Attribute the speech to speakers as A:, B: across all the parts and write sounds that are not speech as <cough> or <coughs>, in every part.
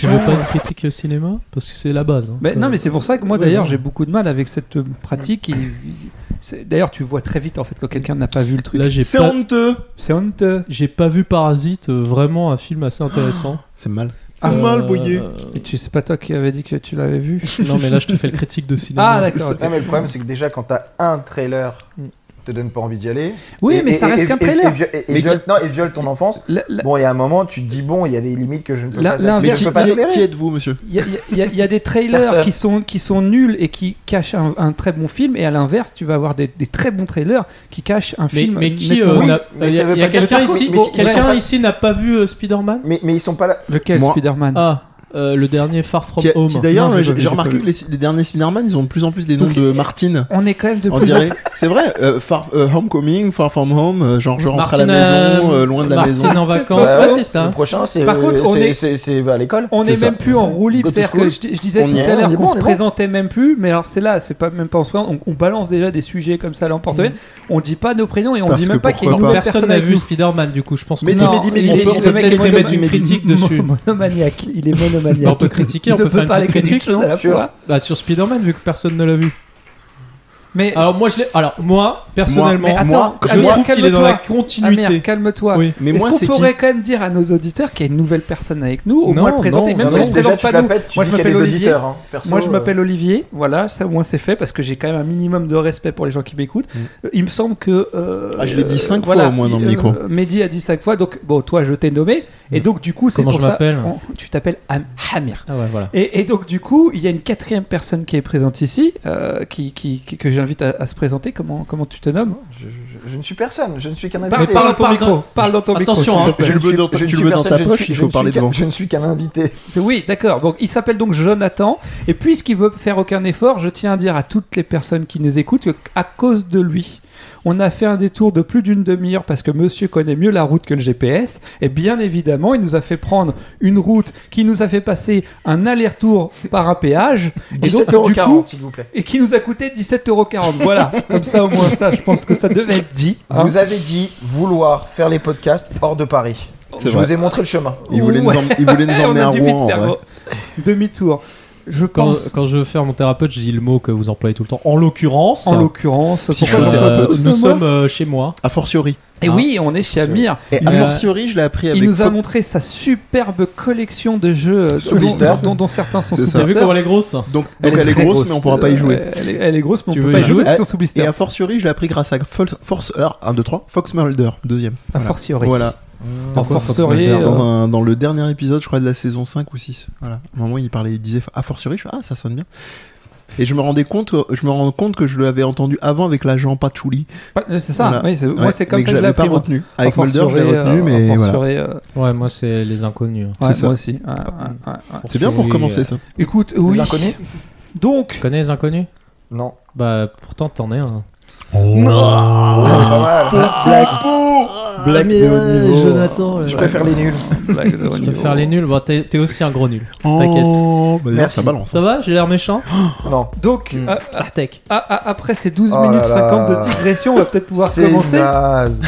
A: Tu veux pas une critique au cinéma Parce que c'est la base. hein.
B: Mais, non, mais c'est pour ça que moi,
A: Ouais,
B: d'ailleurs,
A: ouais.
B: j'ai beaucoup de mal avec cette euh, pratique. Il- c'est- D'ailleurs, tu vois très vite en fait quand quelqu'un n'a pas vu le truc.
A: Là, j'ai
C: C'est
A: pas,
C: honteux.
B: C'est honteux.
A: j'ai pas vu Parasite, euh, vraiment un film assez intéressant.
C: C'est mal. C'est
A: Ah
C: mal, voyez.
B: Et tu sais pas toi qui avait dit que tu l'avais vu
A: <laughs> Non, mais là,
B: <laughs>
A: je te fais le critique de cinéma.
B: Ah d'accord. ok.
D: Non, mais le problème, c'est que déjà, quand t'as un trailer, te donne pas envie d'y aller.
B: Mm. Oui,
D: Et-
B: mais ça
D: et-
B: reste
D: et-
B: qu'un
D: et-
B: trailer.
D: Et, viole- et- et
C: Mais
D: viole, non, et viole ton enfance.
B: La- la-
D: Bon, il y a un moment, tu te dis, bon, il y a des limites que je ne peux
B: La-
D: pas,
B: l'inverse-
D: je
C: Mais qui,
D: peux pas
C: qui-
D: tolérer.
C: qui êtes-vous, monsieur
B: Il y, a- il y a- il y a des trailers
D: Personne.
B: qui sont, qui sont nuls et qui cachent un, un très bon film, et à l'inverse, tu vas avoir des, des très bons trailers qui cachent un
A: Mais,
B: film.
A: mais qui
B: nettement-
A: euh,
D: Oui,
A: n'a-
D: mais
A: il y
D: ça
A: a,
D: veut
A: il y a
D: pas dire
A: quelqu'un
D: que-
A: ici,
D: mais- mais-
A: quelqu'un
D: mais-
A: ici n'a pas vu euh, Spider-Man
D: Mais, mais ils sont pas là.
B: Lequel
C: Moi.
B: Spider-Man
A: Ah, euh, le dernier Far From
C: Qui a-
A: Home.
C: qui d'ailleurs,
B: Non, j'ai
C: j'ai
B: pas vu,
C: j'ai
B: j'ai pas
C: remarqué
B: vu.
C: que les, les derniers Spider-Man, ils ont de plus en plus des noms
B: Donc,
C: de
B: les-
C: Martine.
B: On est quand même de
C: On
B: plus-
C: dirait, c'est vrai, euh, far, euh, Homecoming, Far From Home, euh, genre je rentre à la
A: Martine, euh,
C: maison, euh, loin de la
A: Martine
C: maison.
A: en vacances,
D: Bah
A: ouais,
D: ouais,
A: c'est
D: Le
A: ça.
D: prochain, c'est
B: hein. Par contre, on
D: c'est-
B: est-
D: c'est- c'est à l'école.
B: On
C: C'est
B: n'est
C: ça.
B: même plus en roue libre,
D: Go to
B: c'est-à-dire
D: school.
B: que je, dis- je disais
C: On
B: tout
C: y est,
B: à
D: on
B: l'heure
D: y est
B: qu'on
D: bon,
B: se
D: on est bon.
B: présentait même plus, mais alors c'est là, c'est pas même pas en soi, on, on balance déjà des sujets comme ça à
D: Mm.
B: l'emporte-pièce, on dit pas nos prénoms et on
C: Parce
B: dit
C: que
B: même pas qu'il y a une
C: pourquoi
B: nouvelle
C: pas.
A: Personne
B: personne
A: n'a
B: avec
A: vu
B: nous.
A: Spider-Man, du coup, je pense
C: Mais
A: qu'on
C: dis-
A: a-
B: Non,
C: mais dis- mais
B: il
C: dis-
A: on
C: mais
A: peut,
C: dis-
A: on
C: mais
A: peut
C: dis-
A: peut-être
C: mais dis-
A: émettre une
C: mais dis-
A: critique dessus.
B: Monomaniaque, il est
A: Mais on peut
B: monomaniaque.
A: critiquer, on
B: Il ne
A: peut faire une
B: parler
A: petite
B: que d'une
A: critique.
B: chose à la
D: Sur-
B: fois.
A: Bah, sur Spider-Man, vu que personne ne l'a vu.
B: Mais
A: Alors moi, je l'ai. Alors moi, personnellement,
B: mais attends,
C: moi,
A: je
B: Amir,
A: trouve qu'il est dans
B: calme-toi.
A: la continuité.
B: Amir, calme-toi.
A: Oui.
C: Mais
B: Est-ce
C: moi, c'est
B: qu'on
C: qui
B: pourrait quand même dire à nos auditeurs qu'il y a une nouvelle personne avec nous, au
A: Non,
B: moins le présenter,
A: non,
B: même
A: non,
B: si
A: mais
B: on ne
D: déjà,
B: présente
D: tu te
B: pas
D: la
B: nous.
D: pètes, tu
B: Moi,
D: dis
B: je
D: qu'il y a
B: m'appelle
D: des
B: Olivier.
D: auditeurs. hein. Perso,
B: Moi, je
D: euh,
B: m'appelle Olivier. Voilà, ça au moins c'est fait parce que j'ai quand même un minimum de respect pour les gens qui m'écoutent.
A: Mm.
B: Euh, Il me semble que. euh,
C: Ah, je l'ai dit
B: euh,
C: cinq
B: voilà,
C: fois au moins dans le
B: euh,
C: micro.
B: Mehdi a dit cinq fois. Donc, bon, toi, je t'ai nommé. Et donc, du coup, c'est
A: Mm. Comment
B: pour
A: je
B: ça-
A: m'appelle
B: on- Tu t'appelles Am- Hamir.
A: Ah ouais, voilà.
B: Et, et donc, du coup, il y a une quatrième personne qui est présente ici, euh, qui, qui- qui- que j'invite à, à se présenter. Comment, comment tu te nommes
D: Je, je- je ne suis personne, je ne suis qu'un
B: Parle-
D: invité.
A: Mais parle dans ton
B: parle-
A: micro.
B: Parle dans ton micro,
A: Attention,
B: s'il te
A: hein.
B: plaît.
C: Tu le veux
D: suis-
C: dans ta-
D: je ne
C: tu le
D: suis
C: veux dans ta
D: personne, je ne
C: poche,
D: suis-
C: il
D: je
C: faut
D: ne suis
C: parler
D: qu'un-
C: devant.
D: Je ne suis qu'un invité.
B: Oui, d'accord. Donc, il s'appelle donc Jonathan. Et puisqu'il veut faire aucun effort, je tiens à dire à toutes les personnes qui nous écoutent qu'à cause de lui, on a fait un détour de plus d'une demi-heure parce que monsieur connaît mieux la route que le GPS. Et bien évidemment, il nous a fait prendre une route qui nous a fait passer un aller-retour par un péage. Et donc,
D: 17,40 s'il vous plaît.
B: et qui nous a coûté 17,40€.
C: <laughs>
B: Voilà, comme ça au moins ça, je pense que ça devait être dit. hein.
D: Vous avez dit vouloir faire les podcasts hors de Paris.
C: C'est
D: Je
C: vrai.
D: vous ai montré le chemin.
C: Il voulait nous
B: Ouais.
C: emmener, il voulait nous
B: Eh, on
C: emmener
B: a
C: à
B: dû vite
C: Rouen. en
B: faire
C: vrai.
B: un Demi-tour. Je
A: Quand,
B: pense,
A: quand je veux faire mon thérapeute, je dis le mot que vous employez tout le temps. En l'occurrence,
B: en l'occurrence, pourquoi
A: euh,
B: j'en
C: Psychothérapeute.
B: parle plus de
A: nous
B: moi
A: sommes euh, chez moi.
C: A fortiori.
B: Et
A: Hein
B: oui, on est chez Amir.
C: Et
A: Il
C: a
A: a-
C: fortiori, je l'ai appris avec.
B: Il nous a
C: Fo-
B: montré sa superbe collection de jeux euh,
D: Sous
B: dont-
D: blister.
B: dont, dont certains sont
C: C'est
B: sous
A: T'as
C: ça.
A: vu
B: blister.
A: comment elle est grosse
C: Donc, donc elle est
B: très
C: grosse, mais on pourra pas y jouer.
B: Euh, Elle est, elle est grosse, mais
A: Tu
B: on
A: veux
B: peut pas
A: y
B: y jouer
A: jouer
B: parce qu'ils sont sous blister.
C: Et a fortiori, je l'ai appris grâce à Fol- Force Heure 1, 2, 3, Fox Mulder, deuxième.
B: A
C: Voilà.
B: fortiori.
C: Voilà.
B: En
A: Pourquoi
B: forcerier,
A: Fox
B: euh,
C: Dans, un- dans le dernier épisode, je crois, de la saison 5 ou 6. Voilà. À un moment, il parlait, il disait a fortiori, je fais, ah, ça sonne bien. Et je me rendais compte, je me rends compte que je l'avais entendu avant avec l'agent Patchouli.
B: Ouais, C'est ça,
C: Voilà.
B: oui, c'est- moi
C: Ouais,
B: c'est comme
C: mais
B: ça que je l'ai
C: l'avais pas
B: appris. moi.
C: retenu.
B: A
C: Avec Mulder, je l'ai
B: fortiori,
C: retenu,
B: euh,
C: mais
B: a
C: voilà.
B: fortiori, euh,
A: Ouais, moi c'est les inconnus.
C: C'est
B: ouais,
C: ça.
B: Moi aussi. ouais, ouais, ouais, ouais.
C: C'est bien pour
A: Fortiori,
C: commencer
A: euh,
C: ça.
B: Écoute, oui.
D: inconnus
A: Tu
B: Donc,
A: connais les inconnus
D: Non.
A: Bah pourtant t'en es un.
D: Pas mal.
A: Black
C: mais ouais,
B: euh,
A: Jonathan. euh,
D: Je préfère les
A: <laughs>
D: nuls.
B: blague de
A: Je
B: Ronnie.
A: préfère les nuls. Bon, t'es t'es aussi un gros nul. T'inquiète.
C: Oh, bah, d'ailleurs,
D: Merci.
C: ça balance.
E: hein.
A: Ça va J'ai l'air méchant
D: Non.
B: Donc,
A: Hmm.
B: ah,
A: Sartek.
B: ah, ah, après ces 12
D: Oh là
B: minutes
D: là.
B: 50 de digression, on va peut-être pouvoir
D: C'est
B: commencer.
D: naze.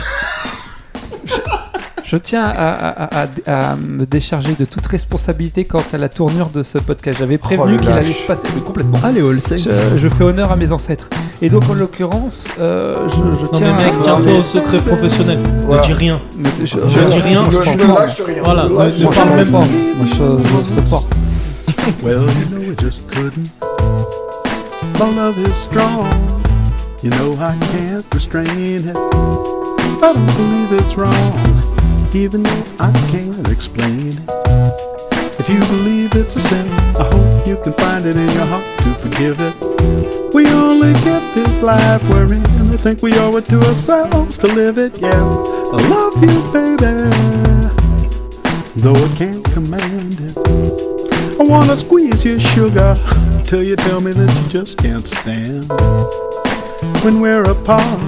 B: Je tiens à, à- à- à- à me décharger de toute responsabilité quant à la tournure de ce podcast. J'avais
C: Oh,
B: prévenu
D: le
B: qu'il
D: lâche.
B: allait se passer mais complètement.
C: Allez, All Saints.
B: Je, je fais honneur à mes ancêtres. Et donc, en l'occurrence, euh, je, je
A: Non mais
B: tiens euh,
A: mec,
B: à-
A: tiens-toi au secret professionnel. Ne
D: Voilà.
A: dis rien.
B: Je, je-
A: Je dis rien.
D: Je
A: je t'en
D: ne
A: prends.
D: lâche rien.
A: Voilà.
D: Ouais,
A: Je
B: je
D: moi,
A: parle
B: parle
A: même
B: même pas.
A: pas.
B: Moi, je, je supporte.
F: Well, you know it just couldn't. My love is strong. You know I can't restrain it. I don't believe it's wrong, even though I can't explain it. If you believe it's a sin, I hope you can find it in your heart to forgive it. We only get this life we're in. I think we owe it to ourselves to live it. Yeah, I love you, baby. Though I can't command it. I wanna squeeze your sugar till you tell me that you just can't stand. When we're apart,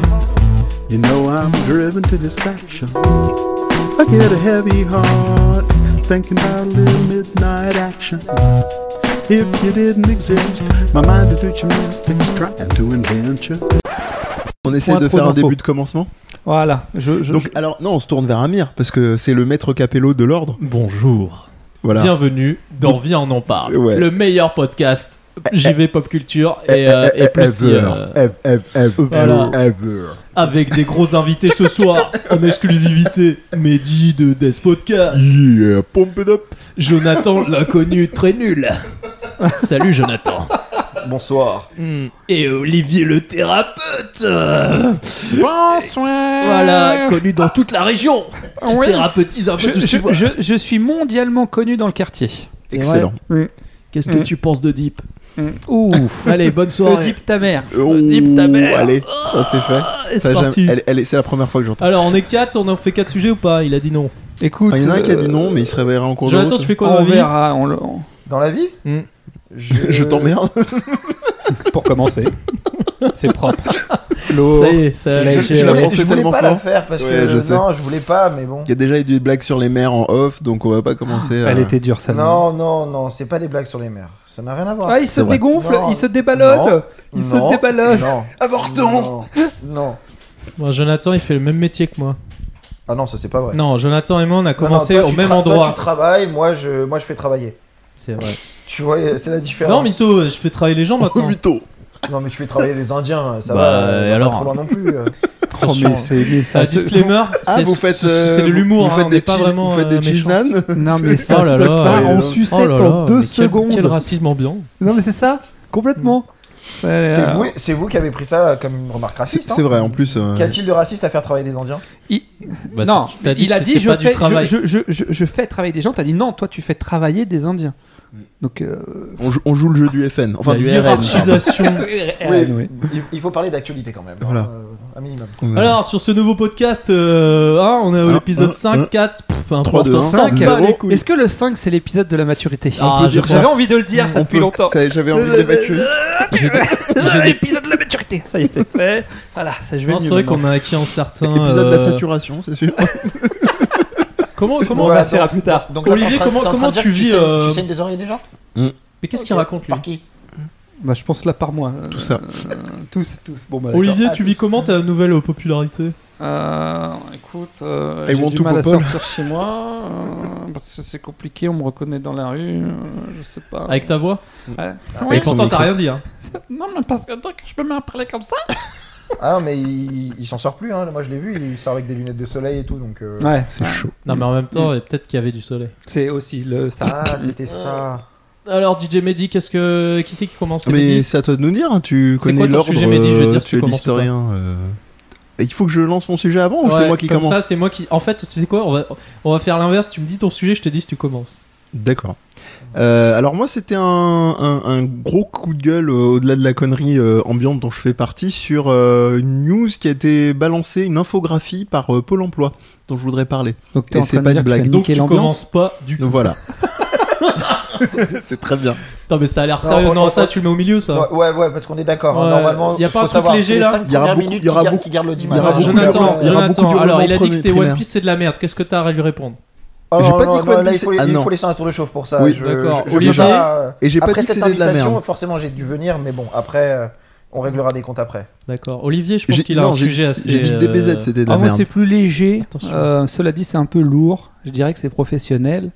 F: you know I'm driven to distraction. I get a heavy heart thinking about a little midnight action. If you didn't exist, my mind would do gymnastics trying to invent you.
C: On essaie
B: Point
C: de
B: trop
C: faire un
B: d'infos.
C: début de commencement.
B: Voilà. Je, je-
C: Donc, alors, non, on se tourne vers Amir, parce que c'est le maître capello de l'ordre.
A: Bonjour.
C: Voilà.
E: Bienvenue dans Vie en en parle,
C: Ouais. Eh,
E: le meilleur podcast JV Pop Culture et, euh, et plus si, euh,
C: Ever, ever, ever,
E: voilà.
C: ever.
E: avec des gros invités ce soir
C: <laughs>
E: en exclusivité. Mehdi de Death Podcast,
C: Yeah, pump it up.
E: Jonathan l'inconnu très nul. Salut Jonathan.
D: Bonsoir.
E: Hmm. Et Olivier le thérapeute. euh,
B: Bonsoir.
E: Voilà, connu dans toute la région. Qui
B: Oui.
E: Thérapeutise un peu
B: Je,
E: tout ce qu'il
B: je-
E: voit.
B: je- je suis mondialement connu dans le quartier.
C: Excellent.
E: Qu'est-ce que
B: Mm.
E: tu penses de Deep
B: Ouh,
C: Ah,
E: Allez, bonne
B: le
E: soirée.
B: dip ta mère.
C: Oh,
E: Dip ta mère.
C: Allez, ça c'est fait.
E: Ah, et c'est
C: Ça, j'aime-
E: parti.
C: elle- elle est- C'est la première fois que j'entends.
E: Alors, on est quatre, on en fait quatre sujets ou pas Il a dit non.
B: Écoute,
C: Ah, Il y en a un qui a
B: euh,
C: dit non, mais il se réveillera en cours de
E: Jonathan,
C: route.
E: tu fais quoi dans
B: on
E: la vie
B: verra on le- on-
D: Dans la vie
E: Hmm.
D: Je,
C: <laughs>
E: <laughs>
C: Je t'emmerde.
B: pour
C: <laughs>
B: commencer. C'est propre. L'eau.
E: Ça y est, ça
D: Je,
E: a
D: je
E: lâché, ouais.
D: voulais,
C: pensé
D: je voulais
C: tellement
D: pas
C: fort.
D: la faire parce
C: Ouais,
D: que
C: je sais.
D: non, je voulais pas, mais bon.
C: Il y a déjà eu des blagues sur les mers en off, donc on va pas commencer à.
B: Elle était dure celle-là.
D: Non, non, non, c'est pas des blagues sur les mers. Ça n'a rien à voir.
B: Ah, il se
C: C'est vrai.
B: dégonfle,
D: Non.
B: il se débalode,
D: Non.
B: il
D: Non,
B: se débalode.
D: Non.
C: Avorton
D: Non. Non.
E: Bon, Jonathan, il fait le même métier que moi.
D: Ah non, ça c'est pas vrai.
E: Non, Jonathan et moi, on a
D: Non, non,
E: commencé
D: toi,
E: au
D: tu
E: même
D: tra- Toi,
E: endroit.
D: tu travailles, moi je, moi je fais travailler.
E: C'est vrai.
D: Tu vois, c'est la
E: Non,
D: différence.
E: mytho, je fais travailler les gens maintenant.
C: mytho.
D: Non, mais tu fais travailler les Indiens, ça
E: Bah,
D: va. euh,
E: alors.
D: Pas trop loin non
E: <laughs>
D: plus. euh.
B: Oh,
E: Attention.
B: mais c'est mais
E: Ça,
B: ça. se-
E: disclaimer,
C: Ah,
E: c'est-
C: vous faites.
E: c'est c'est
C: euh,
E: de l'humour,
C: vous
E: hein,
C: faites
E: on
C: des
E: n'est pas
C: cheese-
E: vraiment.
C: Vous faites
E: euh,
C: des cheese
E: méchants.
C: nan
B: Non mais ça
E: Oh là
B: se
E: là,
B: part
C: ouais,
B: en
C: non.
E: Oh là
B: sucette
E: là,
B: en deux
E: mais quel-
B: secondes.
E: Quel racisme ambiant.
B: Non mais c'est ça, complètement. Ça,
D: C'est
B: euh,
D: vous, c'est vous qui avez pris ça comme une remarque raciste.
C: C'est
D: hein
C: vrai, en plus. euh,
D: Qu'y a-t-il de raciste à faire travailler les Indiens
B: il-
E: Bah,
B: non,
E: c'est- t'as dit
B: il
E: que
B: a
E: c'était
B: dit je
E: pas du
B: fais,
E: travail.
B: je, je- je- je fais travailler des gens. T'as dit non, toi tu fais travailler des Indiens. Donc euh,
C: on, joue, on joue le jeu du FN, enfin
E: La
C: du RN. pardon.
E: hiérarchisation.
D: Oui,
B: oui.
D: il, il faut parler d'actualité quand même.
C: Voilà.
D: euh, un minimum.
E: Alors, sur ce nouveau podcast, euh, hein, on est au
C: Un,
E: épisode
C: un,
E: 5,
C: un.
E: 4, pff, peu
C: Trois,
E: importe,
C: deux, un.
E: 5,
C: Zéro.
E: ah, les couilles.
B: Est-ce que le 5 c'est l'épisode de la maturité
E: Ah,
B: On peut
E: je
B: dire-
E: pense.
B: J'avais envie de le dire
E: On
B: ça depuis
E: peut-
B: <laughs> longtemps.
C: Ça, J'avais envie d'évacuer.
E: J'ai des- j'ai des-
B: L'épisode de la maturité. Ça y est, c'est fait. Voilà, ça je vais
E: Non,
B: le
E: C'est
B: mieux
E: vrai
B: maintenant.
E: qu'on a acquis un certain.
C: Épisode de la
E: euh,
C: saturation, c'est sûr.
E: Comment, comment
D: Bon,
E: on
D: voilà,
E: va faire à plus tard
D: Donc, là, t'es
E: Olivier,
D: en train-
E: comment,
D: t'es en train
E: comment
D: de dire
E: tu
D: que
E: vis
D: saignes-
E: euh,
D: Tu saignes des oreilles déjà
E: Mais qu'est-ce qu'il
D: Ok.
E: raconte lui
D: Par qui
B: Bah, je pense là par moi. euh,
E: <laughs>
C: Tout ça.
B: Tous, tous. Bon bah.
E: Olivier,
D: Ah,
E: tu
D: tout
E: vis
D: ça.
E: comment ta nouvelle euh, popularité
B: Euh, écoute, euh,
C: I
B: j'ai
C: want
B: du
C: to
B: mal à
C: popole.
B: sortir chez moi euh, parce que c'est compliqué. On me reconnaît dans la rue. euh, je sais pas.
E: Avec ta voix Et
B: Ouais. Ouais.
C: Ah. son
E: pourtant, t'as
C: micro.
E: rien dit. Hein.
B: <laughs> Non mais parce que donc, je peux même parler comme ça.
D: Ah non, mais il, il s'en sort plus. Hein. Moi je l'ai vu, il sort avec des lunettes de soleil et tout. Donc, euh,
B: Ouais.
C: C'est chaud.
E: Non, mais en même
C: Mm.
E: temps, et peut-être qu'il y avait du soleil.
B: C'est aussi le ça.
D: Ah, c'était ça.
E: Alors, DJ Mehdi, qu'est-ce que. Qui c'est qui commence
C: Mais
E: Mehdi
C: c'est à toi de nous dire, hein. tu
E: C'est
C: connais
E: quoi ton
C: l'ordre.
E: sujet, Mehdi Je vais te dire
C: euh,
E: si
C: Tu
E: tu
C: es
E: commences ou
C: l'historien. euh. Et Il faut que je lance mon sujet avant ou
E: Ouais,
C: c'est moi qui
E: comme ça,
C: commence
E: c'est moi qui. En fait, tu sais quoi on va, on va faire l'inverse. Tu me dis ton sujet, je te dis si tu commences.
C: D'accord. Euh, alors moi c'était un, un- un gros coup de gueule euh, au-delà de la connerie euh, ambiante dont je fais partie sur euh, une news qui a été balancée, une infographie par euh, Pôle Emploi dont je voudrais parler.
B: Donc
C: Et c'est pas une blague.
E: Donc, tu commences pas du tout. <laughs>
C: Donc voilà. c'est très bien.
E: Non, mais ça a l'air sérieux.
D: on-
E: Non,
D: on-
E: ça, tu le mets au milieu, ça.
D: Ouais, ouais, ouais, parce qu'on est d'accord. hein.
E: Ouais.
D: Normalement,
E: Y a
D: il
E: pas un
D: faut
E: truc
D: savoir
E: léger,
D: c'est les
E: là
D: cinq
C: Y aura
D: premières
C: beaucoup-
D: minutes
C: y aura
D: qui gar-
C: beaucoup-
D: qui gardent le
C: y aura
D: dimanche.
C: beaucoup de
E: Ah, Jonathan,
C: hurlements, il y aura
E: Jonathan,
C: beaucoup de
E: alors il a
C: hurlements
E: dit que c'était
C: primaires.
E: One Piece, c'est de la merde. Qu'est-ce que t'as à lui répondre
D: Oh,
C: J'ai
D: non,
C: pas
D: non,
C: dit que
D: non,
C: One
D: là, il
C: Piece-
D: faut, les-
C: ah,
D: il
C: non.
D: faut laisser un tour de chauffe pour ça.
C: Oui,
D: je,
E: d'accord.
D: je- je peux
E: Olivier,
D: pas, euh,
C: Et j'ai pas
D: après
C: dit que
D: cette
C: c'était de la
D: invitation,
C: merde.
D: forcément, j'ai dû venir, mais bon, après, euh, on réglera des comptes après.
E: D'accord. Olivier, je pense
C: J'ai-
E: qu'il a
C: non,
E: un
C: j'ai-
E: sujet assez.
C: J'ai dit DBZ,
E: euh,
C: c'était de la
B: Ah, moi,
C: merde.
B: c'est plus léger.
E: Attention.
B: Euh, cela dit, c'est un peu lourd. Je dirais que c'est professionnel.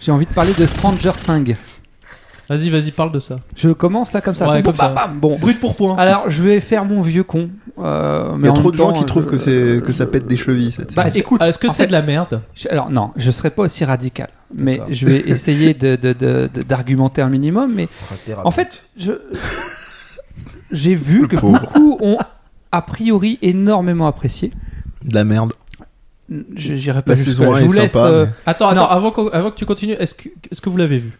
B: J'ai envie de parler de Stranger Things.
E: Vas-y, vas-y, parle de ça.
B: Je commence là comme ça.
E: Ouais,
B: Bon,
E: comme ça.
B: bam, bam, bon.
E: Brut pour point.
C: Ah,
B: Alors, je vais faire mon vieux con. euh,
C: Il y
B: mais
C: a
B: en
C: trop
B: même
C: de gens
B: temps,
C: qui trouvent
B: je-
C: que c'est que ça pète des chevilles. cette
B: Bah,
C: série.
B: écoute,
E: Est-ce que
B: en
E: c'est
B: fait-
E: de la merde
B: je- alors non, je serai pas aussi radical, mais
E: D'accord.
B: je vais essayer de- de- de- de- d'argumenter un minimum. Mais
C: Oh,
D: Ah
B: en fait, je j'ai vu
C: Le
B: que
C: pauvre.
B: beaucoup ont a priori énormément apprécié.
C: de la merde.
B: Je- J'irai pas
C: La
B: jusque-là.
C: saison 1
B: Je
C: est
B: vous laisse.
C: sympa.
B: euh,
C: mais
E: Attends,
B: Non.
E: attends, avant, qu'on- avant que tu continues, est-ce que, est-ce que vous l'avez vu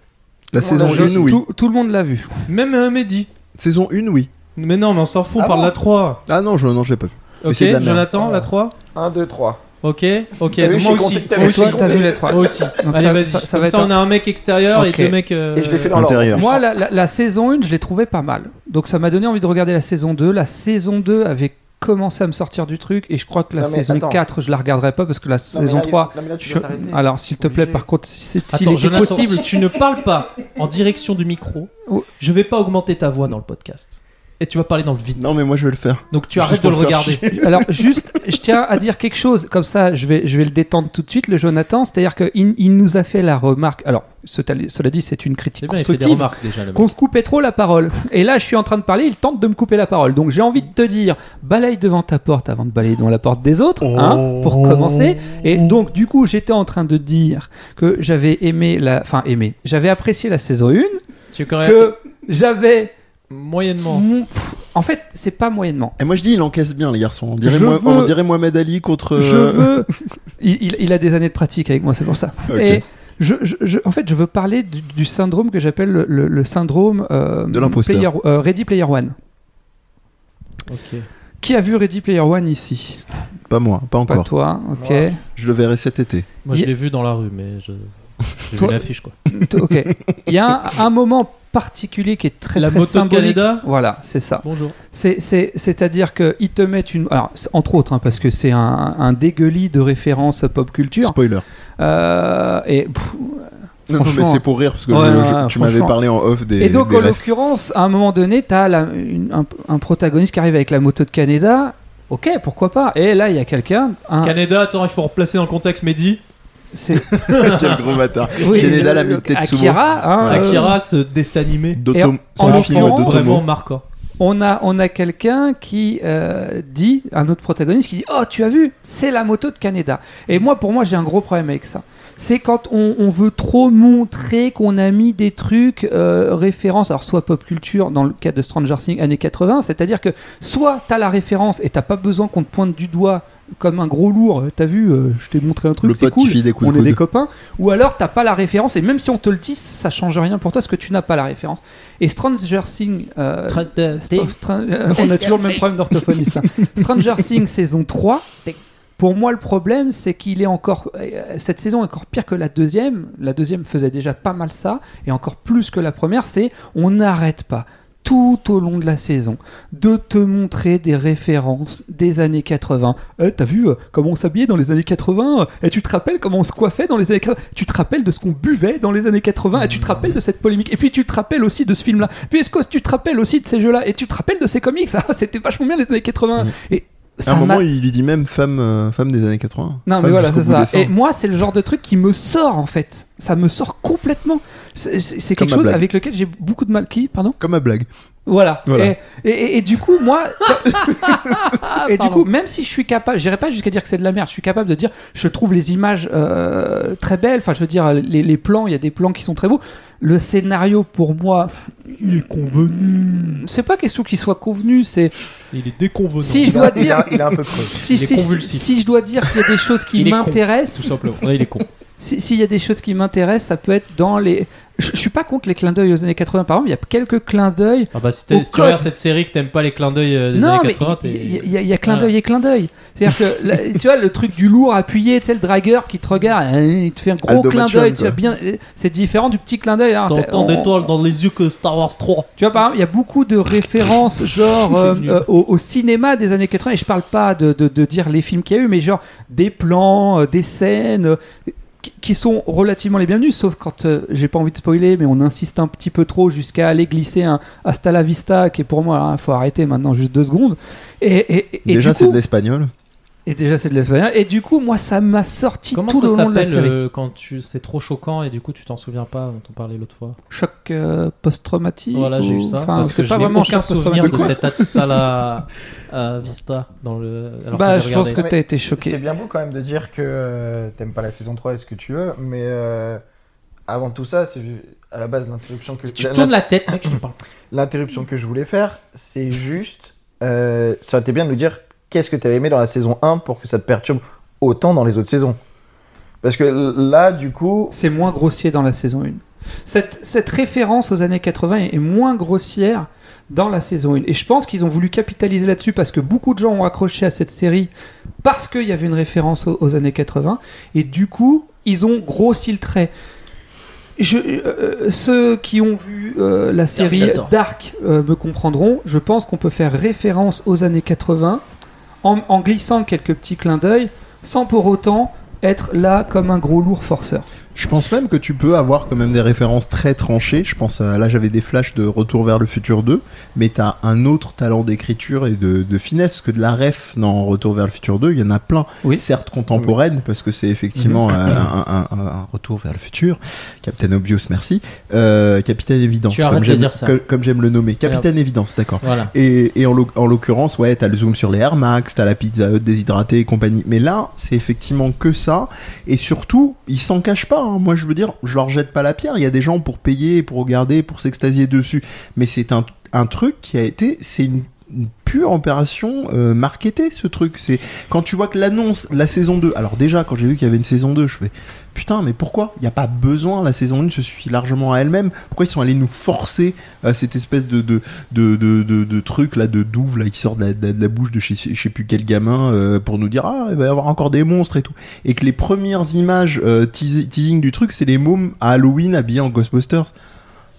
C: La
D: non,
C: saison
D: la chose-
C: 1, oui.
B: bah, tout, tout le monde l'a vu.
E: Même euh, Mehdi.
C: Saison 1, oui.
E: Mais non, mais on s'en fout, on
D: Ah
E: parle de
D: bon
E: la 3.
C: Ah non, je non, je l'ai pas vu. Mais
E: Ok,
C: c'est de la merde.
E: Jonathan,
D: Ah.
E: la 3
D: 1, 2, 3.
E: Ok, ok,
D: T'as vu,
E: moi
D: j'ai compté
E: aussi.
D: que t'avais
E: Moi
B: Et
E: aussi.
B: toi,
D: aussi
B: t'as
E: <laughs>
D: compté.
B: vu les trois.
E: Moi aussi.
B: Donc
E: Allez,
B: ça-
E: vas-y.
B: ça- ça
E: Comme
B: va
E: ça,
B: être
E: on a un mec extérieur
B: Ok.
E: et deux mecs. euh,
D: Et je l'ai fait dans
C: Intérieur.
B: Moi,
D: l'ordre.
B: la, la- la saison 1, je l'ai trouvée pas mal. Donc ça m'a donné envie de regarder la saison 2. La saison 2 avait commencé à me sortir du truc et je crois que la
D: Non, mais
B: saison
D: attends.
B: 4, je la regarderai pas parce que la
D: Non, mais
B: saison
D: là,
B: 3...
D: non, mais là, tu
B: je-
D: dois t'arrêter.
B: Alors, s'il te plaît,
D: Obligé.
B: par contre, si- si- s'il
E: Attends,
B: était
E: Jonathan,
B: possible...
E: si tu ne parles pas en direction du micro,
B: Oh.
E: je vais pas augmenter ta voix dans le podcast. et tu vas parler dans le vide.
C: Non, mais moi je vais le faire.
E: Donc tu
C: Juste
E: arrêtes de
C: pour
E: le
C: le faire
E: regarder.
B: Alors juste, je tiens à dire quelque chose, comme ça je vais, je vais le détendre tout de suite, le Jonathan, c'est-à-dire qu'il il nous a fait la remarque, alors ce- cela dit c'est une
E: C'est
B: critique
E: bien, il fait des
B: constructive,
E: remarques déjà. le mec.
B: qu'on se coupait trop la parole. Et là je suis en train de parler, il tente de me couper la parole. Donc j'ai envie de te dire, balaye devant ta porte avant de balayer devant la porte des autres, hein, pour commencer. Et donc du coup j'étais en train de dire que j'avais aimé la... Enfin aimé, j'avais apprécié la saison 1,
E: Tu connais
B: que j'avais...
E: moyennement.
B: mon- pff, En fait c'est pas moyennement.
C: Et moi je dis, il encaisse bien, les garçons. On dirait,
B: Je
C: moi-
B: veux-
C: on dirait Mohamed Ali contre.
B: Je
C: euh,
B: veux. il, il- il a des années de pratique avec moi, c'est pour ça.
C: Ok.
B: Et je, je- je- en fait, je veux parler du, du syndrome que j'appelle le, le- le syndrome euh,
C: De l'imposteur.
B: player- euh, Ready Player One.
E: Ok.
B: Qui a vu Ready Player One ici
C: Pas moi, pas
B: Pas
C: encore.
B: toi, ok.
D: Moi.
C: Je le verrai cet été.
E: Moi je
B: Il-
E: l'ai vu dans la rue, mais je. J'ai vu
B: Toi-
E: l'affiche quoi.
B: T- ok. Il y a un, un moment particulier qui est très
E: La
B: très
E: moto de
B: symbolique.
E: Canada
B: voilà, c'est ça.
E: Bonjour.
B: C'est- C'est- C'est-à-dire qu'ils te mettent une... Alors, c'est- entre autres, hein, parce que c'est un, un dégueulis de références pop culture.
C: Spoiler.
B: Euh, et pff,
C: Non, non, mais
B: Franchement.
C: c'est pour rire parce que
B: Ouais,
C: je-
B: ouais,
C: je-
B: ouais,
C: tu m'avais
B: franchement.
C: parlé en off des.
B: Et donc,
C: des
B: en
C: refs.
B: l'occurrence, à un moment donné, t'as la- une- un, un protagoniste qui arrive avec la moto de Canada. Ok, pourquoi pas Et là, il y a quelqu'un. un-
E: Canada, attends, il faut replacer dans le contexte Mehdi.
B: c'est-
C: <laughs> Quel gros bâtard.
B: oui,
C: Canada,
B: le-
C: la
B: le-
C: mine Tetsubo.
B: Akira, hein, euh,
E: Akira, ce dessin animé.
B: Et en-
C: D'autom-
B: en
C: son film
B: l'occurrence, Euh,
E: Vraiment
C: d'Otomo.
E: marquant.
B: on a, on a quelqu'un qui euh, dit, un autre protagoniste qui dit Oh, tu as vu, c'est la moto de Canada. Et moi, pour moi, j'ai un gros problème avec ça. C'est quand on, on veut trop montrer qu'on a mis des trucs euh, références, alors soit pop culture, dans le cas de Stranger Things années 80, c'est-à-dire que soit t'as la référence et t'as pas besoin qu'on te pointe du doigt comme un gros lourd, t'as vu, euh, je t'ai montré un
C: Le
B: truc, c'est
C: pote qui
B: cool,
C: file des coups
B: on
C: de
B: est des
C: coude.
B: copains, ou alors t'as pas la référence, et même si on te le dit, ça change rien pour toi, parce que tu n'as pas la référence. Et Stranger Things, euh, Stra- Stra- euh, on a toujours le même problème d'orthophoniste. hein. Stranger Things saison 3. Pour moi, le problème, c'est qu'il est encore. euh, Cette saison est encore pire que la deuxième. La deuxième faisait déjà pas mal ça, et encore plus que la première. C'est on n'arrête pas tout au long de la saison de te montrer des références des années 80. Eh, T'as vu euh, comment on s'habillait dans les années 80 Et tu te rappelles comment on se coiffait dans les années 80 Tu te rappelles de ce qu'on buvait dans les années 80 Et tu te rappelles de cette polémique Et puis tu te rappelles aussi de ce film-là. Puis est-ce que tu te rappelles aussi de ces jeux-là Et tu te rappelles de ces comics Ah, C'était vachement bien les années 80. Et
C: Mmh. À
B: ça
C: un
B: m'a-
C: moment, il lui dit même femme, euh, femme des années 80.
B: non, mais
C: Femme
B: voilà,
C: jusqu'au
B: c'est
C: bout
B: ça.
C: des seins.
B: Et moi, c'est le genre de truc qui me sort, en fait. Ça me sort complètement. C'est- C'est c'est
C: Comme
B: quelque
C: ma
B: chose
C: blague.
B: avec lequel j'ai beaucoup de mal. Qui, pardon
C: Comme ma blague.
B: Voilà.
C: Voilà.
B: Et, et- et- et du coup, moi. et du coup, même si je suis capable, j'irai pas jusqu'à dire que c'est de la merde, je suis capable de dire, je trouve les images euh, très belles, enfin, je veux dire, les, les plans, il y a des plans qui sont très beaux. Le scénario, pour moi, il est convenu. C'est pas question qu'il soit convenu, c'est.
E: <laughs> Il est déconvenant.
B: Si je
D: Il a-
B: dois
D: il
B: dire.
D: a- Il est un peu creux. <laughs>
B: Si,
E: il est
B: si, si,
E: convulsif.
B: si je dois dire qu'il y a des choses
E: <laughs>
B: qui
E: Il est con,
B: m'intéressent,
E: Tout simplement. Ouais, il est con.
B: si- s'il y a des choses qui m'intéressent, ça peut être dans les. Je, je suis pas contre les clins d'œil aux années 80, par exemple. Il y a quelques clins d'œil.
E: Ah bah si, t'es-
B: Au
E: si tu regardes
B: code.
E: cette série que t'aimes pas les clins d'œil euh, des
B: Non,
E: années
B: mais
E: 80,
B: il
E: t'es-
B: y, y a- y a clin
E: Voilà.
B: d'œil et clin d'œil. C'est-à-dire que, la- <laughs> tu vois, le truc du lourd appuyé, tu sais, le dragueur qui te regarde, hein, il te fait un gros
C: Aldo
B: clin
C: Macian,
B: d'œil. tu
C: quoi.
B: vois, bien- euh, C'est différent du petit clin d'œil. hein.
E: t'entends
B: On-
E: des toiles dans les yeux que Star Wars 3.
B: Tu vois, par exemple, il y a beaucoup de
C: <laughs>
B: références, genre, euh,
E: nul.
B: euh, au, au cinéma des années 80, et je parle pas de, de- de dire les films qu'il y a eu, mais genre des plans, euh, des scènes. euh, qui- qui sont relativement les bienvenus, sauf quand euh, j'ai pas envie de spoiler, mais on insiste un petit peu trop jusqu'à aller glisser un Hasta la Vista, qui est pour moi, alors, faut arrêter maintenant juste deux secondes. Et, et- et- et
C: Déjà,
B: du
C: c'est
B: coup-
C: de l'espagnol.
B: et déjà, c'est de l'espagnol. Et du coup, moi, ça m'a sorti
E: Comment
B: tout
E: ça
B: le long de la
E: s'appelle
B: série.
E: euh, quand tu c'est trop choquant et du coup tu t'en souviens pas On t'en parlait l'autre fois.
B: Choc euh, post-traumatique.
E: Voilà, j'ai
B: ou-
E: eu ça.
B: Enfin,
E: parce que
B: c'est
E: je
B: pas
E: n'ai
B: vraiment
E: aucun
B: choc
E: souvenir
B: post-traumatique.
E: de cette Asta la <laughs> euh, Vista dans le. alors
B: Bah,
E: que
B: je pense que
E: regardé.
B: t'as été
D: C'est
B: choqué.
D: bien beau quand même de dire que euh, t'aimes pas la saison 3 et ce que tu veux, mais euh, avant tout ça, c'est à la base l'interruption que
E: Tu
D: la-
E: tournes la tête, mec, je te parle.
D: l'interruption que je voulais faire, c'est juste euh, ça aurait été bien de nous dire qu'est-ce que t'avais aimé dans la saison 1 pour que ça te perturbe autant dans les autres saisons. Parce que là, du coup,
B: C'est moins grossier dans la saison 1. Cette, cette référence aux années 80 est est moins grossière dans la saison 1. Et je pense qu'ils ont voulu capitaliser là-dessus parce que beaucoup de gens ont accroché à cette série parce qu'il y avait une référence aux, aux années 80. Et du coup, ils ont grossi le trait. Je, euh, ceux qui ont vu euh, la série
E: Terminator.
B: Dark euh, me comprendront. Je pense qu'on peut faire référence aux années 80 en, en glissant quelques petits clins d'œil sans pour autant être là comme un gros lourd forceur.
C: Je Je pense même que tu peux avoir quand même des références très tranchées. Je pense, à- là j'avais des flashs de Retour vers le futur 2, mais t'as un autre talent d'écriture et de, de finesse, parce que de la ref dans Retour vers le futur 2, il y en a plein.
B: Oui.
C: Certes contemporaine, parce que c'est effectivement
E: Mm-hmm.
C: un, un- un- un Retour vers le futur. Captain Obvious, merci. Euh, Capitaine Évidence,
E: Tu arrêtes
C: comme
E: de
C: j'aime-
E: dire ça.
C: comme- comme j'aime le nommer. Capitaine Évidence, d'accord.
E: Voilà.
C: Et, et en l'oc- en l'occurrence, ouais, t'as le zoom sur les Air Max, t'as la pizza Hut déshydratée et compagnie. Mais là, c'est effectivement que ça. Et surtout, ils s'en cachent pas. hein. Moi, je veux dire, je leur jette pas la pierre. Il y a des gens pour payer, pour regarder, pour s'extasier dessus. Mais c'est un, un truc qui a été. C'est une, une pure opération euh, marketée, ce truc. C'est quand tu vois que l'annonce, la saison 2. Alors, déjà, quand j'ai vu qu'il y avait une saison 2, je fais. Putain, mais pourquoi Il n'y a pas besoin, la saison 1 se suffit largement à elle-même. Pourquoi ils sont allés nous forcer à cette espèce de, de, de, de, de, de truc là de douve là qui sort de la, de la- de la bouche de chez je sais plus quel gamin euh, pour nous dire ah il va y avoir encore des monstres et tout et que les premières images euh, teas- teasing du truc c'est les mômes à Halloween habillés en Ghostbusters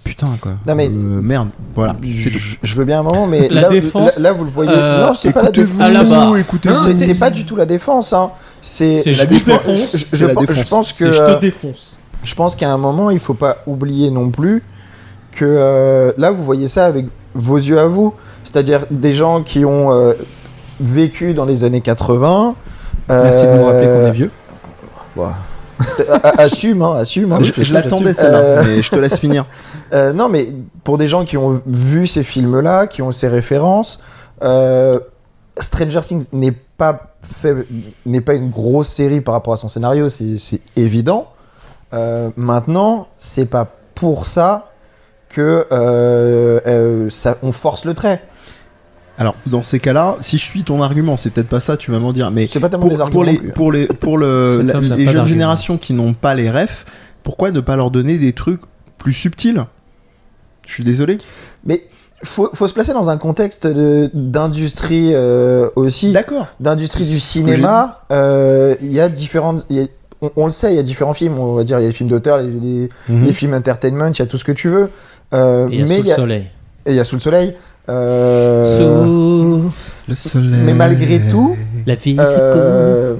C: putain quoi
D: Non, mais-
C: Euh, merde voilà c'est tout
D: Je, je veux bien un moment, mais
E: La
D: là,
E: défense,
D: là, là, vous le voyez.
E: euh,
D: non, c'est pas la défense.
C: écoutez-vous
E: à la barre.
C: écoutez
D: Non, c'est- c'est pas du tout la défense. Hein. C'est
E: C'est
D: je-
E: la
D: je-
E: défense.
D: Je, je-
C: C'est
D: je
C: la
D: pense- je
C: défense.
D: pense que
E: C'est je
D: euh,
E: te défonce.
D: je pense qu'à un moment, il faut pas oublier non plus que euh, là, vous voyez ça avec vos yeux à vous, c'est-à-dire des gens qui ont euh, vécu dans les années 80.
B: Merci de nous rappeler qu'on est
D: euh,
B: vieux.
D: bah, <laughs> a- a- assume, hein,
B: Ah
D: assume. hein.
C: je, je l'attendais
D: j'assume.
C: celle-là
D: Euh,
C: mais je te laisse finir
D: Euh, non, mais pour des gens qui ont vu ces films-là, qui ont ces références, euh, Stranger Things n'est pas fait, n'est pas une grosse série par rapport à son scénario, c'est c'est évident. Euh, maintenant, c'est pas pour ça que euh, euh, ça, on force le trait.
C: alors dans ces cas-là si je suis ton argument c'est peut-être pas ça tu vas m'en dire mais
D: C'est pas tellement
C: pour,
D: des arguments.
C: pour les,
D: non plus.
C: pour les, pour le,
E: Cet
C: la-
E: homme n'a
C: les
E: pas
C: jeunes
E: d'argument.
C: générations qui n'ont pas les refs, pourquoi ne pas leur donner des trucs plus subtils Je suis désolé.
D: Mais faut, faut se placer dans un contexte de- d'industrie euh, aussi.
C: D'accord.
D: d'industrie du
C: ce que j'ai
D: cinéma, euh, il y a différentes. il y a- on, on le sait, il y a différents films. On va dire, il y a les films d'auteur, les, les- les films entertainment, il y a tout ce que tu veux. Euh,
E: Mhm. Et il y a
D: mais
E: sous
D: il
E: le
D: y a-
E: soleil.
D: et il y a sous le soleil. euh,
E: Sous
C: Le soleil.
D: Mais malgré tout,
E: la vie, c'est comme.
D: euh,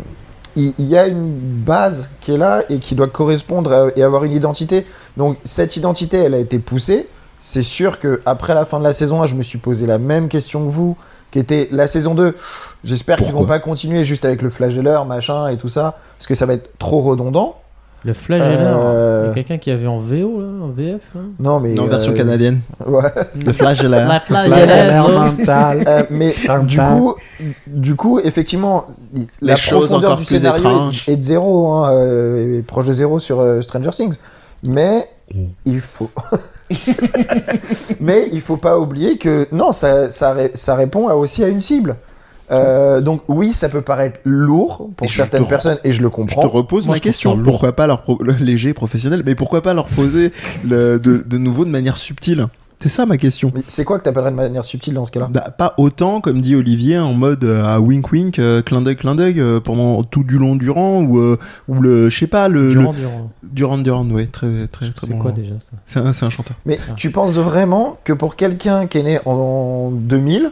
D: il il y a une base qui est là et qui doit correspondre à- et avoir une identité. Donc cette identité, elle a été poussée. C'est sûr que après la fin de la saison 1, je me suis posé la même question que vous, qui était la saison 2. J'espère qu'ils
C: Pourquoi
D: vont pas continuer juste avec le flagelleur, machin et tout ça, parce que ça va être trop redondant.
E: Le flagelleur.
D: euh,
E: Il y a quelqu'un qui avait en VO, là, en VF. Là.
D: Non mais
C: En
D: euh,
C: version canadienne.
D: ouais.
C: Le flagella. <laughs>
D: Euh, mais du coup, du coup, effectivement, la
C: choses
D: profondeur
C: encore
D: du
C: plus
D: scénario
C: étranges.
D: est de zéro, hein, euh, est proche de zéro sur euh, Stranger Things. Mais il faut, <laughs> mais il faut pas oublier que non, ça, ça, ré- ça répond à- aussi à une cible. Euh, donc oui, ça peut paraître lourd pour
C: Et je
D: certaines
C: te-
D: personnes et je le
C: Je te
D: comprends.
C: repose
E: Moi,
C: ma
E: je trouve ça
C: question.
E: lourd.
C: Pourquoi pas leur pro- le léger professionnel, mais pourquoi pas leur poser le- de, de nouveau de manière subtile C'est ça ma question.
D: Mais c'est quoi que t'appellerais de manière subtile dans ce cas-là
C: Bah, pas autant, comme dit Olivier, en mode euh, à wink wink, euh, clin d'œil, clin d'œil, euh, pendant tout du long durant, ou, euh, ou le, je sais pas, le, le-
E: Durand, Durand.
C: Durand Durand, ouais, très très très
E: C'est
C: bon.
E: quoi
C: nom.
E: déjà ça
C: C'est un, c'est un chanteur.
D: Mais
E: Ah.
D: tu penses vraiment que pour quelqu'un qui est né en 2000,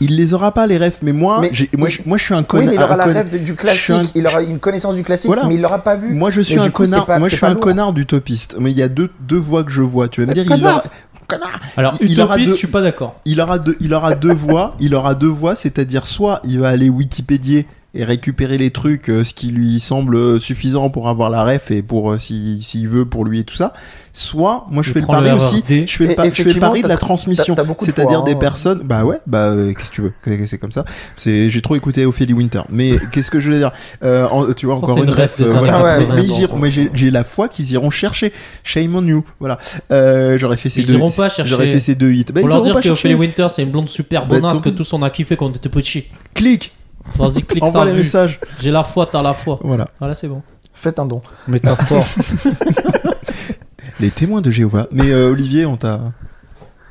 C: Il les aura pas les refs, mais moi,
D: Mais-
C: j'ai- moi, je, moi, je suis un
D: Oui,
C: connard.
D: mais il aura
C: un
D: la
C: con-
D: rêve de- du
C: suis un-
D: classique, il aura une connaissance du classique,
C: Voilà.
D: mais il l'aura pas vu.
C: Moi, je suis
D: Mais
C: un
D: du coup,
C: connard.
D: c'est pas-
C: moi, je
D: c'est
C: suis
D: pas
C: un
D: lourd.
C: connard d'utopiste. Mais il y a deux, deux voies que je vois. Tu vas me dire, il
E: Euh, connard.
C: aura, connard.
E: Alors,
C: Il- il aura
E: Utopiste,
C: deux-
E: je suis pas d'accord.
C: Il aura deux, il aura deux voies. Il aura deux voies, c'est-à-dire soit il va aller Wikipédier et récupérer les trucs, euh, ce qui lui semble euh, suffisant pour avoir la ref et pour euh, si- s'il veut pour lui et tout ça. Soit, moi, je
E: Il
C: fais le
E: prend
C: pari
E: le
C: aussi.
E: RRD.
C: Je fais, le
D: Et
C: pa- je fais le
D: effectivement,
C: pari de
D: t'as
C: la
D: tr-
C: transmission.
D: t'as- t'as beaucoup de
C: C'est-à-dire
D: fois, hein.
C: des personnes. Bah ouais, bah euh, qu'est-ce que tu veux C'est c'est comme ça. C'est j'ai trop écouté Ophélie Winter. Mais <laughs> qu'est-ce que je veux dire Euh, en- Tu vois
E: Ça,
C: encore
E: c'est
C: une
E: une ref
C: ref.
E: des
C: euh,
E: années
C: voilà.
D: 80,
C: Mais- mais ils
E: ça.
C: iront- moi, j'ai j'ai la foi qu'ils iront chercher. Shame on you. Voilà. Euh, J'aurais fait ces
E: Ils
C: deux.
E: iront pas chercher.
C: J'aurais fait ces deux hits. Bah,
E: Pour
C: ils
E: leur
C: iront
E: dire
C: pas
E: que
C: chercher.
E: Ophélie Winter, c'est une blonde super
C: Bah,
E: bonasse
C: tant
E: que
C: pis.
E: tous on a kiffé quand on était petit.
C: Clique.
E: Vas-y, clique ça.
C: Envoie les
E: vue.
C: messages.
E: J'ai la foi, t'as la foi.
C: Voilà.
E: Voilà, c'est bon.
D: Faites un don.
C: <laughs>
B: Métaphore.
C: Les témoins de Jéhovah. Mais euh, Olivier, on t'a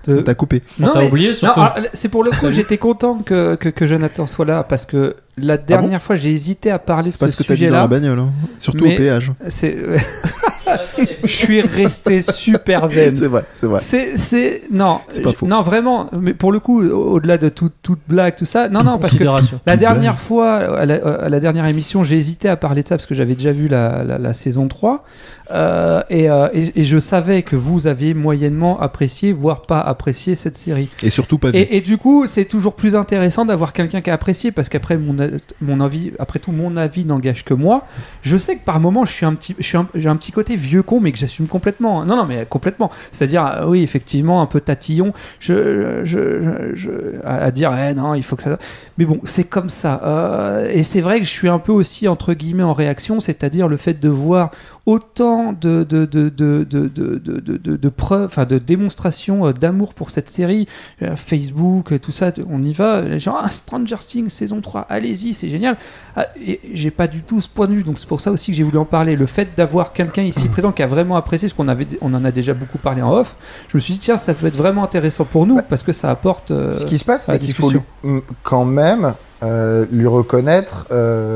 B: De-
D: Euh,
C: on t'a coupé.
E: On
B: Non,
E: t'a
B: mais-
E: oublié
B: Non,
E: surtout.
C: ah,
B: alors, c'est pour le coup, j'étais contente que, que, que Jonathan soit là parce que la dernière fois, j'ai hésité à parler de
C: Ah C'est pas
B: ce
C: ce que t'as dit dans
B: sujet-là.
C: la bagnole. hein. Surtout au
B: Mais-
C: péage.
B: C'est <laughs> Je suis resté super zen.
C: C'est vrai, c'est vrai.
B: C'est, c'est, non,
C: C'est pas
B: je-
C: faux.
B: non vraiment. Mais pour le coup, au- au-delà de tout- toute blague, tout ça, non, non, parce que
C: <laughs>
E: Considération.
B: la
C: toute
B: dernière fois, à la, à la dernière émission, j'ai hésité à parler de ça parce que j'avais déjà vu la, la- la saison 3 euh, et, euh, et- et je savais que vous aviez moyennement apprécié, voire pas apprécié cette série.
C: Et surtout pas vu.
B: Et, et du coup, c'est toujours plus intéressant d'avoir quelqu'un qui a apprécié parce qu'après mon, a- mon avis, après tout, mon avis n'engage que moi. Je sais que par moment, je suis un petit, je suis un- j'ai un petit côté vieux con, mais que j'assume complètement. hein. Non, non, mais complètement. C'est-à-dire, euh, oui, effectivement, un peu tatillon. Je, je, je- je- à à dire, eh non, il faut que ça. Mais bon, c'est comme ça. Euh, et c'est vrai que je suis un peu aussi entre guillemets en réaction, c'est-à-dire le fait de voir autant de, de, de, de, de, de, de, de- de- de preuves, enfin de démonstrations euh, d'amour pour cette série, euh, Facebook, euh, tout ça, t- on y va, les gens, ah, Stranger Things saison 3, allez-y, c'est génial. Ah, et j'ai pas du tout ce point de vue, donc c'est pour ça aussi que j'ai voulu en parler. Le fait d'avoir quelqu'un
D: <coughs>
B: ici présent qui a vraiment apprécié, parce qu'on avait, on en a déjà beaucoup parlé en off, je me suis dit, tiens, ça peut être vraiment intéressant pour nous,
D: Bah,
B: parce que ça apporte... euh,
D: Ce qui se passe,
B: à la
D: c'est qu'il faut
B: discussion.
D: lui- mm, quand même euh, lui reconnaître.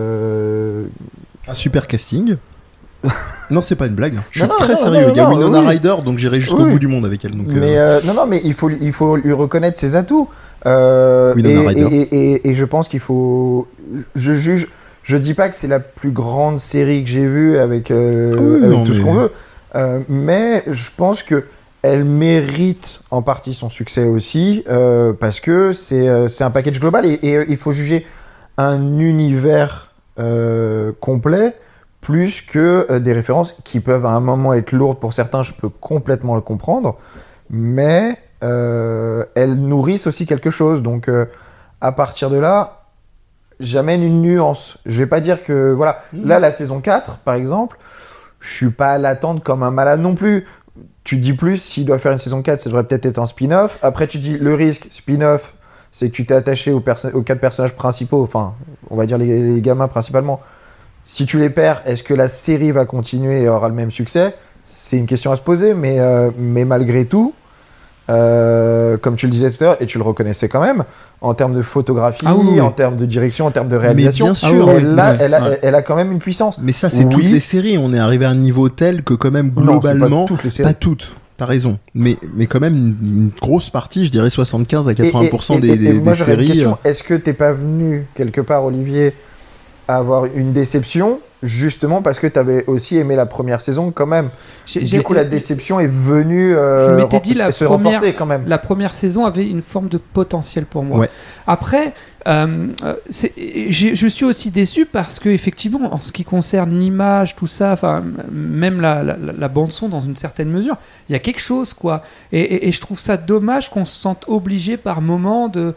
D: euh,
C: Un super casting. non, c'est pas une blague. hein. Je suis
D: Non, non,
C: très
D: non,
C: sérieux,
D: non,
C: il y a
D: non,
C: Winona
D: oui.
C: Ryder, donc j'irai jusqu'au
D: Oui.
C: bout du monde avec elle. Donc, euh,
D: mais euh, non, non, mais il faut, lui- il faut lui reconnaître ses atouts. Euh, et,
C: Winona Ryder.
D: et- et- et- et je pense qu'il faut. Je juge. Je dis pas que c'est la plus grande série que j'ai vue avec, euh,
C: Ah Oui,
D: avec
C: non,
D: tout ce
C: mais-
D: qu'on veut, Euh, mais je pense que elle mérite en partie son succès aussi euh, parce que c'est euh, c'est un package global et, et, euh, il faut juger un univers euh, complet plus que euh, des références qui peuvent à un moment être lourdes pour certains, je peux complètement le comprendre, mais euh, elles nourrissent aussi quelque chose. Donc euh, à partir de là, j'amène une nuance. Je vais pas dire que voilà, là la saison 4 par exemple, je suis pas à l'attente comme un malade non plus. Tu dis plus, s'il doit faire une saison 4, ça devrait peut-être être un spin-off. Après tu dis le risque spin-off, c'est que tu t'es attaché aux, perso- aux quatre personnages principaux, enfin, on va dire les, les gamins principalement. Si tu les perds, est-ce que la série va continuer et aura le même succès C'est une question à se poser, mais, euh, mais malgré tout, euh, comme tu le disais tout à l'heure, et tu le reconnaissais quand même, en termes de photographie,
B: Ah oui, oui.
D: en termes de direction, en termes de
C: mais bien
D: réalisation,
C: sûr.
D: elle,
C: ouais.
D: a,
C: Ouais.
D: elle a- elle a quand même une puissance.
C: Mais ça, c'est
D: euh, Oui.
C: toutes les séries. On est arrivé à un niveau tel que, quand même, globalement,
D: Non, c'est pas toutes les séries.
C: pas toutes. T'as raison. Mais, mais quand même, une, une grosse partie, je dirais 75 à 80%
D: Et- et-
C: des,
D: et- et
C: des-
D: moi,
C: des
D: j'aurais une
C: séries. euh,
D: question. Est-ce que t'es pas venu quelque part, Olivier, avoir une déception justement parce que t'avais aussi aimé la première saison quand même.
B: j'ai- j'ai-
D: du coup, la déception est venue euh,
B: Je m'étais dit
D: ren-
B: la
D: se
B: première-
D: renforcer quand même.
B: la première saison avait une forme de potentiel pour moi.
C: Ouais.
B: Après, euh, euh, c'est- j'ai- je suis aussi déçu parce que effectivement, en ce qui concerne l'image, tout ça, enfin m- même la, la- la- la bande son dans une certaine mesure, il y a quelque chose quoi. Et, et- et je trouve ça dommage qu'on se sente obligé par moment de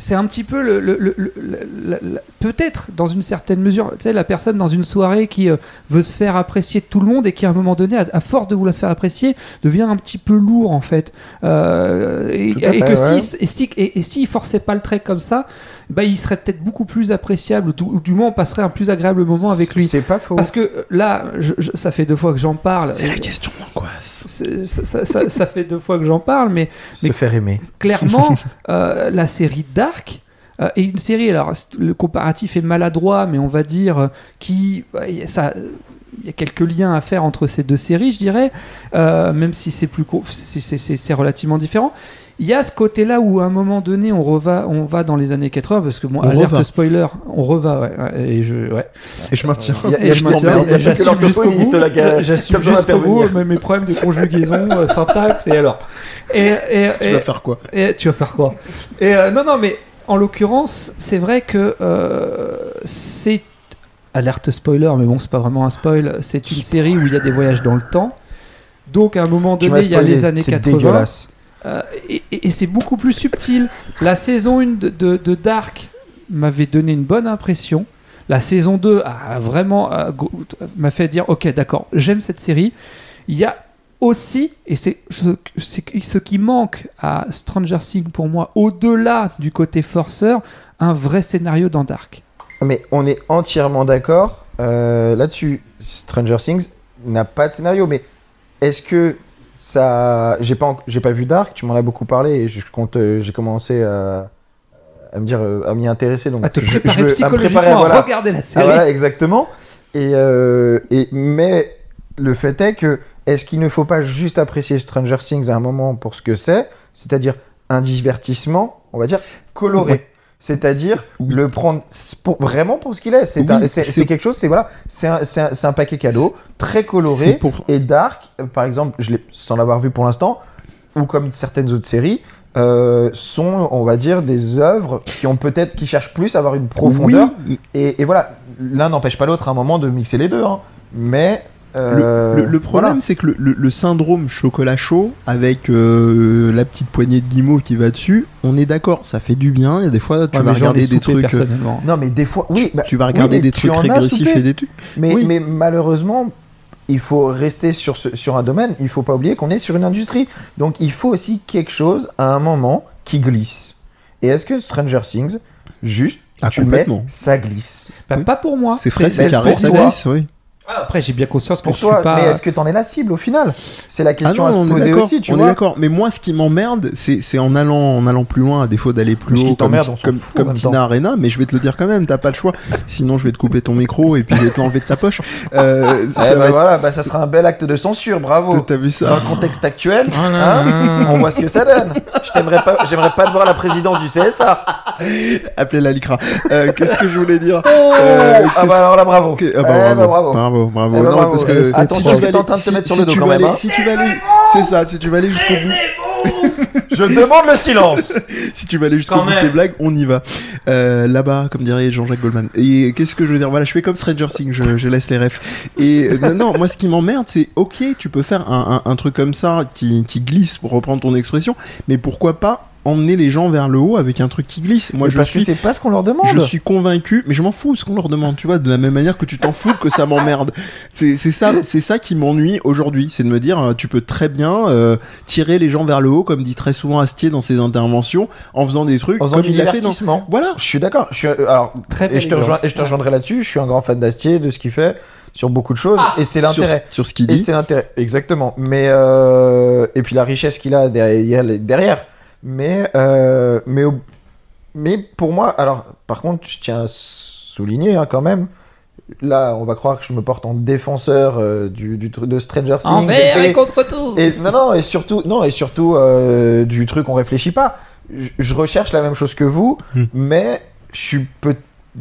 B: c'est un petit peu le, le- le- le- le- le- le- peut-être dans une certaine mesure tu sais la personne dans une soirée qui euh, veut se faire apprécier de tout le monde et qui à un moment donné à, à force de vouloir se faire apprécier devient un petit peu lourd en fait Euh, et,
D: Tout à
B: et
D: fait,
B: que si-
D: ouais.
B: et si et, et s'il forçait pas le trait comme ça bah il serait peut-être beaucoup plus appréciable ou, tout- ou du moins on passerait un plus agréable moment avec lui
D: C'est pas faux.
B: parce que euh, là je- je- ça fait deux fois que j'en parle
C: C'est la question d'angoisse.
B: C'est- ça- ça- ça- ça fait deux fois que j'en parle mais
D: Se faire aimer.
C: <laughs>
B: clairement, euh, la série Dark euh, est une série, alors c'est- le comparatif est maladroit, mais on va dire euh, qui. ouais, y a ça, euh, il y a quelques liens à faire entre ces deux séries, je dirais, euh, même si c'est plus co- c'est- c'est c'est- c'est relativement différent. Il y a ce côté-là où à un moment donné on reva, on va dans les années 80 parce que bon,
C: On
B: alerte
C: reva.
B: spoiler, on reva, ouais, ouais, et je, ouais.
C: Et <laughs> je maintiens.
D: Il y a- il y a-
B: Et je
D: il y a-
B: maintiens,
D: il y a- il y a
B: j'assume
D: que l'orthophonie,
B: jusqu'au bout,
D: Stola, qui a-
B: j'assume
D: qui a besoin
B: jusqu'au bout,
D: d'intervenir.
B: même mes problèmes de conjugaison, euh, syntaxe et alors. Et, et,
C: Tu
B: et-
C: vas faire quoi
B: et tu vas faire quoi Et euh, non, non, mais en l'occurrence, c'est vrai que euh, c'est alerte spoiler, mais bon, c'est pas vraiment un spoil. C'est une série où il y a des voyages dans le temps. Donc à un moment
D: Tu
B: donné,
D: m'as
B: il y a
D: spoilé,
B: les années
D: c'est
B: 80.
D: dégueulasse.
B: euh, et et- et c'est beaucoup plus subtil. La saison 1 de, de- de Dark m'avait donné une bonne impression. La saison 2 a vraiment euh, gro- m'a fait dire ok d'accord j'aime cette série. Il y a aussi, et c'est ce, c'est ce qui manque à Stranger Things pour moi, au-delà du côté forceur, un vrai scénario dans Dark.
D: Mais on est entièrement d'accord euh, là-dessus. Stranger Things n'a pas de scénario, mais est-ce que ça. J'ai pas, en- j'ai pas vu Dark, tu m'en as beaucoup parlé et je compte, euh, j'ai commencé à, à me dire, euh, à m'y intéresser. Donc
B: À te
D: je- je
B: préparer
D: veux- à me
B: Ah, psychologiquement à,
D: préparer, Ah, voilà.
B: regarder la
D: Ah,
B: série.
D: voilà, exactement. Et, euh, et- mais le fait est que, est-ce qu'il ne faut pas juste apprécier Stranger Things à un moment pour ce que c'est, c'est-à-dire un divertissement, on va dire, coloré C'est-à-dire
C: Oui.
D: le prendre s- pour- vraiment pour ce qu'il est. C'est
C: Oui,
D: un-
C: c'est-
D: c'est- c'est quelque chose, c'est voilà, c'est un, c'est un- c'est un paquet cadeau très
C: C'est
D: coloré
C: pour-
D: et dark. euh, Par exemple, je l'ai- sans l'avoir vu pour l'instant, ou comme certaines autres séries, euh, sont, on va dire, des œuvres qui ont peut-être, qui cherchent plus à avoir une profondeur.
C: Oui,
D: Et, et voilà, l'un n'empêche pas l'autre à un moment de mixer les deux. hein. Mais
C: le,
D: euh,
C: le- le problème,
D: voilà.
C: c'est que le, le- le syndrome chocolat chaud, avec euh, la petite poignée de guimauve qui va dessus, on est d'accord, ça fait du bien. Il y a des fois, tu
B: Ouais,
C: vas
B: mais j'en ai
C: regarder des
B: soupé
C: trucs. euh,
B: personnellement.
D: non, mais des fois, oui, bah,
C: Tu vas regarder
D: mais
C: des
D: tu
C: trucs
D: en as
C: régressifs
D: soupé.
C: et des trucs.
D: Mais,
C: Oui.
D: mais malheureusement, il faut rester sur, ce- sur un domaine. Il faut pas oublier qu'on est sur une industrie. Donc il faut aussi quelque chose à un moment qui glisse. Et est-ce que Stranger Things, juste,
C: Ah,
D: tu le mets,
C: complètement.
D: ça glisse
B: Bah,
C: Oui.
B: Pas pour
D: Ah,
B: moi.
C: C'est frais,
D: c'est-
C: c'est carré,
D: pour
C: ça
D: toi.
C: glisse, oui.
B: Ah, Après, j'ai bien conscience que
D: Pour
B: je
D: toi,
B: suis pas.
D: mais est-ce que t'en es la cible au final C'est la question
C: Ah non,
D: à se
C: on est
D: poser
C: d'accord,
D: aussi, tu
C: on est
D: vois.
C: d'accord. Mais moi, ce qui m'emmerde, c'est c'est en allant, en allant plus loin, à défaut d'aller plus
D: Mais ce qui
C: haut, comme,
D: t'emmerde, on s'en
C: comme,
D: fout en
C: comme
D: même
C: Tina
D: temps.
C: Arena, mais je vais te le dire quand même, t'as pas le choix. Sinon, je vais te couper ton micro et puis je vais te l'enlever de ta poche. Euh,
D: Eh
C: ça
D: ben
C: va être-
D: voilà, bah, ça sera un bel acte de censure, bravo.
C: T'as vu
D: Dans
C: ça
D: le contexte actuel, hein, on voit ce que ça donne. Je t'aimerais pas, j'aimerais pas te voir à la présidence du CSA.
C: Appelez la LICRA. Euh, Qu'est-ce que je voulais dire
D: ah
C: Euh,
D: bah
C: qu'est-ce-
D: alors là, bravo.
C: Ok, ah bah,
D: Eh bah,
C: bravo, bravo, bravo.
D: Eh bah,
C: Non,
D: bravo.
C: parce
D: Euh,
C: que
D: attention,
C: si
D: je
C: tu
D: vais
C: vas
D: t'en train de te
C: aller-
D: mettre
C: si-
D: sur le
C: si
D: dos
C: tu
D: quand
C: vas
D: même,
C: aller-
D: hein.
C: Si tu vas aller, c'est ça. Si tu vas aller jusqu'au bout,
D: Je demande
C: <laughs>
D: le silence.
C: si tu vas aller jusqu'au
E: Quand
C: bout de
E: même.
C: tes blagues, on y va. Euh, Là-bas, comme dirait Jean-Jacques Goldman. Et qu'est-ce que je veux dire Voilà, je fais comme Stranger Things, je, je laisse les refs. Et euh, non, non, moi, ce qui m'emmerde, c'est ok, tu peux faire un, un- un truc comme ça qui, qui glisse, pour reprendre ton expression, mais pourquoi pas emmener les gens vers le haut avec un truc qui glisse Moi,
D: Mais
C: je
D: parce que
C: suis
D: c'est pas ce qu'on leur demande.
C: Je suis convaincu, mais je m'en fous ce qu'on leur demande, tu vois, de la même manière que tu t'en fous que ça m'emmerde. C'est c'est ça, c'est ça qui m'ennuie aujourd'hui, c'est de me dire, euh, tu peux très bien euh, tirer les gens vers le haut, comme dit très souvent Astier dans ses interventions, en faisant des trucs
D: En faisant
C: comme
D: du
C: il l'a fait dans.
D: divertissement.
C: Voilà.
D: Je suis d'accord. Je suis, euh, alors,
B: Très
D: et je te,
B: bel
D: rejoins-
B: exemple.
D: et je te rejoindrai là-dessus. Je suis un grand fan d'Astier, de ce qu'il fait, sur beaucoup de choses. et c'est
C: Sur,
D: l'intérêt.
C: sur ce qu'il
D: Et
C: dit.
D: c'est l'intérêt, exactement. Mais euh, et puis la richesse qu'il a derrière. derrière. Mais euh, mais au- mais pour moi, alors par contre, je tiens à souligner hein, quand même. Là, on va croire que je me porte en défenseur euh, du, du tru- de Stranger Things.
B: Envers
D: et-
B: et contre tout.
D: et non, non, et surtout, non, et surtout euh, du truc on réfléchit pas. Je, je recherche la même chose que vous,
C: Hmm.
D: mais je suis peut-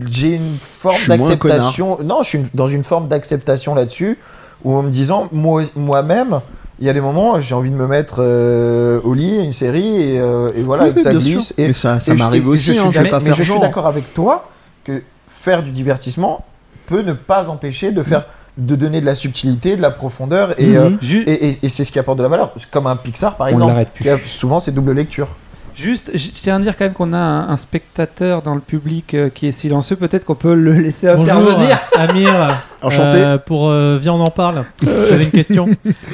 D: j'ai une
C: Je
D: forme
C: suis moins
D: d'acceptation. Non, je suis une- dans une forme d'acceptation là-dessus, où en me disant moi- moi-même. il y a des moments, j'ai envie de me mettre euh, au lit, une série, et, euh, et voilà,
C: Oui,
D: et que
C: oui,
D: ça
C: bien
D: glisse.
C: sûr.
D: Et,
C: mais ça, ça
D: et je- et
C: m'arrive
D: je
C: aussi,
D: suis
C: hein, je vais
D: d'accord-
C: pas
D: mais
C: faire
D: je suis
C: genre.
D: d'accord avec toi que faire du divertissement peut ne pas empêcher de faire, de donner de la subtilité, de la profondeur, et,
C: Mhm.
D: euh,
B: Ju-
D: et, et- et c'est ce qui apporte de la valeur. C'est Comme un Pixar, par
B: On
D: exemple,
B: l'arrête plus.
D: qui a souvent ses doubles lectures.
B: Juste, je tiens à dire quand même qu'on a un, un spectateur dans le public euh, qui est silencieux. Peut-être qu'on peut le laisser
E: Bonjour, euh,
B: intervenir.
E: Amir.
C: Enchanté.
E: Euh, pour euh, Viens, on en
C: <laughs>
E: parle. J'avais une question.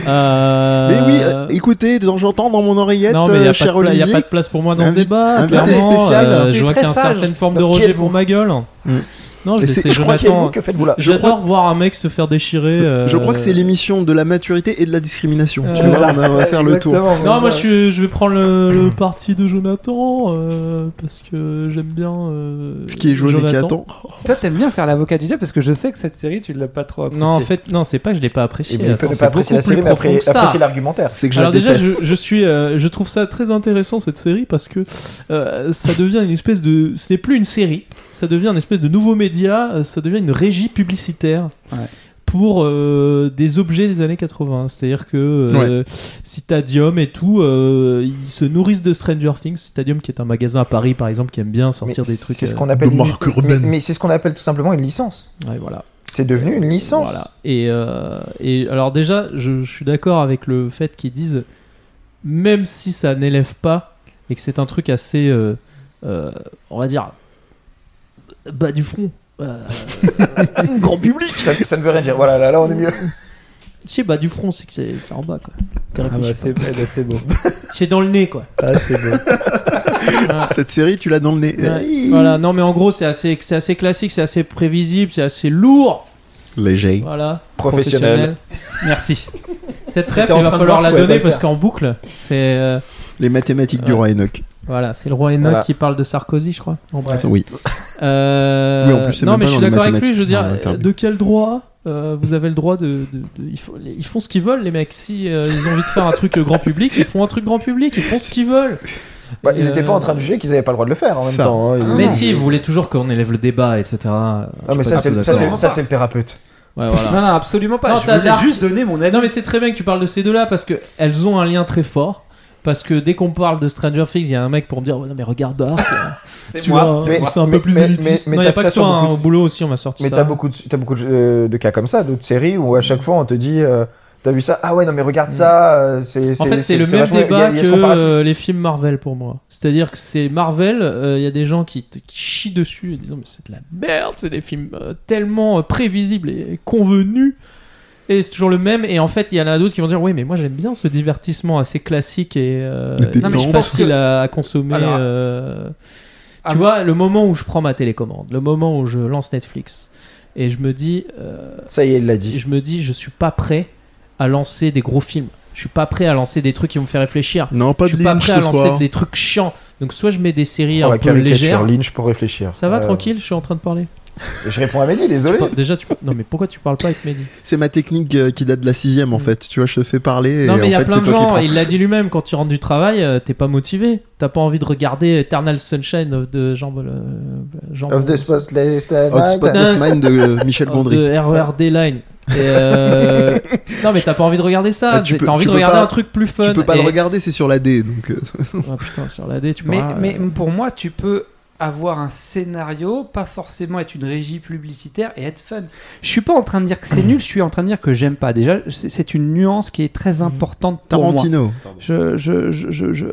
E: Euh,
C: Mais oui, euh, écoutez, j'entends dans mon oreillette,
E: non, mais il
C: euh,
E: n'y a,
C: cher
E: pas de pla- y a
C: Olivier,
E: pas de place pour moi dans ce
C: Invi-
E: débat.
C: invité
E: clairement.
C: spécial.
E: Euh,
B: Tu es
E: je vois
B: très
E: qu'il y a une
B: sage.
E: certaine forme
D: Qui
E: de rejet
D: êtes-vous
E: pour ma gueule.
C: Mm.
E: Non, je
C: Et c'est-
E: laissais
C: je crois qu'il y a
E: Jonathan.
D: que faites-vous là
C: je crois-
E: J'adore voir un mec se faire déchirer. euh,
C: je crois que c'est l'émission de la maturité et de la discrimination.
E: Euh,
C: tu vois, on va- on va faire le tour.
B: Exactement.
E: Non, moi je, suis- je vais prendre le, le
C: Mm.
E: parti de Jonathan euh, parce que j'aime bien. euh,
C: Ce qui est jaune et qui
E: Jonathan.
C: attend.
B: Toi, t'aimes bien faire l'avocat du diable parce que je sais que cette série, tu l'as pas trop appréciée.
E: Non, en fait, non, c'est pas que je l'ai pas apprécié.
D: Eh ben, Il peut
E: Attends,
D: ne
E: c'est
D: pas apprécier
E: beaucoup
D: la série,
E: plus
D: mais
E: profond
D: après,
E: que ça.
D: apprécier l'argumentaire.
C: C'est que je
E: Alors
C: la
E: déjà,
C: déteste.
E: je, je suis, euh, je trouve ça très intéressant cette série parce que euh, ça devient une espèce de, c'est plus une série, ça devient une espèce de nouveau média, euh, ça devient une régie publicitaire.
B: Ouais.
E: Pour euh, des objets des années 80. C'est-à-dire que euh, Citadium et tout, euh, ils se nourrissent de Stranger Things. Citadium, qui est un magasin à Paris, par exemple, qui aime bien
D: Mais
E: sortir des trucs.
D: C'est ce
E: euh,
D: qu'on appelle
C: de
D: une-
C: marque urbaine.
D: Mais, mais c'est ce qu'on appelle tout simplement une licence.
E: ouais, voilà.
D: C'est devenu une licence.
E: Voilà. Et, euh, et alors déjà, je, je suis d'accord avec le fait qu'ils disent, même si ça n'élève pas, et que c'est un truc assez, euh, euh, on va dire, bas du front, euh, grand public.
D: Ça, ça ne veut rien dire. Voilà, là, là, on
E: <laughs>
D: est mieux.
E: Tu sais, bas du front, c'est que c'est c'est en bas, quoi. T'y
B: Ah bah,
E: réfléchis
B: c'est eh ben, c'est beau.
E: pas. C'est dans le nez, quoi.
B: Ah, c'est beau.
C: Cette série, tu l'as dans le nez.
E: Ouais. Voilà, non, mais en gros, c'est assez, c'est assez classique, c'est assez prévisible, c'est assez lourd.
C: Léger.
E: Voilà.
D: Professionnel.
B: <laughs> Merci.
E: Cette rêve,
B: J'étais en
E: il va
B: train de
E: falloir
B: voir,
E: la
B: je pouvais
E: donner
B: pas le
E: parce qu'en boucle, c'est. euh,
C: Les mathématiques du
E: Ouais.
C: roi Enoch.
E: Voilà, c'est le roi Enoch
D: Voilà.
E: qui parle de Sarkozy, je crois. Bon, bref.
C: Oui.
E: Euh,
C: Oui, en plus, c'est
E: non,
C: même
E: mais je
C: pas
E: suis
C: dans les
E: d'accord avec lui,
C: mathématiques.
E: je veux dire,
C: Non,
E: euh,
C: interdit.
E: de quel droit euh, vous avez le droit de. de- de- ils, font, ils font ce qu'ils veulent, les mecs. Si euh, ils ont envie de faire un truc euh, grand public, ils font un truc grand public, ils font ce qu'ils veulent.
D: Bah,
E: Et,
D: ils n'étaient pas
E: euh,
D: en train de juger qu'ils n'avaient pas le droit de le faire en même
C: Ça.
D: temps. hein. Ils-
B: Ah,
E: Mais
B: non,
E: si, vous voulez toujours qu'on élève le débat, etc.
D: Ah, mais ça, c'est ça, c'est- ça, c'est le thérapeute.
E: Ouais, voilà. <laughs>
B: Non, non, absolument pas.
E: Non,
B: je
E: t'as
B: voulais
E: Dark-
B: juste donner mon avis.
E: Non, mais c'est très bien que tu parles de ces deux-là parce que elles ont un lien très fort. Parce que dès qu'on parle de Stranger Things, il y a un mec pour me dire Ouais, Non, mais regarde Dark.
B: c'est
A: tu vois,
D: Mais-
E: c'est un
D: mais-
E: peu plus
D: mais-
E: élitiste.
D: mais- mais
E: non, il n'y a
D: t'as
E: pas que
D: ça sur
E: toi, hein,
D: beaucoup
E: au boulot aussi, on m'a sorti
D: Mais
E: ça.
D: t'as beaucoup, de, t'as beaucoup de, euh, de cas comme ça, d'autres séries où à chaque fois on te dit euh, T'as vu ça Ah ouais, non, mais regarde ça. euh, c'est,
E: Mm. En fait, c'est le même
D: vachement- il y a-
E: débat
D: il y a
E: que
D: ce comparatif.
E: euh, les films Marvel pour moi. C'est-à-dire que c'est Marvel, euh, il y a des gens qui, te- qui chient dessus en disant mais c'est de la merde, c'est des films euh, tellement euh, prévisibles et convenus. Et c'est toujours le même. Et en fait, il y en a d'autres qui vont dire oui, mais moi j'aime bien ce divertissement assez classique et euh,
C: Et
E: non mais je
C: pétant.
E: pense qu'il
B: que-
E: a consommé.
B: Alors,
E: euh,
B: ah,
E: tu vois, le moment où je prends ma télécommande, le moment où je lance Netflix et je me dis euh,
D: Ça y est, il l'a
E: et
D: dit.
E: je me dis, je suis pas prêt à lancer des gros films. Je suis pas prêt à lancer des trucs qui vont me faire réfléchir.
C: Non, pas
E: je
C: de
E: suis pas
C: Lynch
E: prêt à
C: ce
E: lancer
C: soir.
E: des trucs chiants. Donc soit je mets des séries
D: Oh,
E: un
D: la
E: peu légères.
D: caricature, Lynch pour réfléchir.
E: Ça va
D: Euh,
E: tranquille, je suis en train de parler.
D: Je réponds à Mehdi,
E: Tu
D: désolé.
E: par- Déjà, tu... non mais pourquoi tu parles pas avec Mehdi
C: C'est ma technique euh, qui date de la sixième en fait. Tu vois, je te fais parler et
E: Mm. Non mais il y
C: en
E: a
C: fait
E: plein
C: c'est
E: de
C: toi qui
E: gens.
C: prends.
E: Il l'a dit lui-même quand tu rentres du travail, euh, t'es pas motivé. T'as pas envie de regarder Eternal Sunshine of the Jean, euh, Jean-
D: Of the Spotless Night.
C: Hotspot Mine de euh, Michel
E: of
C: Gondry.
E: the RERD Line. Et,
C: <laughs>
E: euh, non mais t'as pas envie de regarder ça.
C: Ah, tu peux-
E: t'as envie
C: tu
E: de
C: peux
E: regarder
C: pas-
E: un truc plus fun.
C: Tu peux pas le
E: Et-
C: regarder, c'est sur la D donc. euh,
E: Ah, putain, sur la D, tu
B: Mais,
E: pourras,
B: mais
E: euh,
B: pour moi, tu peux avoir un scénario, pas forcément être une régie publicitaire et être fun. Je suis pas en train de dire que c'est nul, je suis en train de dire que j'aime pas. Déjà, c'est c'est une nuance qui est
E: Mhm.
B: très importante pour moi.
C: Tarantino.
B: Je, je, je, je- je-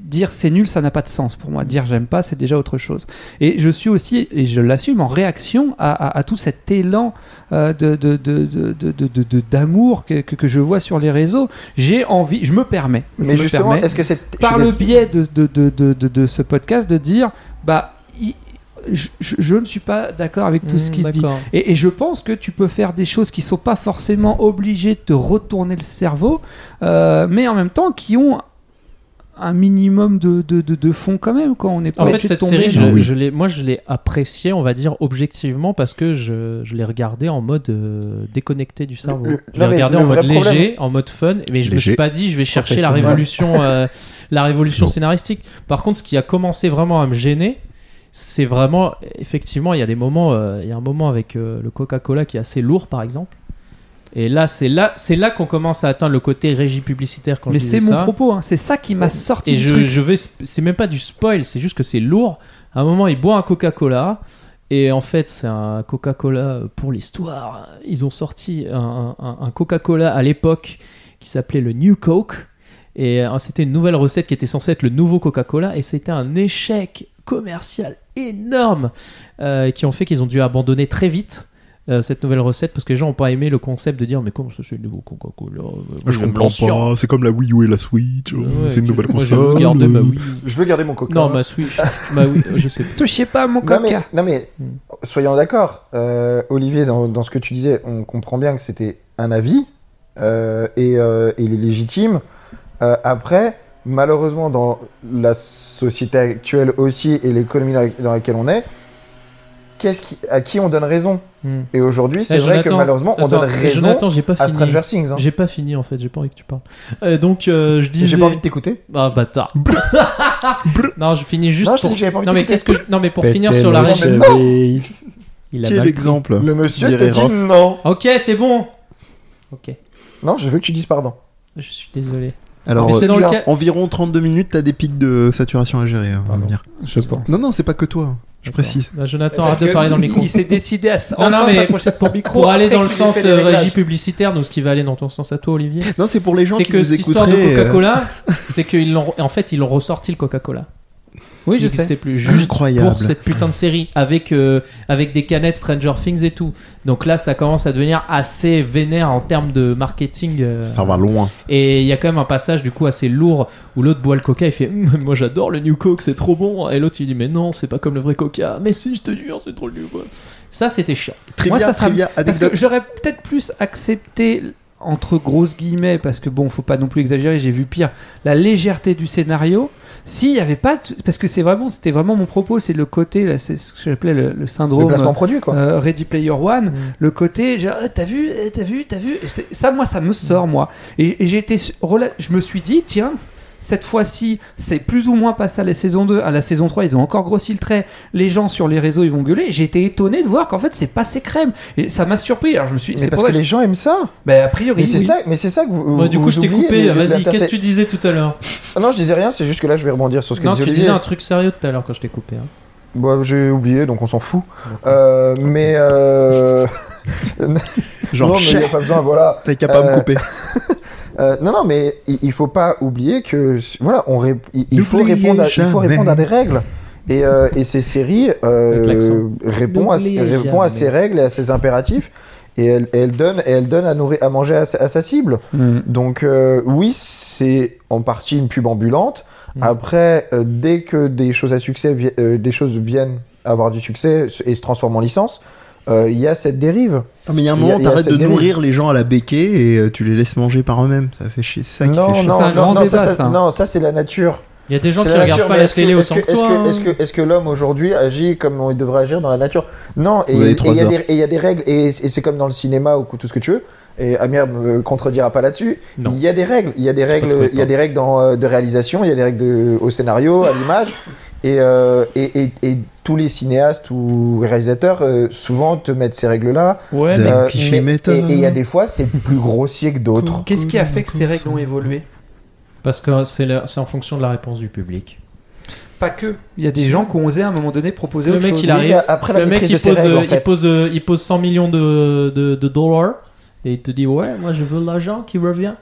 B: dire c'est nul, ça n'a pas de sens pour moi. Dire j'aime pas, c'est déjà autre chose. Et je suis aussi, et je l'assume, en réaction à, à- à tout cet élan euh, de de- de- de- de- de- de- de- d'amour que, que, que je vois sur les réseaux. J'ai envie, je me permets. je
D: Mais
B: me
D: justement,
B: permets
D: est-ce que c'est.
B: par
D: je
B: le
D: suis
B: biais de, de, de, de, de- de ce podcast de dire bah il- je, je- je ne suis pas d'accord avec tout ce
E: hmm,
B: qui se dit
E: d'accord.
B: et, et je pense que tu peux faire des choses qui sont pas forcément obligées de te retourner le cerveau euh, mais en même temps qui ont un minimum de, de, de, de fond quand même quand on n'est pas
E: En fait,
B: obligé de
E: cette
B: tomber
E: série, je,
D: Ah
B: dans-
C: Oui.
E: je l'ai, moi, je l'ai appréciée, on va dire, objectivement, parce que je, je l'ai regardée en mode euh, déconnecté du cerveau.
D: Le- le-
E: je l'ai
D: non, mais
E: regardée en
D: le
E: mode
D: vrai
E: léger,
D: problème-
E: en mode fun, mais je me
C: Léger.
E: suis pas dit, je vais chercher la
D: Professionnel.
E: révolution, euh, la révolution
C: Non.
E: scénaristique. Par contre, ce qui a commencé vraiment à me gêner, c'est vraiment, effectivement, il y a des moments, euh, il y a un moment avec euh, le Coca-Cola qui est assez lourd, par exemple. Et là, c'est là, c'est là qu'on commence à atteindre le côté régie publicitaire quand
B: mais
E: je disais
B: c'est mon
E: ça.
B: propos hein. c'est ça qui m'a sorti
E: Et
B: du
E: je,
B: truc.
E: je vais, sp- c'est même pas du spoil, c'est juste que c'est lourd. À un moment, il boit un Coca-Cola. Et en fait, c'est un Coca-Cola pour l'histoire. Ils ont sorti un, un- un Coca-Cola à l'époque qui s'appelait le New Coke. Et euh, c'était une nouvelle recette qui était censée être le nouveau Coca-Cola. Et c'était un échec commercial énorme euh, qui ont fait qu'ils ont dû abandonner très vite. euh, cette nouvelle recette parce que les gens n'ont pas aimé le concept de dire mais comment ça c'est le nouveau Coca-Cola
C: Je comprends pas. C'est comme la Wii U et la Switch. euh,
E: Ouais,
C: c'est une nouvelle
E: moi, je bah vais
C: console.
E: garder ma
C: euh,
E: Wii.
D: Je veux garder mon coca.
E: Non, ma Switch. ma Wii, euh, je sais pas.
B: touchez pas à mon coca
D: Non mais, non mais,
E: Hmm.
D: soyons d'accord, euh, Olivier, dans, dans ce que tu disais, on comprend bien que c'était un avis euh, et euh, il est légitime. Euh, après, malheureusement, dans la société actuelle aussi et l'économie dans la- dans laquelle on est, qu'est-ce qui, à qui on donne raison
E: Hmm.
D: Et aujourd'hui, c'est
E: Eh,
D: vrai que
E: Jonathan,
D: malheureusement, on
E: attends,
D: donne raison
E: Jonathan, j'ai pas
D: à
E: fini.
D: Stranger Things. hein.
E: J'ai pas fini en fait, j'ai pas envie que tu parles. Euh, donc euh, je disais.
D: J'ai pas envie de t'écouter.
E: Ah bâtard. <laughs> non, je finis juste
D: Non, je t'ai
E: pour.
D: dit que j'avais pas envie
E: Non
D: de
E: mais qu'est-ce
D: t'écouter.
E: que je- non mais pour finir sur la
D: le
E: régie.
D: cheveu.
E: Il a
C: Quel
E: mal pris.
C: exemple
D: Le monsieur
C: Dirait
D: te dit
C: Rof.
D: non.
E: Ok, c'est bon. Ok,
D: Non, je veux que tu dises pardon.
E: je suis désolé.
C: Alors,
E: mais c'est
C: euh,
E: dans le
D: bien.
E: cas.
C: environ 32 minutes, t'as des pics de saturation à gérer. hein, à
E: Pardon.
C: venir.
B: je pense
C: Non, non, c'est pas que toi. Je
E: D'accord.
C: précise.
E: Bah, Jonathan, arrête de parler dans le micro.
B: il s'est décidé à s-
E: Non, non,
B: enfin
E: mais
B: s'approcher de son
E: Pour,
B: micro
E: pour aller
B: après
E: dans le
B: qu'il ait
E: sens
B: fait les
E: euh,
B: réglages.
E: régie publicitaire, donc ce qui va aller dans ton sens à toi, Olivier.
C: Non, c'est pour les gens
E: C'est
C: qui
E: que
C: nous
E: cette histoire de
C: écouteraient. euh,
E: Coca-Cola, c'est qu'ils l'ont. En fait, ils l'ont ressorti le Coca-Cola.
B: oui
E: qui
B: je sais
E: n'existait plus juste
C: Incroyable.
E: pour cette putain de série avec euh, avec des canettes Stranger Things et tout. Donc là, ça commence à devenir assez vénère en termes de marketing. euh,
C: Ça va loin.
E: Et il y a quand même un passage du coup assez lourd où l'autre boit le Coca et fait Hum, moi j'adore le New Coke, c'est trop bon. Et l'autre il dit mais non, c'est pas comme le vrai Coca. Mais si, je te jure, c'est trop nul. quoi. Ça c'était chiant.
C: Trivia,
B: ça, ça me-
C: trivia,
B: Parce que
C: anecdote.
B: j'aurais peut-être plus accepté entre grosses guillemets, parce que bon, faut pas non plus exagérer, j'ai vu pire, la légèreté du scénario. S'il n'y avait pas, de- parce que c'est vraiment, c'était vraiment mon propos, c'est le côté, là, c'est ce que j'appelais le, le
D: Le
B: syndrome
D: placement produit, quoi. Mm.
B: euh, Ready Player One, le côté, genre, Ah, t'as vu, eh, t'as vu, t'as vu, Et c'est- ça, moi, ça me sort, moi. Et, et j'ai été su- rela- je me suis dit, tiens, cette fois-ci, c'est plus ou moins passé à la saison 2, à la saison 3, ils ont encore grossi le trait, les gens sur les réseaux, ils vont gueuler, j'ai été étonné de voir qu'en fait, c'est passé crème, et ça m'a surpris, alors je me suis,
D: Mais
B: c'est
D: parce
B: pour
D: que
B: ça
D: les gens aiment ça.
B: je- Ben, a priori,
D: Mais c'est
B: oui.
D: ça, mais c'est ça que vous.
E: Ouais, Bah, du
D: vous
E: coup, je t'ai
D: oubliez,
E: coupé.
D: les-
E: Vas-y,
D: l'interpré-
E: qu'est-ce que tu disais tout à l'heure
D: Ah Non, je disais rien. C'est juste que là, je vais rebondir sur ce que
E: Non,
D: disait
E: tu
D: Olivier.
E: disais un truc sérieux tout à l'heure quand je t'ai coupé. hein.
D: Bah, j'ai oublié, donc on s'en fout. Euh, mais euh...
C: Genre,
D: non, mais y a
C: chais,
D: pas besoin. Voilà.
C: t'es capable de
D: Euh,
C: me couper.
D: Euh, non, non, mais il, il faut pas oublier que voilà, on ré- il, il faut
C: N'oubliez
D: répondre, à, il faut
C: jamais.
D: répondre à des règles. Et, euh, et ces séries euh,
E: Avec l'accent.
D: répondent à,
E: N'oubliez
D: répond à
E: jamais.
D: ces règles et à ces impératifs. Et elle, et elle donne, et elle donne à, nourrir, à manger à, sa- à sa cible.
B: Mm.
D: Donc euh, oui, c'est en partie une pub ambulante.
E: Mm.
D: Après, euh, dès que des choses à succès, vi- euh, des choses viennent avoir du succès et se transforment en licence, euh, il y a cette dérive.
C: Non, mais il y a un
D: il y a-
C: moment,
D: il y a
C: t'arrêtes
D: cette
C: de
D: dérive.
C: nourrir les gens à la béquée et euh, tu les laisses manger par eux-mêmes. Ça fait chier. C'est ça qui fait
D: Non,
C: chier.
D: non,
B: C'est un grand
D: non, non, ça,
B: débat,
D: ça-
B: ça.
D: non, ça c'est la nature.
E: Il y a des gens
D: C'est
E: qui
D: la
E: regardent
D: nature,
E: pas
D: mais
E: la
D: est-ce que-
E: télé
D: est-ce
E: autant que
D: que- est-ce
E: toi.
D: que-
E: hein.
D: Est-ce que, est-ce que l'homme aujourd'hui agit comme on- il devrait agir dans la nature Non, et
C: Vous avez
D: et
C: trois
D: il y a
C: heures.
D: des- et il y, a des règles, et, et c'est comme dans le cinéma ou tout ce que tu veux. Et Amir me contredira pas là-dessus.
E: Non.
D: Il y a des règles, il y a des règles, il y a des règles dans, euh, de réalisation, il y a des règles de- au scénario, à l'image, et, euh, et, et- et tous les cinéastes ou réalisateurs euh, souvent te mettent ces règles-là.
E: Ouais,
C: De-
E: mais
D: Euh,
C: cliché
D: mais-
C: méta.
D: et et il y a des fois c'est plus grossier que d'autres.
B: Qu'est-ce qui a fait que ces règles ont évolué
E: parce que c'est la- c'est en fonction de la réponse du public.
B: Pas que. Il y a des gens qui ont osé à un moment donné proposer
E: Le
B: autre
E: mec,
B: chose.
E: il a-
D: Oui,
E: arrive,
D: mais après la
E: le mec
D: maîtrise
E: il
D: de
E: pose,
D: ces règles,
E: euh,
D: en fait.
E: il, pose, euh, il pose 100 millions de, de- de dollars et il te dit ouais moi je veux l'argent qui revient.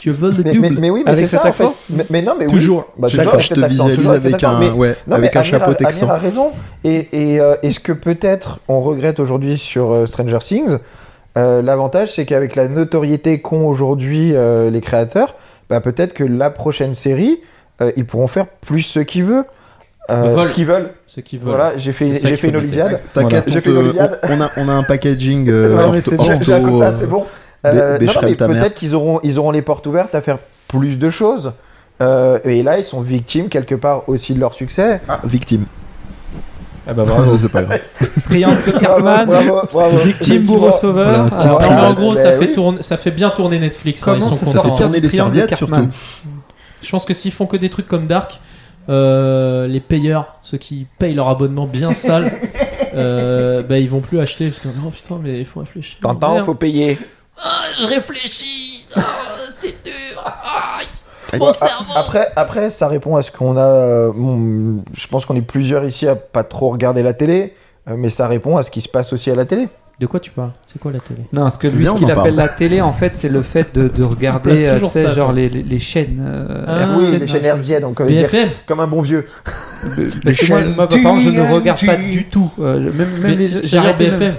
E: Je veux le
D: mais,
E: double.
D: mais- mais oui, mais
B: Avec
D: c'est
B: cet
D: ça. en fait.
B: accent
D: mais, mais non, mais oui.
E: Toujours.
D: Bah,
C: Je,
D: d'accord,
C: je
D: cet
C: te
D: accent,
C: visualise
D: toujours cet
C: avec
D: accent,
C: un,
D: mais-
C: ouais,
D: Non,
C: avec
D: mais
C: un
D: Amir a-
C: chapeau texan.
D: Amir a raison. Et, et, euh, et ce que peut-être on regrette aujourd'hui sur euh, Stranger Things, euh, l'avantage c'est qu'avec la notoriété qu'ont aujourd'hui euh, les créateurs, bah, peut-être que la prochaine série, euh, ils pourront faire plus ce qu'ils veulent. Euh,
E: Le vol.
D: ce qu'ils veulent.
E: Ce qui veut.
D: Voilà, j'ai fait,
E: C'est ça
D: j'ai
E: qu'il
D: fait une
E: faut noter.
D: Oliviade.
C: T'inquiète,
D: J'ai
C: on,
D: fait une
C: te-
D: Oliviade.
C: on- on a, on a un packaging. euh,
D: Ouais, mais
C: ortho-
D: c'est bon, j'ai un
C: ortho,
D: quota,
C: euh,
D: c'est bon. Euh,
C: bé-
D: non, non,
C: bécherel
D: mais
C: ta mère.
D: peut-être qu'ils auront, ils auront les portes ouvertes à faire plus de choses. Euh, et là, ils sont victimes quelque part aussi de leur succès.
C: Ah, victime.
D: Ah bah
C: <laughs> c'est pas grave.
B: Triangle de
D: <laughs> Bravo,
B: Cartman,
D: bravo, bravo.
B: victime
D: Effectivement.
B: bourreau sauveur.
C: Voilà.
B: Alors,
E: Non,
D: Voilà.
E: mais en gros,
D: Bah
E: ça, fait
D: oui.
E: tourner- ça fait bien tourner Netflix. hein,
B: Comment
E: ils
B: ça
E: sont
B: sort
E: contents.
B: Sortir
C: Tourner
B: du
C: les
B: triangle de
C: serviettes surtout.
B: Cartman.
E: Je pense que s'ils font que des trucs comme Dark, euh, les payeurs, ceux qui payent leur abonnement bien sale, euh, bah, ils vont plus acheter parce que oh putain, mais il faut réfléchir.
D: T'entends,
E: Merde. Ah,
D: faut payer.
G: Je réfléchis. Ah, c'est dur. Aïe.
C: Bon,
G: Mon cerveau.
D: Après, après, ça répond à ce qu'on a. euh, bon, je pense qu'on est plusieurs ici à pas trop regarder la télé, euh, mais ça répond à ce qui se passe aussi à la télé.
E: De quoi tu parles C'est quoi la télé
B: Non, parce que lui,
C: Bien,
B: ce
C: on
B: qu'il
C: en
B: appelle la
C: parle.
B: télé, en fait, c'est le fait de, de regarder,
E: place
B: euh, tu
E: toujours
B: sais,
E: ça,
B: genre
E: toi.
B: les, les- les chaînes. euh,
E: Ah,
D: oui,
E: c'est-
D: les chaînes herziennes, donc on va dire
E: BFM
D: comme un bon vieux.
B: Parce que moi, moi, par exemple, je ne regarde pas du tout. euh, même, même
E: Mais
B: les,
E: c'est-
B: j'ai
E: c'est
B: arrêté
E: BFM.
B: Même,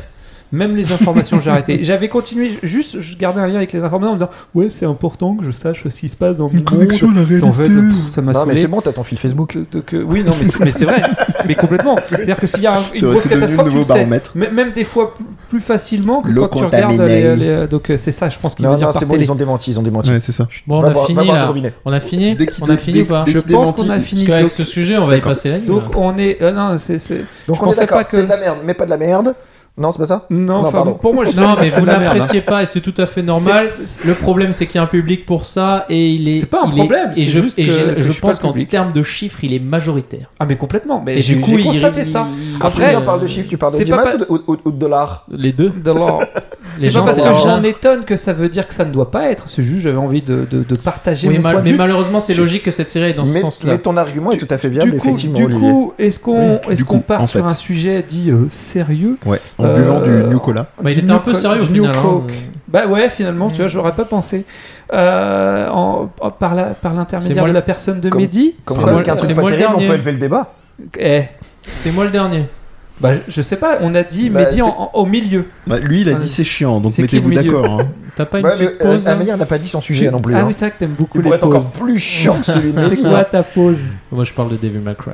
B: même les informations, j'ai arrêté. J'avais continué, je- juste, je gardais un lien avec les informations en me disant Ouais, c'est important que je sache ce qui se passe dans mon monde.
C: à la
B: Et En fait, pff, ça m'a
D: Non, mais
B: saoulé.
D: c'est bon, t'as ton fil Facebook.
B: Que- que- oui, non, mais c'est- mais c'est vrai, mais complètement. C'est-à-dire que s'il y a un-
C: C'est
B: une
C: vrai,
B: grosse
C: c'est devenu le
B: catastrophe, tu le
C: nouveau
B: sais.
C: baromètre.
B: M- Même des fois plus- plus facilement que
C: L'eau
B: quand tu regardes
C: contaminée.
B: les, les- donc euh, c'est ça, je pense qu'il veut
D: Non,
B: dire
D: non,
B: par
D: c'est bon,
B: télé.
D: ils ont démenti, ils ont démenti.
C: Ouais, c'est ça.
E: Bon, on
D: va
E: a
D: voir, va
E: fini
D: voir du
E: là.
D: robinet.
E: On a fini
C: Dès qu'il-
E: On a
C: dès-
E: fini ou pas
C: dès-
B: Je
C: Décidé,
B: pense
C: menti.
B: qu'on a
E: Parce
B: fini.
E: qu'avec
B: Donc,
E: ce sujet, on va y
C: D'accord.
E: passer la ligne.
B: donc on est euh, non, c'est c'est-
D: Donc
B: Je
D: on est
B: pensais
D: d'accord,
B: pas que-
D: c'est de la merde, mais pas de la merde. Non, c'est pas ça
B: non,
D: Non,
B: enfin,
D: pardon.
B: pour moi je
E: <laughs> Non, mais
B: c'est
E: vous
B: de la merde, hein.
E: n'appréciez pas et c'est tout à fait normal.
B: C'est-
E: Le problème, c'est qu'il y a un public pour ça et il est.
B: C'est pas un
E: il est-
B: problème,
E: Et
B: c'est
E: je,
B: juste
E: et
B: que-
E: je- je
B: que je suis pas
E: pense
B: le
E: qu'en
B: public.
E: termes de chiffres, il est majoritaire.
B: Ah mais complètement. Mais
E: Et
B: j'ai
E: du coup,
B: j'ai
E: il-
B: constaté
E: il-
B: ça.
E: il-
D: Quand
B: Après,
D: tu parles de chiffres, tu parles de
B: c'est pas
D: diamants
B: pa-
D: ou, de- ou- ou de dollars
E: Les deux.
B: De l'or.
E: Les
B: <laughs> C'est pas
E: gens,
B: parce
E: c'est
B: que
E: leur
B: j'en
E: genre.
B: étonne que ça veut dire que ça ne doit pas être. C'est juste j'avais envie de, de, de partager
E: Oui,
B: mon
E: mal-
B: point de
E: mais
B: vue.
E: malheureusement, c'est logique que cette série est dans ce
D: mais,
E: sens-là.
D: mais ton argument est tout à fait viable,
B: du coup,
D: effectivement.
B: du
D: Olivier.
B: coup, est-ce qu'on
C: Oui.
B: est-ce
C: Du
B: qu'on
C: coup,
B: part
C: en
B: sur
C: fait.
B: un sujet dit euh, sérieux
C: Ouais, en
B: Euh,
C: buvant du New Cola.
E: Bah, il
B: Du
E: était un
B: New
E: peu
B: Co-
E: sérieux au
B: du New
E: final. hein.
B: Coke. Bah ouais, finalement,
E: Mm.
B: tu vois, j'aurais pas pensé. Euh, en- en- par la- par
E: C'est
B: l'intermédiaire
E: moi
B: de
E: le-
B: la personne de
D: Comme-
B: Mehdi.
D: Comme
E: C'est
D: quoi,
E: moi-
D: avec un truc
E: c'est
D: pas
E: moi le
D: terrible, on
E: dernier.
D: peut élever le débat.
B: Eh,
E: C'est moi le dernier.
B: bah, je- je sais pas, on a dit
D: Bah,
B: Mehdi en-
D: c'est-
B: en- au milieu.
C: Bah, lui, il a
B: Allez.
C: dit c'est chiant, donc
B: C'est qui le
C: mettez-vous
B: milieu
C: d'accord. <laughs> hein.
E: T'as pas une
D: Ouais,
E: petite
D: mais, euh,
E: pause là
D: Amélie, on n'a pas dit son sujet non plus.
B: Ah
D: hein.
B: oui, c'est vrai que t'aimes beaucoup
D: Il
B: les
D: pourrait être
B: pauses. <laughs>
D: encore plus chiant que celui de
B: C'est
D: Mehdi.
B: quoi ta pause
E: Moi, je parle de Devil May Cry.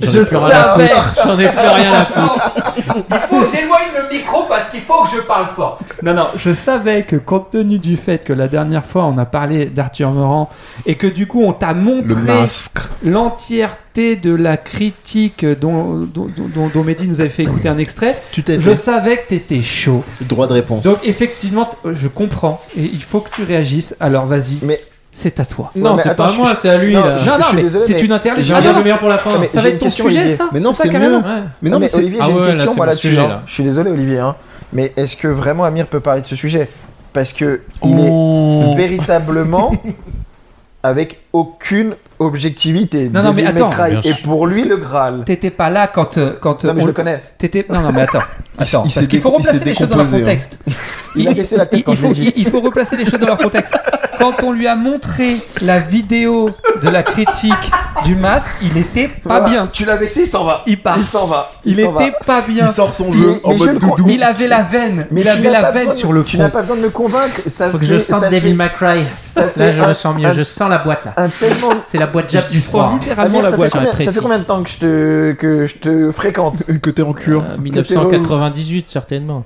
E: J'en
B: Je
E: ai plus rien à
B: savais.
E: foutre. J'en ai plus rien à foutre.
B: Il faut que j'éloigne le micro parce qu'il faut que je parle fort. Non, non, je savais que compte tenu du fait que la dernière fois on a parlé d'Arthur Morand et que du coup on t'a
C: Le
B: montré
C: masque.
B: l'entièreté de la critique dont, dont, dont- dont- dont Mehdi nous avait fait écouter un extrait,
C: Tu t'es
B: je savais que t'étais chaud.
D: Droit de réponse.
B: Donc effectivement, t- euh, je comprends et il faut que tu réagisses. Alors vas-y,
D: Mais-
B: c'est à toi.
E: Non,
D: mais
E: c'est
D: attends,
E: pas
D: je-
E: moi,
D: je-
E: c'est à lui.
D: Non,
E: là.
D: Ah, je-
B: non, non,
D: suis
B: mais
D: désolé,
B: c'est
D: mais-
B: une interlude.
E: J'ai
B: Ah,
E: envie
B: non,
E: de
B: non,
E: le meilleur pour la fin.
D: Ah, mais-
B: ça
D: j'ai
B: va être
D: une
B: ton
D: question,
B: sujet,
D: Olivier.
B: ça
C: Mais non,
B: Ça,
C: c'est
B: carrément.
C: mieux.
E: Ouais.
C: Mais non, mais
D: mais
C: c'est.
D: Olivier,
E: Ah
D: j'ai
E: ouais,
D: une
E: là,
D: question,
E: c'est
D: moi,
E: mon
D: là-dessus.
E: sujet, là.
D: Je suis désolé, Olivier, hein, mais est-ce que vraiment Amir peut parler de ce sujet Parce que il est
C: Oh.
D: véritablement avec aucune objectivité.
B: Non, non, mais
D: Devil May
B: attends.
D: Cry
E: Bien
D: est pour lui le Graal.
B: T'étais pas là quand euh, quand
D: Non, mais
B: on-
D: je le connais.
B: T'étais... Non, non, mais attends.
C: Il s-
B: attends parce
C: il s'est
B: qu'il faut
C: dé- il
B: replacer
C: s'est
B: les choses dans leur
C: décomposé, hein.
B: contexte.
D: Il a baissé la tête
B: il-
D: quand
B: il
D: je
B: faut,
D: l'ai dit.
B: il- il faut replacer les choses dans leur contexte. Quand on lui a montré la vidéo de la critique du masque, il était pas
D: Ah,
B: bien.
D: Tu l'as vexé, il s'en va.
B: Il part.
D: Il s'en va.
B: Il
D: s'en va.
B: était pas bien.
C: Il sort son
D: Mais-
C: jeu en
D: mais je
C: mode
D: le crois-
C: doudou.
B: Il avait la veine.
D: Mais
B: il
D: tu
B: avait
D: n'as
B: la
D: pas
B: veine
D: besoin de-
B: sur le
D: Tu n'as
B: front.
D: pas besoin de me convaincre. Ça
H: Faut que
D: fait-
H: je sente
D: ça
H: Devil
D: fait
H: May Cry.
D: ça fait
H: Là, je
D: un-
H: me sens mieux.
D: un-
H: Je sens la boîte là.
D: un tellement
H: C'est la boîte Jap
B: Il
H: du
B: se prend
H: froid.
B: littéralement
D: Amir,
B: la
D: ça,
B: boîte.
D: fait combien, ça
E: précis.
D: fait combien de temps que je te, que je te fréquente
C: Côté en cure.
D: Ah,
E: Euh, 1998, certainement.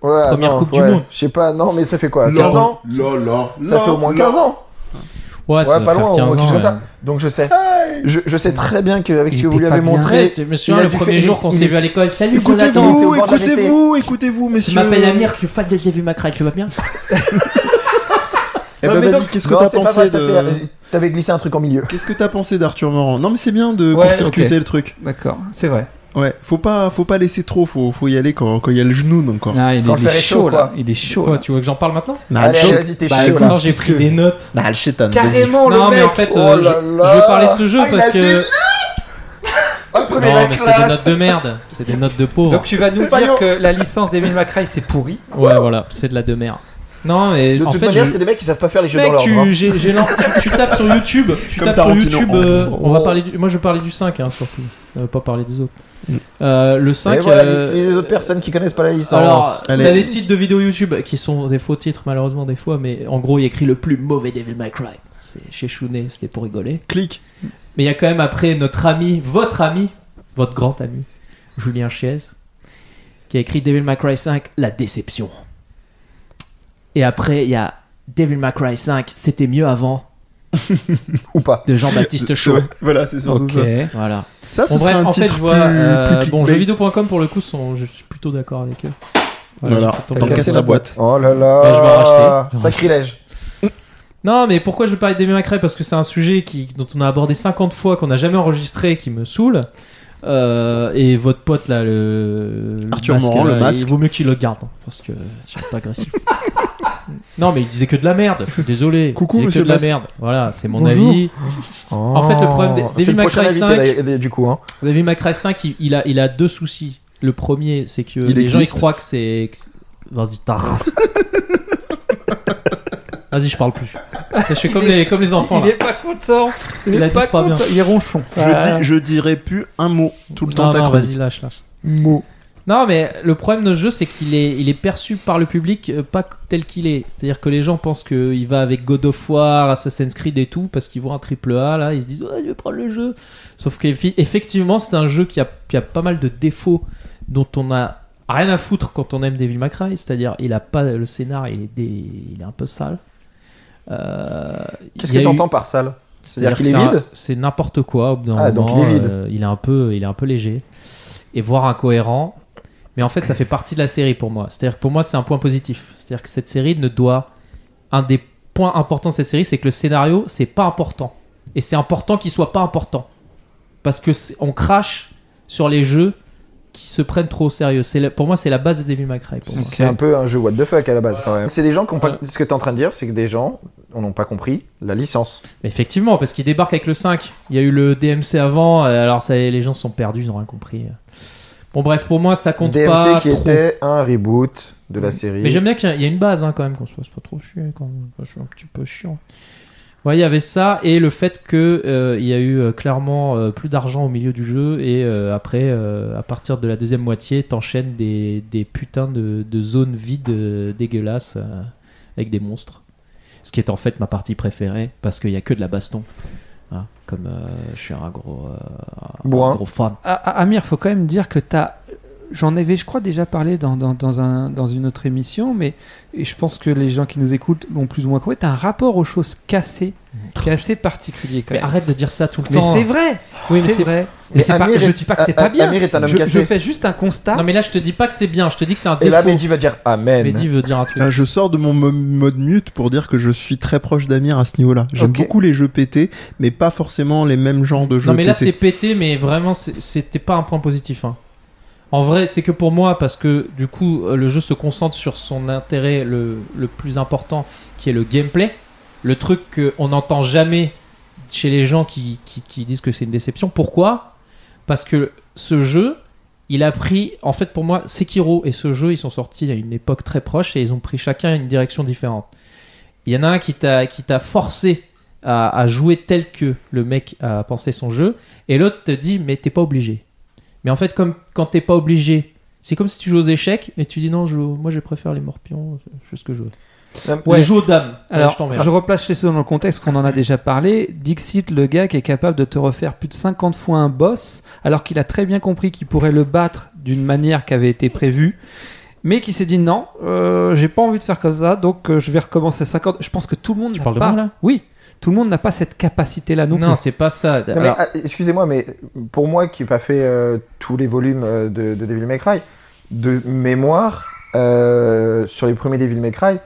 D: Voilà,
E: Première
D: attends,
E: Coupe du
D: ouais.
E: Monde.
D: Je sais pas, non, mais ça fait
C: Ah,
D: quoi 15 ans
C: Là, là,
D: Ça
C: là,
D: fait au moins
C: là.
D: 15 ans
E: Ouais, ça
D: Ouais,
E: doit
D: pas
E: faire
D: loin, ou
E: 15
D: quelque chose
E: ans.
D: comme
E: ouais.
D: ça. Donc je sais. Je, je sais très bien qu'avec
B: Il
D: ce que vous
B: était
D: lui
B: pas
D: avez
B: bien.
E: Ouais,
D: montré.
E: c'est- Je me souviens
D: il a
E: le
D: dû
E: premier
D: faire-
E: jour qu'on
D: il-
E: s'est vu à l'école. Salut Jonathan
C: Écoutez-vous,
D: Jonathan, t'es au bord de la
C: écoutez-vous, écoutez-vous,
H: Je
C: messieurs.
H: m'appelle Amir, je suis fan de Devil May Cry, tu vas bien
C: Eh ben,
D: Non, mais
C: vas-y,
D: donc-
C: qu'est-ce que
D: non,
C: t'as
D: c'est pas vrai,
C: pensé
D: ça,
C: de.
D: c'est- T'avais glissé un truc en milieu.
C: Qu'est-ce que t'as pensé d'Arthur Morand Non, mais c'est bien de
B: Ouais,
C: court-circuiter
B: ok.
C: le truc.
B: D'accord, c'est vrai.
C: Ouais, faut pas, faut pas laisser trop, faut, faut y aller quand quand il y a le genou encore.
B: Ah, il,
D: Quand
B: est,
D: le
B: il est
D: fer est
B: chaud
D: chaud,
B: là.
D: quoi.
B: Il est chaud.
E: Quoi,
B: là.
E: tu veux que j'en parle maintenant
D: Allez, allez, vas-y, t'es chaud
E: Non,
D: là.
E: j'ai pris des notes.
C: Nah, le chétan. vas-y.
B: Carrément le
E: Non, mais
B: mec.
E: en fait,
D: Oh
E: euh, je
D: là là.
E: je veux parler de ce jeu
D: Ah, il
E: parce
D: a des
E: que.
D: Ah, prenez la
E: Non, mais c'est des notes
D: classe.
E: de merde. C'est des notes de pauvre.
B: Donc tu vas nous dire
D: Fayot.
B: que la licence d'Emile McRae c'est pourri.
E: Ouais, voilà, c'est de la de merde. Non, mais
D: De
E: en
D: toute
E: fait,
D: manière,
E: je-
D: c'est des mecs qui savent pas faire les jeux dans
E: Mec,
D: l'ordre. hein.
E: tu, j'ai- j'ai l'en- tu- tu tapes sur YouTube, tu
C: Comme
E: tapes sur
C: Tarantino.
E: YouTube. euh, on va parler du, moi, je vais parler du 5 hein, surtout, Euh, pas parler des autres. Euh, le 5.
D: Et voilà,
E: euh,
D: les, les autres personnes qui connaissent pas la licence.
E: Alors, t'as
C: Allez.
E: des titres de vidéos YouTube qui sont des faux titres malheureusement des fois, mais en gros, il y a écrit le plus mauvais Devil May Cry. C'est chez Shune, c'était pour rigoler.
C: Clique.
E: Mais il y a quand même après notre ami, votre ami, votre grand ami, Julien Chiez, qui a écrit Devil May Cry 5, La déception. Et après, il y a Devil May Cry 5, c'était mieux avant,
D: ou pas.
E: de Jean-Baptiste Chaud.
C: Ouais, Voilà, c'est surtout ça.
E: Voilà.
C: Ça, ce
E: En, vrai,
C: serait un
E: en fait,
C: titre
E: je vois.
C: plus,
E: euh,
C: plus
E: bon,
C: clickbait.
E: jeuxvideo.com pour le coup, sont, je suis plutôt d'accord avec eux.
C: Voilà,
E: j'ai fait
C: t'en
E: tomber.
C: casses ta boîte.
D: Oh là là.
E: Bah, je vais en racheter.
D: Sacrilège.
E: Non, mais pourquoi je veux parler de Demi Cry Parce que c'est un sujet qui, dont on a abordé 50 fois, qu'on n'a jamais enregistré, et qui me saoule. Euh, et votre pote là, le. le
C: Arthur
E: masque,
C: Morand, le
E: là,
C: masque.
E: Il vaut mieux qu'il le garde, hein, parce que c'est pas agressif. <laughs> non, mais il disait que de la merde, je suis désolé.
C: Coucou,
E: il disait
C: monsieur
E: que de la
C: le masque.
E: merde. Voilà, c'est mon
B: Bonjour.
E: avis. En fait, le problème des-
D: Oh.
E: Devil
D: C'est le
E: May
D: prochain
E: Cry
D: invité,
E: 5.
D: là, des- du coup, hein.
E: Devil May Cry 5, il, il a, il a deux soucis. Le premier, c'est que les gens ils
C: existe.
E: croient que c'est. que c'est- Vas-y, ta
B: <laughs>
E: race. Vas-y, je parle plus. Je suis comme les, comme les enfants.
B: Il
E: là.
B: est pas content. Il,
E: Il
B: est
E: a dit
B: pas
E: c'est pas
B: content.
E: bien.
B: Il est ronchon.
C: Je, dis, je dirais plus un mot tout le temps
E: non,
C: ta
E: non,
C: chronique.
E: vas-y, lâche, lâche. Non, mais le problème de ce jeu, c'est qu'il est, il est perçu par le public euh, pas tel qu'il est. C'est-à-dire que les gens pensent qu'il va avec God of War, Assassin's Creed et tout, parce qu'ils voient un triple A, là, ils se disent, ouais, je vais prendre le jeu. Sauf qu'effectivement, c'est un jeu qui a, qui a pas mal de défauts dont on a rien à foutre quand on aime Devil May Cry. C'est-à-dire, il a pas le scénar, il est, dé- il est un peu sale. Euh,
D: Qu'est-ce
E: il y
D: que
E: a eu-
D: t'entends par sale C'est-à-dire qu'il est
E: que c'est un-
D: vide
E: C'est n'importe quoi. Au bout d'un
D: Ah, donc
E: moment,
D: il est vide.
E: euh, il est un peu, il est un peu léger et voire incohérent. Mais en fait, ça fait partie de la série pour moi. C'est-à-dire que pour moi, c'est un point positif. C'est-à-dire que cette série ne doit un des points importants de cette série, c'est que le scénario, c'est pas important. Et c'est important qu'il soit pas important parce que c'est- on crache sur les jeux qui se prennent trop au sérieux. C'est la- pour moi, c'est la base de Devil May Cry. Pour moi.
D: C'est un peu un jeu what the fuck à la base quand même. C'est des gens qui ont
E: Voilà.
D: pas. Ce que t'es en train de dire, c'est que des gens on n'ont pas compris la licence.
E: Mais Effectivement, parce qu'il débarque avec le 5. Il y a eu le DMC avant, euh, alors ça, les gens sont perdus, ils n'ont rien compris. Bon, bref, pour moi, ça compte
D: DMC
E: pas
D: qui
E: trop.
D: était un reboot de la série.
E: Mais j'aime bien qu'il y a- il y a une base hein, quand même, qu'on se fasse pas trop chier, quand même. Enfin, je suis un petit peu chiant. Ouais, il y avait ça, et le fait que euh, il y a eu euh, clairement euh, plus d'argent au milieu du jeu, et euh, après, euh, à partir de la deuxième moitié, t'enchaînes des, des putains de, de zones vides euh, dégueulasses euh, avec des monstres. Ce qui est en fait ma partie préférée, parce qu'il y a que de la baston. Hein, comme euh, je suis un gros, euh, un
D: Bourrin.
E: gros fan.
B: A- A- Ah, Amir, faut quand même dire que t'as. J'en avais, je crois, déjà parlé dans, dans, dans un, dans une autre émission, mais et je pense que les gens qui nous écoutent l'ont plus ou moins compris. T'as un rapport aux choses cassées qui est assez particulier quand
E: Mais
B: même.
E: arrête de dire ça tout le
B: Mais
E: temps.
B: c'est vrai!
E: Oui, mais
B: c'est
E: c'est-
B: vrai!
D: Mais
B: C'est pas-
D: Amir
B: je
D: est-
B: dis pas que c'est
D: A-
B: pas
D: A-
B: bien!
D: Amir est un homme
B: je, je
D: cassé.
B: fais juste un constat.
E: Non mais là je te dis pas que c'est bien, je te dis que c'est un
D: Et
E: défaut.
D: là, Mehdi va dire Amen.
E: Mehdi veut dire un truc.
C: Euh, je sors de mon mo- mode mute pour dire que je suis très proche d'Amir à ce niveau-là. J'aime
B: Ok.
C: beaucoup les jeux pétés, mais pas forcément les mêmes genres de jeux
E: non mais là
C: PC.
E: c'est pété, mais vraiment c'est- c'était pas un point positif. hein. En vrai c'est que pour moi parce que du coup euh, le jeu se concentre sur son intérêt le, le plus important qui est le gameplay. Le truc qu'on n'entend jamais chez les gens qui, qui- qui disent que c'est une déception. Pourquoi Parce que ce jeu, il a pris, en fait pour moi, Sekiro et ce jeu, ils sont sortis à une époque très proche et ils ont pris chacun une direction différente. Il y en a un qui t'a qui t'a forcé à, à jouer tel que le mec a pensé son jeu, et l'autre te dit mais t'es pas obligé. Mais en fait, comme quand t'es pas obligé, c'est comme si tu joues aux échecs et tu dis non, je, moi je préfère les morpions, je fais ce que je veux.
D: Non,
E: Ou
B: ouais.
E: les jeux aux dames.
B: Alors,
E: Ouais, je t'emmerde.
B: je, replace chez ça dans le contexte qu'on en a déjà parlé. Dixit, le gars qui est capable de te refaire plus de 50 fois un boss, alors qu'il a très bien compris qu'il pourrait le battre d'une manière qui avait été prévue, mais qui s'est dit non, euh, j'ai pas envie de faire comme ça, donc euh, je vais recommencer à 50. Je pense que tout le monde
E: Tu
B: n'a
E: parles de
B: pas-
E: moi, là
B: Oui, tout le monde n'a pas cette capacité-là non,
E: Ah, non, c'est pas ça.
D: mais,
E: Alors,
D: ah, Excusez-moi, mais pour moi qui n'ai pas fait euh, tous les volumes euh, de, de Devil May Cry, de mémoire, euh, sur les premiers Devil May Cry,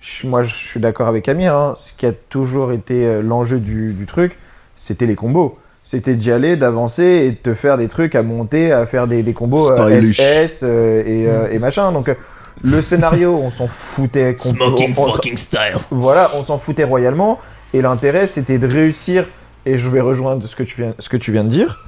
D: je- moi je suis d'accord avec Amir, hein, ce qui a toujours été euh, l'enjeu du, du truc, c'était les combos. C'était d'y aller, d'avancer et de te faire des trucs à monter, à faire des, des combos euh,
C: Stylish.
D: SS euh, et, euh, et machin. Donc euh, le scénario, on s'en foutait complètement.
G: Smoking fucking style.
D: Voilà, on s'en foutait royalement. Et l'intérêt, c'était de réussir. Et je vais rejoindre ce que tu viens, ce que tu viens de dire.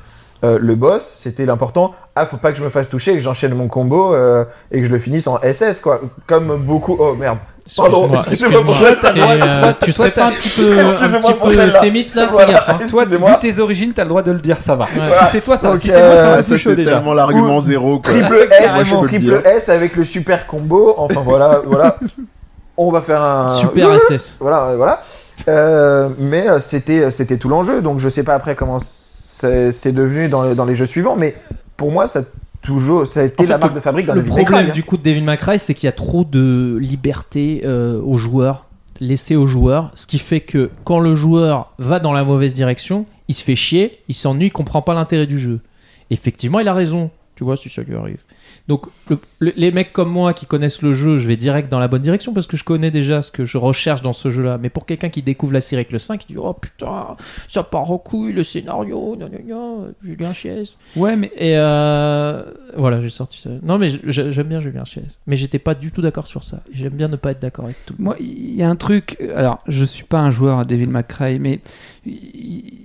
D: Euh, le boss, c'était l'important. Ah, faut pas que je me fasse toucher, que j'enchaîne mon combo euh, et que je le finisse en SS, quoi. Comme beaucoup. Oh merde. Pardon, excusez-moi pour
E: excuse-moi.
D: ça, t'as le
E: T'es,
D: droit de-
E: euh, Tu serais pas un petit peu, un
D: Excusez-moi
E: petit
D: pour
E: peu
D: celle-là.
E: sémite là Fais
D: Voilà,
E: gaffe, hein.
B: Toi,
D: excusez-moi.
B: vu tes origines, t'as le droit de le dire, ça va.
E: Ouais.
B: Si c'est toi, ça va.
D: Donc,
B: Si c'est moi, ça va
C: Ah,
B: plus
C: ça
B: chaud
C: c'est
B: déjà.
C: tellement l'argument zéro quoi.
D: Triple
C: Moi, je
D: S,
C: peux le
D: triple
C: dire.
D: S avec le super combo. Enfin <laughs> voilà, voilà. On va faire un
E: Super SS.
D: Voilà, euh, voilà. Euh, mais euh, c'était, euh, c'était tout l'enjeu. Donc je sais pas après comment c'est, c'est devenu dans, le- dans les jeux suivants, mais pour moi ça a toujours, ça a été
E: En fait,
D: la marque de fabrique d'un
E: Le
D: Devil May
E: problème
D: Cry, hein.
E: du coup de Devil May Cry, c'est qu'il y a trop de liberté euh, aux joueurs, laissée aux joueurs, ce qui fait que quand le joueur va dans la mauvaise direction, il se fait chier, il s'ennuie, il comprend pas l'intérêt du jeu. Effectivement, il a raison. Tu vois, c'est ça qui arrive. Donc, le- le- les mecs comme moi qui connaissent le jeu, je vais direct dans la bonne direction parce que je connais déjà ce que je recherche dans ce jeu-là. Mais pour quelqu'un qui découvre la série avec le 5, il dit Oh putain, ça part en couille, le scénario, gna gna gna, Julien Chies.
B: Ouais, mais
E: Et euh, voilà, j'ai sorti ça. Non, mais je- je- j'aime bien Julien Chies. Mais j'étais pas du tout d'accord sur ça. J'aime bien ne pas être d'accord avec tout le monde.
B: Moi, il y a un truc. euh, Alors, je suis pas un joueur à Devil May Cry, mais il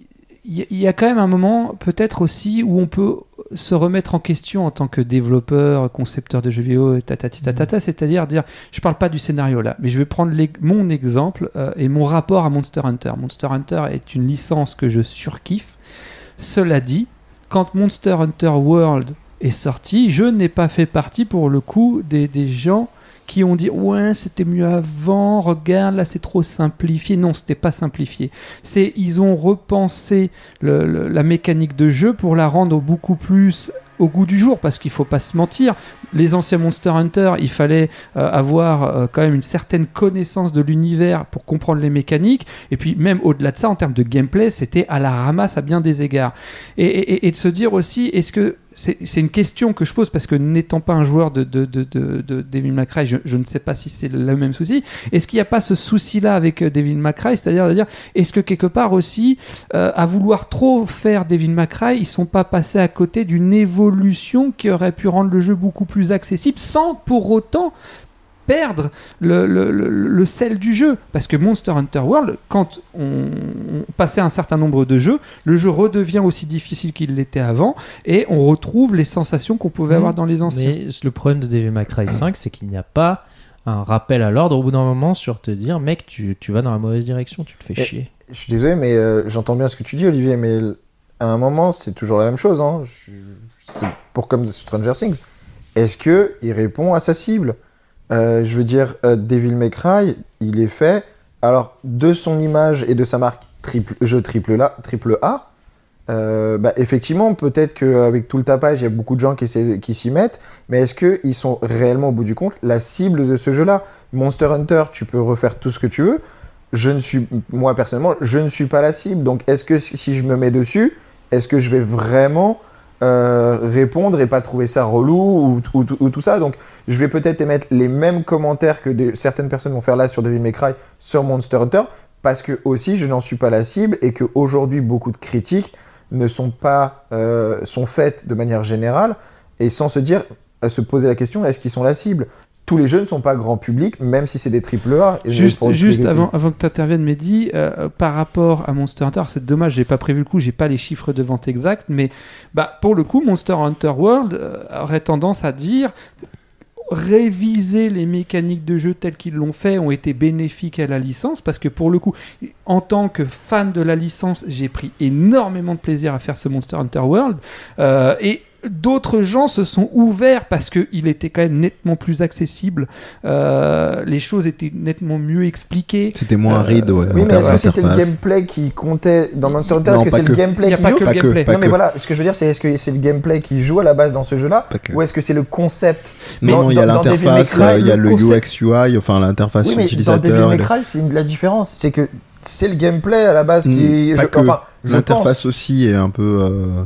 B: il- il y a quand même un moment, peut-être aussi, où on peut se remettre en question en tant que développeur, concepteur de jeux vidéo, et tatati tatata. C'est-à-dire dire, je parle pas du scénario là, mais je vais prendre l'e- mon exemple euh, et mon rapport à Monster Hunter. Monster Hunter est une licence que je surkiffe. Cela dit, quand Monster Hunter World est sorti, je n'ai pas fait partie pour le coup des, des gens qui ont dit ouais c'était mieux avant, regarde là c'est trop simplifié. Non, c'était pas simplifié. C'est ils ont repensé le- le- la mécanique de jeu pour la rendre beaucoup plus au goût du jour parce qu'il faut pas se mentir. Les anciens Monster Hunter, il fallait euh, avoir euh, quand même une certaine connaissance de l'univers pour comprendre les mécaniques et puis même au-delà de ça en termes de gameplay, c'était à la ramasse à bien des égards et, et- et de se dire aussi, est-ce que c'est c'est une question que je pose parce que n'étant pas un joueur de, de, de, de, de Devil May Cry, je, je ne sais pas si c'est le même souci. Est-ce qu'il n'y a pas ce souci-là avec euh, Devil May Cry, c'est-à-dire de dire, est-ce que quelque part aussi, euh, à vouloir trop faire Devil May Cry, ils sont pas passés à côté d'une évolution qui aurait pu rendre le jeu beaucoup plus accessible sans pour autant perdre le, le, le, le sel du jeu. Parce que Monster Hunter World, quand on, on passait un certain nombre de jeux, le jeu redevient aussi difficile qu'il l'était avant et on retrouve les sensations qu'on pouvait
E: Mhm.
B: avoir dans les anciens.
E: Mais le problème de Devil May Cry 5, c'est qu'il n'y a pas un rappel à l'ordre au bout d'un moment sur te dire Mec, tu, tu vas dans la mauvaise direction, tu te fais
D: Et-
E: chier.
D: Je suis désolé, mais euh, j'entends bien ce que tu dis, Olivier, mais l- à un moment, c'est toujours la même chose. Hein. Je- C'est pour comme Stranger Things. Est-ce que il répond à sa cible Euh, Je veux dire, euh, Devil May Cry, il est fait alors de son image et de sa marque triple, jeu triple, la, triple A, euh, bah, effectivement, peut-être qu'avec tout le tapage, il y a beaucoup de gens qui, essaient- qui s'y mettent, mais est-ce qu'ils sont réellement au bout du compte la cible de ce jeu-là Monster Hunter, tu peux refaire tout ce que tu veux. Je ne suis, moi personnellement, je ne suis pas la cible. Donc, est-ce que si si je me mets dessus, est-ce que je vais vraiment euh, répondre et pas trouver ça relou ou, ou- ou tout ça Donc, je vais peut-être émettre les mêmes commentaires que des- certaines personnes vont faire là sur Devil May Cry, sur Monster Hunter, parce que aussi, je n'en suis pas la cible et que aujourd'hui, beaucoup de critiques ne sont pas euh, sont faites de manière générale et sans se dire, à se poser la question, est-ce qu'ils sont la cible tous les jeux ne sont pas grand public, même si c'est des triple A. Et je-
B: Juste,
D: pour-
B: juste avant, avant que tu interviennes, Mehdi, euh, par rapport à Monster Hunter, c'est dommage, j'ai pas prévu le coup, j'ai pas les chiffres de vente exacts, mais bah, pour le coup, Monster Hunter World euh, aurait tendance à dire réviser les mécaniques de jeu telles qu'ils l'ont fait ont été bénéfiques à la licence parce que pour le coup en tant que fan de la licence j'ai pris énormément de plaisir à faire ce Monster Hunter World Euh, et d'autres gens se sont ouverts parce qu'il était quand même nettement plus accessible euh, les choses étaient nettement mieux expliquées
C: C'était moins aride, ouais. euh,
D: Oui,
C: en
D: mais est-ce
C: termes
D: que c'était le
C: d'interface.
D: gameplay qui comptait dans Monster Hunter
C: Non,
D: Est-ce que
C: pas
D: c'est le
C: que.
B: il n'y
D: gameplay
B: a
D: qui
B: pas
D: joue
B: que le
C: Pas que,
B: gameplay
C: pas
D: Non, mais
C: que.
D: voilà, ce que je veux dire, c'est est-ce que c'est le gameplay qui joue à la base dans ce jeu-là
C: Pas que.
D: Ou est-ce que c'est le concept
C: Non,
D: Dans-
C: non, il y a
D: dans- dans Devil May
C: l'interface,
D: Cry,
C: euh, il y a
D: le
C: le
D: concept-
C: UX UI, enfin l'interface
D: Oui, mais dans Devil
C: utilisateur. et
D: May
C: le-
D: Cry, c'est une- la différence. C'est que c'est le gameplay à la base qui.
C: Mm, pas
D: je-
C: que.
D: enfin, je pense.
C: L'interface aussi est un peu euh,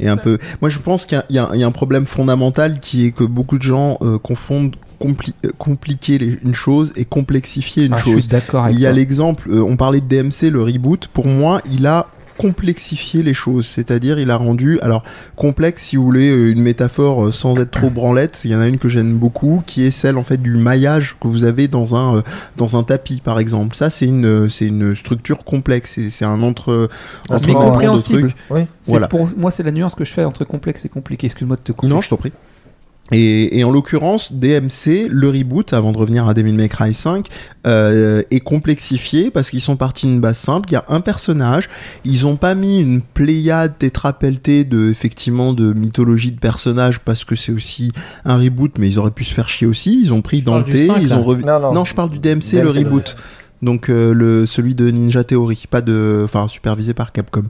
C: est un peu. Moi, je pense qu'il y, a- il y a un- il y a un problème fondamental qui est que beaucoup de gens euh, confondent compli- euh, compliquer les- une chose et complexifier une
B: Ah, je
C: chose.
B: suis d'accord avec
C: Il y a
B: toi.
C: l'exemple, euh, on parlait de DMC, le reboot. Pour moi, il a complexifié les choses, c'est-à-dire il a rendu alors complexe si vous voulez euh, une métaphore euh, sans être trop branlette. Il y en a une que j'aime beaucoup, qui est celle en fait du maillage que vous avez dans un euh, dans un tapis par exemple. Ça c'est une euh, c'est une structure complexe, c'est c'est un entre
D: Un
C: entre
D: mais
C: moment de
B: compréhensible.
C: trucs.
D: Oui.
B: C'est
C: Voilà.
B: pour moi c'est la nuance que je fais entre complexe et compliqué excuse-moi de te couper
C: Non, je t'en prie. Et, et en l'occurrence, DMC, le reboot, avant de revenir à Devil May Cry 5, euh, est complexifié parce qu'ils sont partis d'une base simple. Il y a un personnage. Ils ont pas mis une pléiade tétrapeltée de effectivement de mythologie de personnages parce que c'est aussi un reboot, mais ils auraient pu se faire chier aussi. Ils ont pris
E: Tu parles
C: Dante,
E: du 5,
C: ils
E: là
C: ont revu.
D: Non, non.
C: je parle du DMC, le
E: Euh,
D: DMC,
C: reboot. Donc euh, le celui de Ninja Theory, pas de, enfin supervisé par Capcom.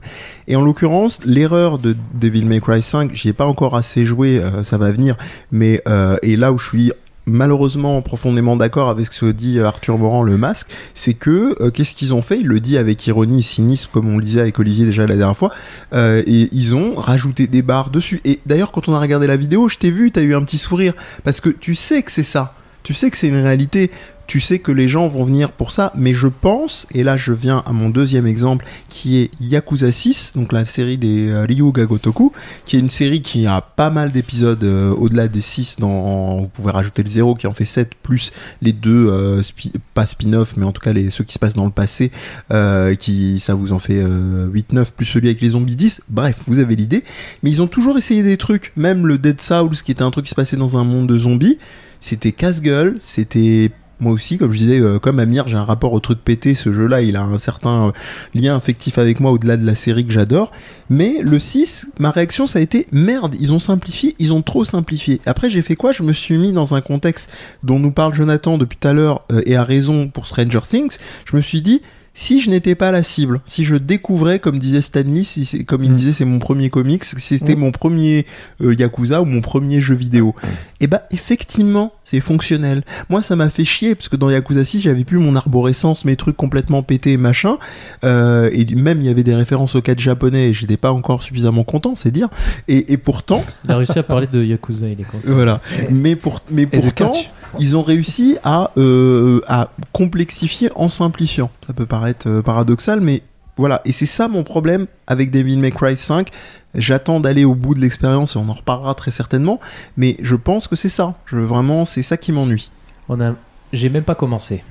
C: Et en l'occurrence, l'erreur de Devil May Cry 5, j'y ai pas encore assez joué, euh, ça va venir, mais euh, et là où je suis malheureusement profondément d'accord avec ce que dit Arthur Moran le masque, c'est que euh, qu'est-ce qu'ils ont fait Il le dit avec ironie, cynisme, comme on le disait avec Olivier déjà la dernière fois, euh, et ils ont rajouté des barres dessus. Et d'ailleurs, quand on a regardé la vidéo, je t'ai vu, t'as eu un petit sourire parce que tu sais que c'est ça, tu sais que c'est une réalité. Tu sais que les gens vont venir pour ça, mais je pense, et là je viens à mon deuxième exemple qui est Yakuza 6, donc la série des euh, Ryuga Gotoku, qui est une série qui a pas mal d'épisodes euh, au-delà des 6, dans, vous pouvez rajouter le 0 qui en fait 7, plus les deux, euh, spi- pas spin-off, mais en tout cas les, ceux qui se passent dans le passé, euh, qui ça vous en fait 8-9, plus celui avec les zombies 10, bref, vous avez l'idée. Mais ils ont toujours essayé des trucs, même le Dead Souls, qui était un truc qui se passait dans un monde de zombies, c'était casse-gueule, c'était... Moi aussi, comme je disais, euh, comme Amir, j'ai un rapport au truc pété. Ce jeu-là, il a un certain euh, lien affectif avec moi au-delà de la série que j'adore. Mais le 6, ma réaction, ça a été merde, ils ont simplifié, ils ont trop simplifié. Après, j'ai fait quoi Je me suis mis dans un contexte dont nous parle Jonathan depuis tout à l'heure, euh, et à raison pour Stranger Things. Je me suis dit, si je n'étais pas la cible, si je découvrais, comme disait Stanley, si c'est- comme il
B: Mm.
C: disait, c'est mon premier comics, si c'était
D: Mm.
C: mon premier euh, Yakuza ou mon premier jeu vidéo, et bah effectivement, c'est fonctionnel. Moi, ça m'a fait chier, parce que dans Yakuza 6, j'avais plus mon arborescence, mes trucs complètement pétés, machin. Euh, et du- même, il y avait des références au cadre japonais et j'étais pas encore suffisamment content, c'est dire. Et, et pourtant, <laughs>
E: Il a réussi à parler de Yakuza, il est con.
C: voilà. Mais, pour, mais
B: et de
C: pourtant,
B: catch.
C: ils ont réussi à, euh, à complexifier en simplifiant. Ça peut paraître euh, paradoxal, mais voilà. Et c'est ça mon problème avec Devil May Cry 5. J'attends d'aller au bout de l'expérience et on en reparlera très certainement. Mais je pense que c'est ça. Je, vraiment, c'est ça qui m'ennuie.
E: On a... J'ai même pas commencé.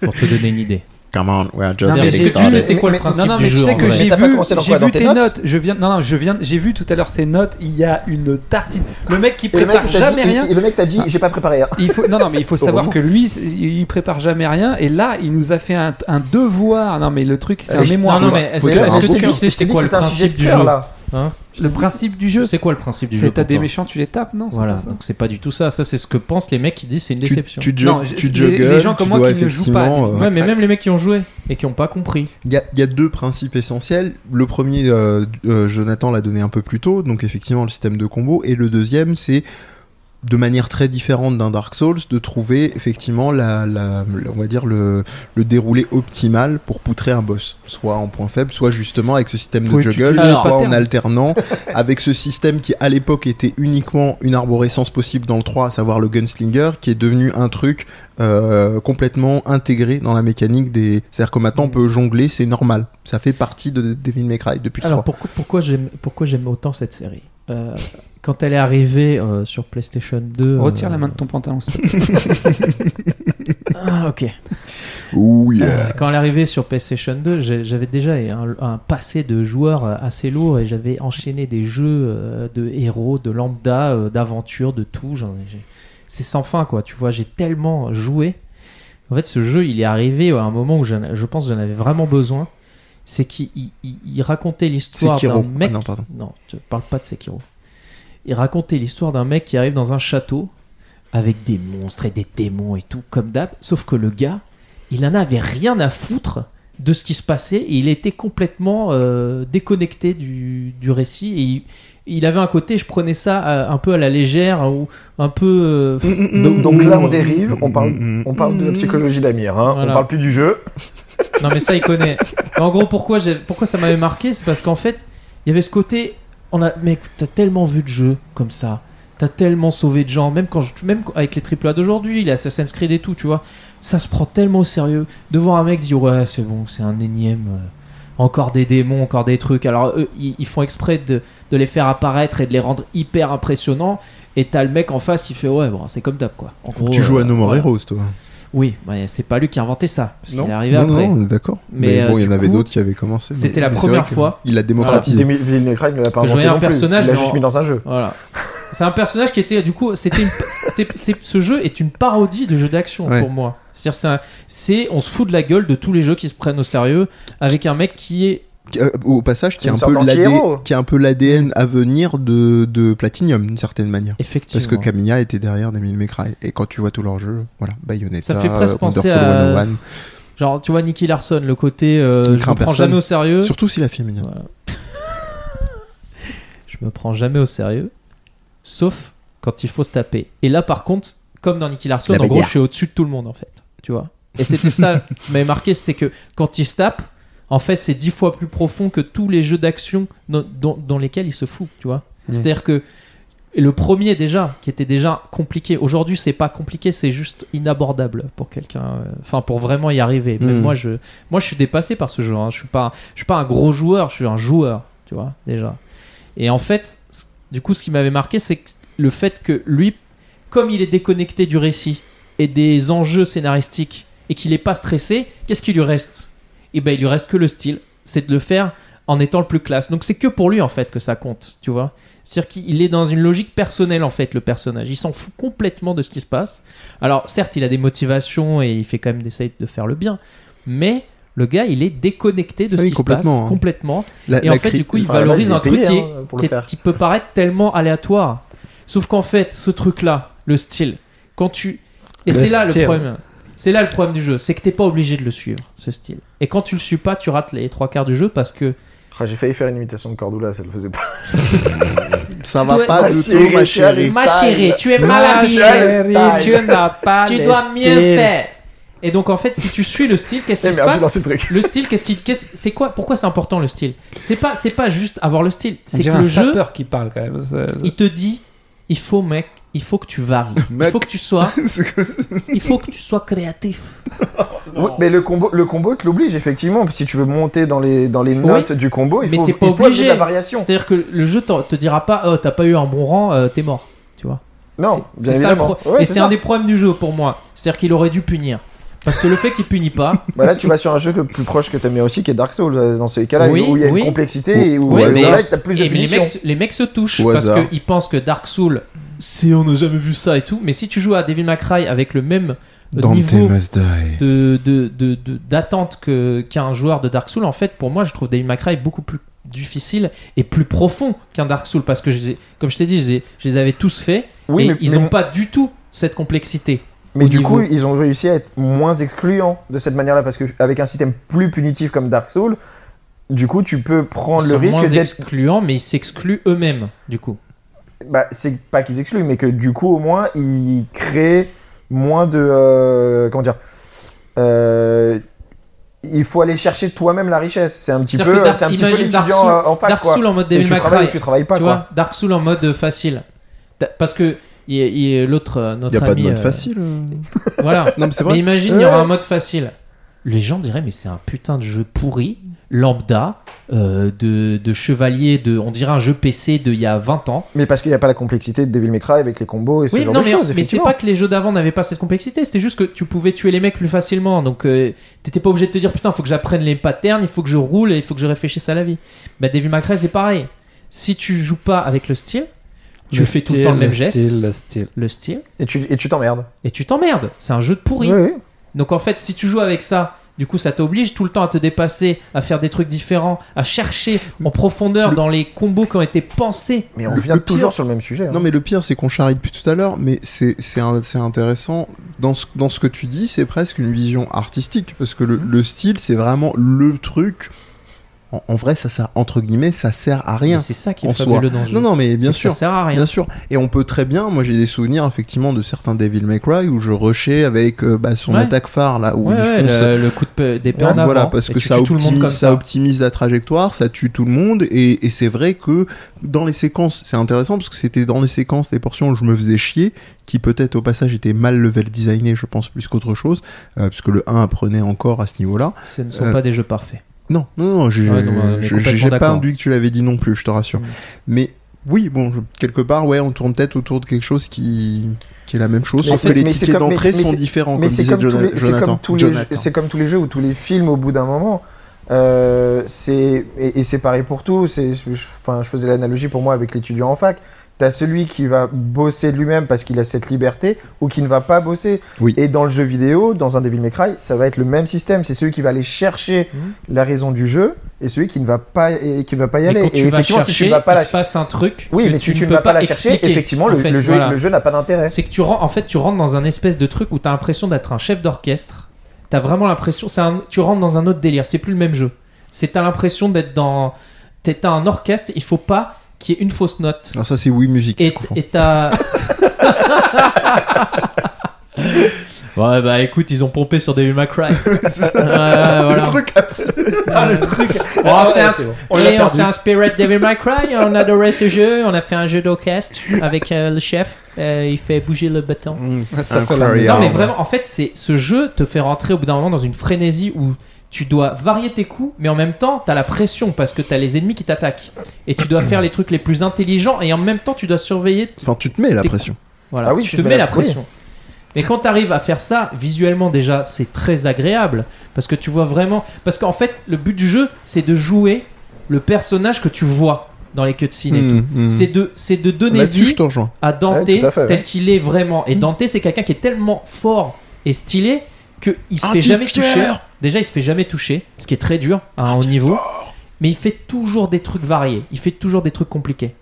E: pour te donner une idée.
C: Come on, we're just
B: Non,
E: C'est-à-dire,
B: mais j'ai
E: J'ai
C: getting
B: dû-
E: tu sais
C: started.
E: c'est quoi le
D: mais-
E: principe
B: non, non,
E: du
B: mais
E: jeu
B: tu sais
E: en
B: que
E: vrai.
B: j'ai
D: t'as
B: vu,
D: commencé dans
B: j'ai
D: quoi,
B: vu
D: dans
B: tes
D: tes
B: notes,
D: notes
B: Je viens, non, non, je viens, j'ai vu tout à l'heure ces notes. Il y a une tartine. Le mec qui
D: Et le mec,
B: prépare
D: il t'a dit-
B: jamais
D: il-
B: rien.
D: il- le mec t'a dit, j'ai pas préparé. hein.
B: Il faut, non, non, mais il
D: <laughs>
B: faut savoir
D: Heureusement.
B: que lui, c'est- il prépare jamais rien. Et là, il nous a fait un, un devoir. Non, mais le truc, c'est
D: Euh,
B: un
D: je-
B: mémoire.
E: Non, non,
B: quoi.
E: mais est-ce
C: Faut
E: que,
C: dire,
E: est-ce
C: un
E: que
D: Parce
C: bouquin.
E: tu sais
D: je t'ai
E: c'est
D: dit
E: quoi
D: que
E: le
D: c'était un sujet
E: principe
D: de
E: du
D: cœur,
E: jeu
D: là.
E: Hein
B: Le principe du jeu,
E: C'est quoi le principe du jeu
B: c'est t'as des
E: Quentin
B: méchants, tu les tapes, non c'est
E: Voilà,
B: pas ça
E: donc c'est pas du tout ça. Ça, c'est ce que pensent les mecs qui disent c'est une
C: Tu,
E: déception.
C: tu, jo-
B: Non,
C: tu
B: les-
C: juggles,
B: les gens
C: tu
B: comme moi
C: dois
B: qui ne jouent pas,
C: effectivement, euh,
E: Ouais, mais même les mecs qui ont joué et qui ont pas compris.
C: Il y, a- il y a deux principes essentiels. Le premier, euh, euh, Jonathan l'a donné un peu plus tôt, donc effectivement le système de combo. Et le deuxième, c'est de manière très différente d'un Dark Souls, de trouver effectivement la, la- la- on va dire le, le déroulé optimal pour poutrer un boss, soit en point faible, soit justement avec ce système
B: Faut
C: de juggle,
B: utiliser
E: le
C: soit en
B: pattern.
C: <laughs> alternant avec ce système qui à l'époque était uniquement une arborescence possible dans le 3, à savoir le gunslinger, qui est devenu un truc euh, complètement intégré dans la mécanique des. C'est-à-dire que maintenant on peut jongler, c'est normal. Ça fait partie de Devil May Cry depuis le
E: Alors
C: 3.
E: pourquoi, pourquoi j'aime pourquoi j'aime autant cette série Euh, Quand elle est arrivée euh, sur PlayStation 2.
B: Retire
E: euh,
B: la main de ton pantalon. s'il te plaît. <laughs>
E: Ah, ok.
C: Oui.
E: Euh, Quand elle est arrivée sur PlayStation 2, j'ai- j'avais déjà un, un passé de joueur euh, assez lourd et j'avais enchaîné des jeux euh, de héros, de lambda, euh, d'aventure, de tout. J'en ai- j'ai- C'est sans fin, quoi. Tu vois, j'ai tellement joué. En fait, ce jeu, il est arrivé à un moment où j'en- je pense que j'en avais vraiment besoin. C'est qu'il il- il- il racontait
C: C'est
E: l'histoire d'un
C: Kiro. Ah
E: mec
C: non, pardon.
E: non, je parle pas de Sekiro. Il racontait l'histoire d'un mec qui arrive dans un château avec des monstres et des démons et tout, comme d'hab. Sauf que le gars, il en avait rien à foutre de ce qui se passait et il était complètement euh, déconnecté du, du récit. Et il, il avait un côté, je prenais ça à- un peu à la légère ou un peu. euh,
D: Donc, donc là, on dérive, on parle,
C: Mm, mm,
D: on parle de la psychologie d'Amir, hein.
E: Voilà.
D: on parle plus du jeu.
E: Non, mais ça, il connaît. Mais en gros, pourquoi, j'ai- pourquoi ça m'avait marqué C'est parce qu'en fait, il y avait ce côté. On a, mec, t'as tellement vu de jeux comme ça. T'as tellement sauvé de gens. Même, quand je, même avec les AAA d'aujourd'hui, les Assassin's Creed et tout, tu vois. Ça se prend tellement au sérieux. De voir un mec dire Ouais, c'est bon, c'est un énième. euh, encore des démons, encore des trucs. Alors, eux, ils, ils font exprès de, de les faire apparaître et de les rendre hyper impressionnants. Et t'as le mec en face qui fait Ouais, bon, c'est comme d'hab, quoi. En gros,
C: Tu joues
E: euh,
C: à No More
E: voilà.
C: Heroes, toi.
E: Oui, mais c'est pas lui qui a inventé ça. Parce qu'il
C: non,
E: est arrivé
C: non,
E: après.
C: non, on est d'accord.
E: Mais,
C: Mais,
E: euh,
C: bon, il y
E: du
C: en avait
E: coup,
C: d'autres qui avaient commencé. mais-
E: c'était la
C: mais c'est
E: première
C: vrai que
E: fois.
C: Il l'a
D: Voilà,
C: démocratisé.
D: Devil May Cry ne l'a pas
E: Que je
D: inventé
E: voyais un
D: non plus.
E: personnage,
D: Il l'a
E: mais
D: juste
E: en-
D: mis dans un jeu.
E: Voilà. <laughs> C'est un personnage qui était, du coup, c'était une- c'est- c'est- ce jeu est une parodie de jeu d'action
C: Ouais.
E: pour moi. C'est-à-dire, c'est un- c'est, on se fout de la gueule de tous les jeux qui se prennent au sérieux avec un mec qui est.
C: Qui, euh, au passage, qui
D: C'est
C: a, un
D: une
C: peu
D: sorte
C: l'AD
D: d'anti-héros.
C: qui a un peu l'ADN à venir de, de Platinum, d'une certaine manière.
E: Effectivement.
C: Parce que Camilla était derrière Devil May Cry. Et quand tu vois tous leurs jeux, voilà, Bayonetta,
E: Ça fait presque
C: euh,
E: penser
C: Wonderful
E: à-
C: 101.
E: Genre, tu vois, Nicky Larson, le côté euh,
C: Il
E: je
C: craint
E: me prends
C: personne.
E: jamais au sérieux.
C: Surtout si la fille est mignonne.
E: Voilà. je me prends jamais au sérieux. Sauf quand il faut se taper. Et là, par contre, comme dans Nicky Larson,
C: La
E: en gros,
C: bagarre.
E: je suis au-dessus de tout le monde, en fait. Tu vois Et c'était
C: <laughs>
E: ça qui m'avait marqué, c'était que quand il se tape, en fait, c'est dix fois plus profond que tous les jeux d'action dans, dans- dans lesquels il se fout, tu vois
B: Mm.
E: C'est-à-dire que le premier, déjà, qui était déjà compliqué, aujourd'hui, c'est pas compliqué, c'est juste inabordable pour quelqu'un. euh, Enfin, pour vraiment y arriver. Même
C: Mm.
E: moi, je, moi, je suis dépassé par ce jeu. hein. Je suis pas, je suis pas un gros joueur, je suis un joueur, tu vois, déjà. Et en fait, c- du coup, ce qui m'avait marqué, c'est que le fait que lui, comme il est déconnecté du récit et des enjeux scénaristiques et qu'il n'est pas stressé, qu'est-ce qui lui reste Eh ben, il lui reste que le style. C'est de le faire en étant le plus classe. Donc c'est que pour lui en fait que ça compte, tu vois. C'est-à-dire qu'il est dans une logique personnelle en fait le personnage. Il s'en fout complètement de ce qui se passe. Alors certes, il a des motivations et il fait quand même des essayer de faire le bien, mais le gars, il est déconnecté de
C: Ah
E: ce
C: oui,
E: qui se passe
C: complètement, hein.
E: complètement.
C: La-
E: Et en
C: la
E: fait,
C: cri-
E: du coup, il
D: Enfin, à la base,
E: valorise
D: il est
E: un truc
D: payé,
E: qui, est-
D: hein, pour le
E: qui est-
D: faire.
E: qui peut paraître tellement aléatoire. Sauf qu'en fait, ce truc-là, le style, quand tu. Et
B: Le
E: c'est là le
B: style.
E: problème. C'est là le problème du jeu, c'est que t'es pas obligé de le suivre, ce style. Et quand tu le suis pas, tu rates les trois quarts du jeu parce que.
D: Ah, J'ai failli faire une imitation de Cordula, ça le faisait pas.
C: Ça va
E: Ouais.
C: pas
D: Ma
C: du
D: chérie,
C: tout, ma
D: tu as les
C: chérie.
E: Ma
D: styles.
E: chérie, tu es
D: Ma
E: mal habillée.
D: chérie,
B: tu n'as pas
E: Tu
B: les
E: dois mieux
B: styles.
E: faire. Et donc en fait, si tu suis le style, qu'est-ce
D: Eh
E: qui se
D: merde, j'ai
E: passe
D: lancé le truc.
E: Le style, qu'est-ce qui, qu'est-ce- c'est quoi Pourquoi c'est important le style C'est pas, c'est pas juste avoir le style.
B: On
E: C'est que
B: dirait un
E: le jeu,
B: sapeur qui parle quand même. ça- ça-
E: il te dit, il faut mec, il faut que tu varies, il
C: Mec.
E: faut que tu sois,
C: C'est que-
E: il faut que tu sois créatif.
D: Oui, mais le combo, le combo te l'oblige effectivement. Si tu veux monter dans les, dans les notes du combo, il
E: Mais
D: faut,
E: t'es pas
D: il faut amener
E: obligé.
D: de la variation.
E: C'est-à-dire que le jeu t'en- te dira pas, oh t'as pas eu un bon rang, euh, t'es mort. Tu vois.
D: Non,
E: C'est-
D: bien
E: c'est ça le
D: évidemment.
E: pro-
D: Ouais,
E: Et
D: c'est
E: c'est
D: ça.
E: un des problèmes du jeu pour moi. C'est-à-dire qu'il aurait dû punir. Parce que le fait qu'il punit pas,
D: Bah là, tu vas sur un jeu que, plus proche que t'aimes bien aussi, qui est Dark Souls, euh, dans ces cas-là,
E: Oui,
D: où il y a
E: oui.
D: une complexité et où
C: Oui,
D: euh,
C: mais-
D: là, t'as <laughs> plus de
E: et les,
D: punitions.
E: mecs, se- les mecs se touchent
C: Au
E: parce
C: hasard.
E: qu'ils pensent que Dark Souls, c'est on n'a jamais vu ça et tout. Mais si tu joues à Devil May Cry avec le même euh,
C: Dante
E: niveau
C: must die.
E: de de- de- de- d'attente que qu'un joueur de Dark Souls, en fait, pour moi, je trouve Devil May Cry beaucoup plus difficile et plus profond qu'un Dark Souls parce que je les ai- comme je t'ai dit, je les, ai- je les avais tous faits
D: Oui,
E: et
D: mais-
E: ils
D: mais-
E: n'ont pas du tout cette complexité.
D: Mais
E: au
D: du
E: niveau-
D: coup, ils ont réussi à être moins excluants de cette manière-là, parce qu'avec un système plus punitif comme Dark Souls, du coup, tu peux
E: Ils
D: prendre le
E: sont moins
D: risque d'être.
E: excluants, mais ils s'excluent eux-mêmes du coup.
D: Bah, c'est pas qu'ils excluent, mais que du coup, au moins, ils créent moins de. euh, comment dire Euh, Il faut aller chercher toi-même la richesse. C'est un petit
E: C'est-à-dire que
D: peu,
E: Dark-
D: c'est un petit peu
E: imagine Dark
D: l'étudiant
E: Souls-
D: euh, en fac,
E: Dark
D: quoi.
E: Souls en mode
D: C'est
E: Devil
D: tu
E: May
D: travailles
E: Cry.
D: ou tu travailles pas,
E: tu
D: quoi.
E: vois, Dark Souls en mode euh, facile. Da- Parce que il y a- il y a l'autre, euh, notre
C: Y a pas de
E: ami,
C: mode
E: euh,
C: facile. euh. <laughs>
E: Voilà.
C: Non, mais c'est
E: Mais
C: vrai.
E: imagine, il y
D: Ouais.
E: aura un mode facile. Les gens diraient, mais c'est un putain de jeu pourri, lambda, euh, de, de chevalier, de, on dirait un jeu PC d'il y a 20 ans.
D: Mais parce qu'il n'y a pas la complexité de Devil May Cry avec les combos et ce
E: Oui,
D: genre
E: non,
D: de
E: mais,
D: choses.
E: mais c'est
D: effectivement.
E: pas que les jeux d'avant n'avaient pas cette complexité, c'était juste que tu pouvais tuer les mecs plus facilement. Donc, euh, t'étais pas obligé de te dire, putain, faut que j'apprenne les patterns, il faut que je roule et il faut que je réfléchisse à la vie. Bah, Devil May Cry, c'est pareil. Si tu joues pas avec le style, tu fais tout le temps le même geste,
B: style, le style.
E: le style,
D: Et tu et tu t'emmerdes.
E: et tu t'emmerdes. C'est un jeu de pourri.
D: Oui, oui.
E: Donc en fait, si tu joues avec ça, du coup, ça t'oblige tout le temps à te dépasser, à faire des trucs différents, à chercher en profondeur dans les combos qui ont été pensés.
D: Mais on
C: Le-
D: revient
C: le pire-
D: toujours sur le même sujet. hein.
C: Non mais le pire c'est qu'on charrie depuis tout à l'heure, mais c'est c'est un- c'est intéressant dans ce, dans ce que tu dis, c'est presque une vision artistique parce que le, le style c'est vraiment le truc. En, en vrai ça sert entre guillemets ça sert à
E: Et
C: rien.
E: C'est ça qui est
C: en
E: fabuleux dans le jeu.
C: Non non mais bien
E: C'est que
C: sûr.
E: Ça sert à rien.
C: Bien sûr. Et on peut très bien, moi j'ai des souvenirs effectivement de certains Devil May Cry où je rushais avec euh, bah, son
E: Ouais.
C: attaque phare là où
E: Ouais,
C: il
E: ouais,
C: fonce.
E: le, le coup de pe- d'épée en
C: Donc
E: avant.
C: voilà, parce
E: et
C: que
E: tu
C: ça
E: tues tout le monde
C: optimise,
E: comme
C: ça
E: ça.
C: optimise la trajectoire, ça tue tout le monde, et, et c'est vrai que dans les séquences, c'est intéressant parce que c'était dans les séquences des portions où je me faisais chier, qui peut-être au passage étaient mal level designées, je pense, plus qu'autre chose, euh, parce que le 1 apprenait encore à ce niveau-là.
E: Ce ne sont
C: Euh,
E: pas des jeux parfaits.
C: Non, non, non, j'ai
E: Ouais, non, mais on est
C: je-
E: complètement
C: j'ai pas
E: d'accord.
C: induit que tu l'avais dit non plus, je te rassure.
E: Mm.
C: Mais oui, bon, je- quelque part, ouais, on tourne peut-être autour de quelque chose qui, qui est la même chose,
D: Mais
C: sauf
D: en fait,
C: que les
D: mais c'est
C: tickets
D: comme- mais
C: d'entrée
D: c'est-
C: sont
D: mais
C: différents,
D: Mais
C: comme
D: c'est
C: disait
D: comme, tous
C: Jona-
D: les- c'est
C: Jonathan.
D: comme tous les jeux-
C: Jonathan.
D: c'est comme tous les jeux ou tous les films au bout d'un moment. Euh, c'est et, et c'est pareil pour tout. C'est je- enfin je faisais l'analogie pour moi avec l'étudiant en fac. T'as celui qui va bosser de lui-même parce qu'il a cette liberté ou qui ne va pas bosser.
C: Oui.
D: Et dans le jeu vidéo, dans un Devil May Cry, ça va être le même système. C'est celui qui va aller chercher la raison du jeu et celui qui ne va pas et qui ne va pas y
E: Et
D: aller.
E: Mmh. quand tu
D: et
E: vas
D: effectivement,
E: chercher,
D: si tu ne vas pas
E: il
D: la
E: se passe un truc.
D: oui,
E: que
D: mais si tu
E: ne
D: ne vas
E: peux
D: pas la chercher,
E: expliquer,
D: effectivement,
E: en
D: le,
E: fait,
D: le jeu,
E: voilà.
D: le jeu n'a pas d'intérêt.
E: C'est que tu rentres, en fait, tu rentres dans un espèce de truc où t'as l'impression d'être un chef d'orchestre. T'as vraiment l'impression, c'est un- tu rentres dans un autre délire. C'est plus le même jeu. C'est t'as l'impression d'être dans, t'es t'as un orchestre. Il faut pas qu'il y ait une fausse note.
C: Alors ça c'est oui musique.
E: Et
C: confond.
E: et t'as. <laughs> ouais bah écoute, ils ont pompé sur Devil May Cry. <laughs>
C: Le truc
E: Ah, le truc. c'est un, on
D: l'a
E: et on
D: perdu.
E: s'est inspiré de Devil May Cry, on adorait ce jeu, on a fait un jeu d'orchestre avec euh, le chef, euh, il fait bouger le bâton.
C: incroyable.
E: Non mais vraiment, en fait, c'est ce jeu te fait rentrer au bout d'un moment dans une frénésie où tu dois varier tes coups, mais en même temps, t'as la pression parce que t'as les ennemis qui t'attaquent et tu dois faire les trucs les plus intelligents et en même temps, tu dois surveiller.
C: Enfin, tu te mets la
E: T'es-
C: pression.
E: Voilà,
D: Ah oui,
E: tu, te mets, la,
D: oui.
E: pression. Mais quand t'arrives à faire ça, visuellement déjà, c'est très agréable parce que tu vois vraiment. Parce qu'en fait, le but du jeu, c'est de jouer le personnage que tu vois dans les cutscenes. et tout.
C: Mm, mm.
E: C'est de, c'est de donner
C: Là-dessus,
E: vie
C: je te rejoins.
E: à Dante
D: Ouais, tout à fait, ouais.
E: tel qu'il est vraiment. Et Dante, c'est quelqu'un qui est tellement fort et stylé que il se fait jamais toucher. Déjà, il se fait jamais toucher, ce qui est très dur à un haut niveau. Mais il fait toujours des trucs variés. Il fait toujours des trucs compliqués.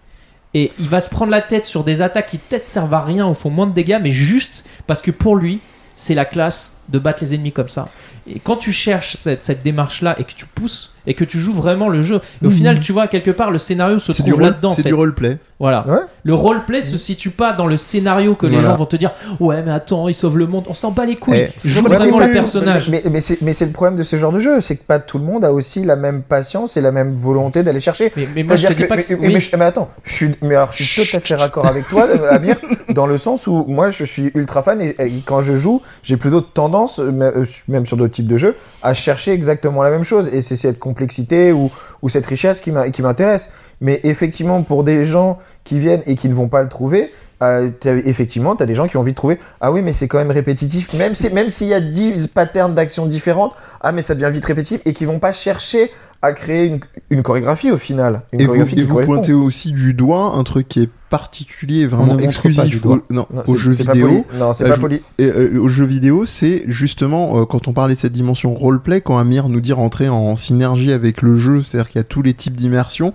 E: Et il va se prendre la tête sur des attaques qui peut-être servent à rien ou font moins de dégâts, mais juste parce que pour lui, c'est la classe de battre les ennemis comme ça. Et quand tu cherches cette, cette démarche-là et que tu pousses et que tu joues vraiment le jeu, et au final, tu vois, quelque part, le scénario se
C: C'est du,
E: trouve
C: role,
E: là-dedans. en
C: c'est
E: fait.
C: du roleplay.
E: Voilà.
D: Ouais.
E: Le roleplay se situe pas dans le scénario que les
C: Voilà.
E: gens vont te dire Ouais, mais attends, il sauve le monde. On s'en bat les couilles.
C: Eh,
E: Joue
D: Ouais, mais
E: vraiment
D: pas-
E: le personnage.
D: Mais, mais c'est mais c'est le problème de ce genre de jeu, c'est que pas tout le monde a aussi la même patience et la même volonté d'aller chercher.
E: Mais, mais moi, je te
D: C'est-à-dire
E: dis pas que c'est.
D: mais,
E: oui.
D: mais je- mais attends, je suis, mais alors, je suis tout à fait raccord avec toi,
E: <laughs>
D: euh, Amir, dans le sens où moi je suis ultra fan et, et quand je joue, j'ai plutôt tendance, euh, mais, euh, même sur d'autres types de jeux, à chercher exactement la même chose. Et c'est cette complexité ou, ou cette richesse qui m'a- qui m'intéresse. Mais effectivement, pour des gens qui viennent et qui ne vont pas le trouver, euh, t'as- effectivement, t'as des gens qui ont envie de trouver Ah oui, mais c'est quand même répétitif, même si, même s'il y a 10 patterns d'action différentes, ah mais ça devient vite répétitif et qui vont pas chercher à créer une, une chorégraphie au final. Une
C: Et vous,
D: chorégraphie
C: et
D: qui
C: vous
D: correspond.
C: pointez aussi du doigt un truc qui est particulier,
E: On ne
C: vraiment
E: montre pas du
C: exclusif
E: doigt.
C: au, non,
D: Non,
C: aux
D: c'est-
C: jeux
D: c'est pas
C: vidéo.
D: poli. Non, c'est
C: Euh,
D: pas
C: je-
D: poli.
C: Et, euh, aux jeux vidéo, c'est justement euh, quand on parlait de cette dimension roleplay, quand Amir nous dit rentrer en synergie avec le jeu, c'est-à-dire qu'il y a tous les types d'immersion,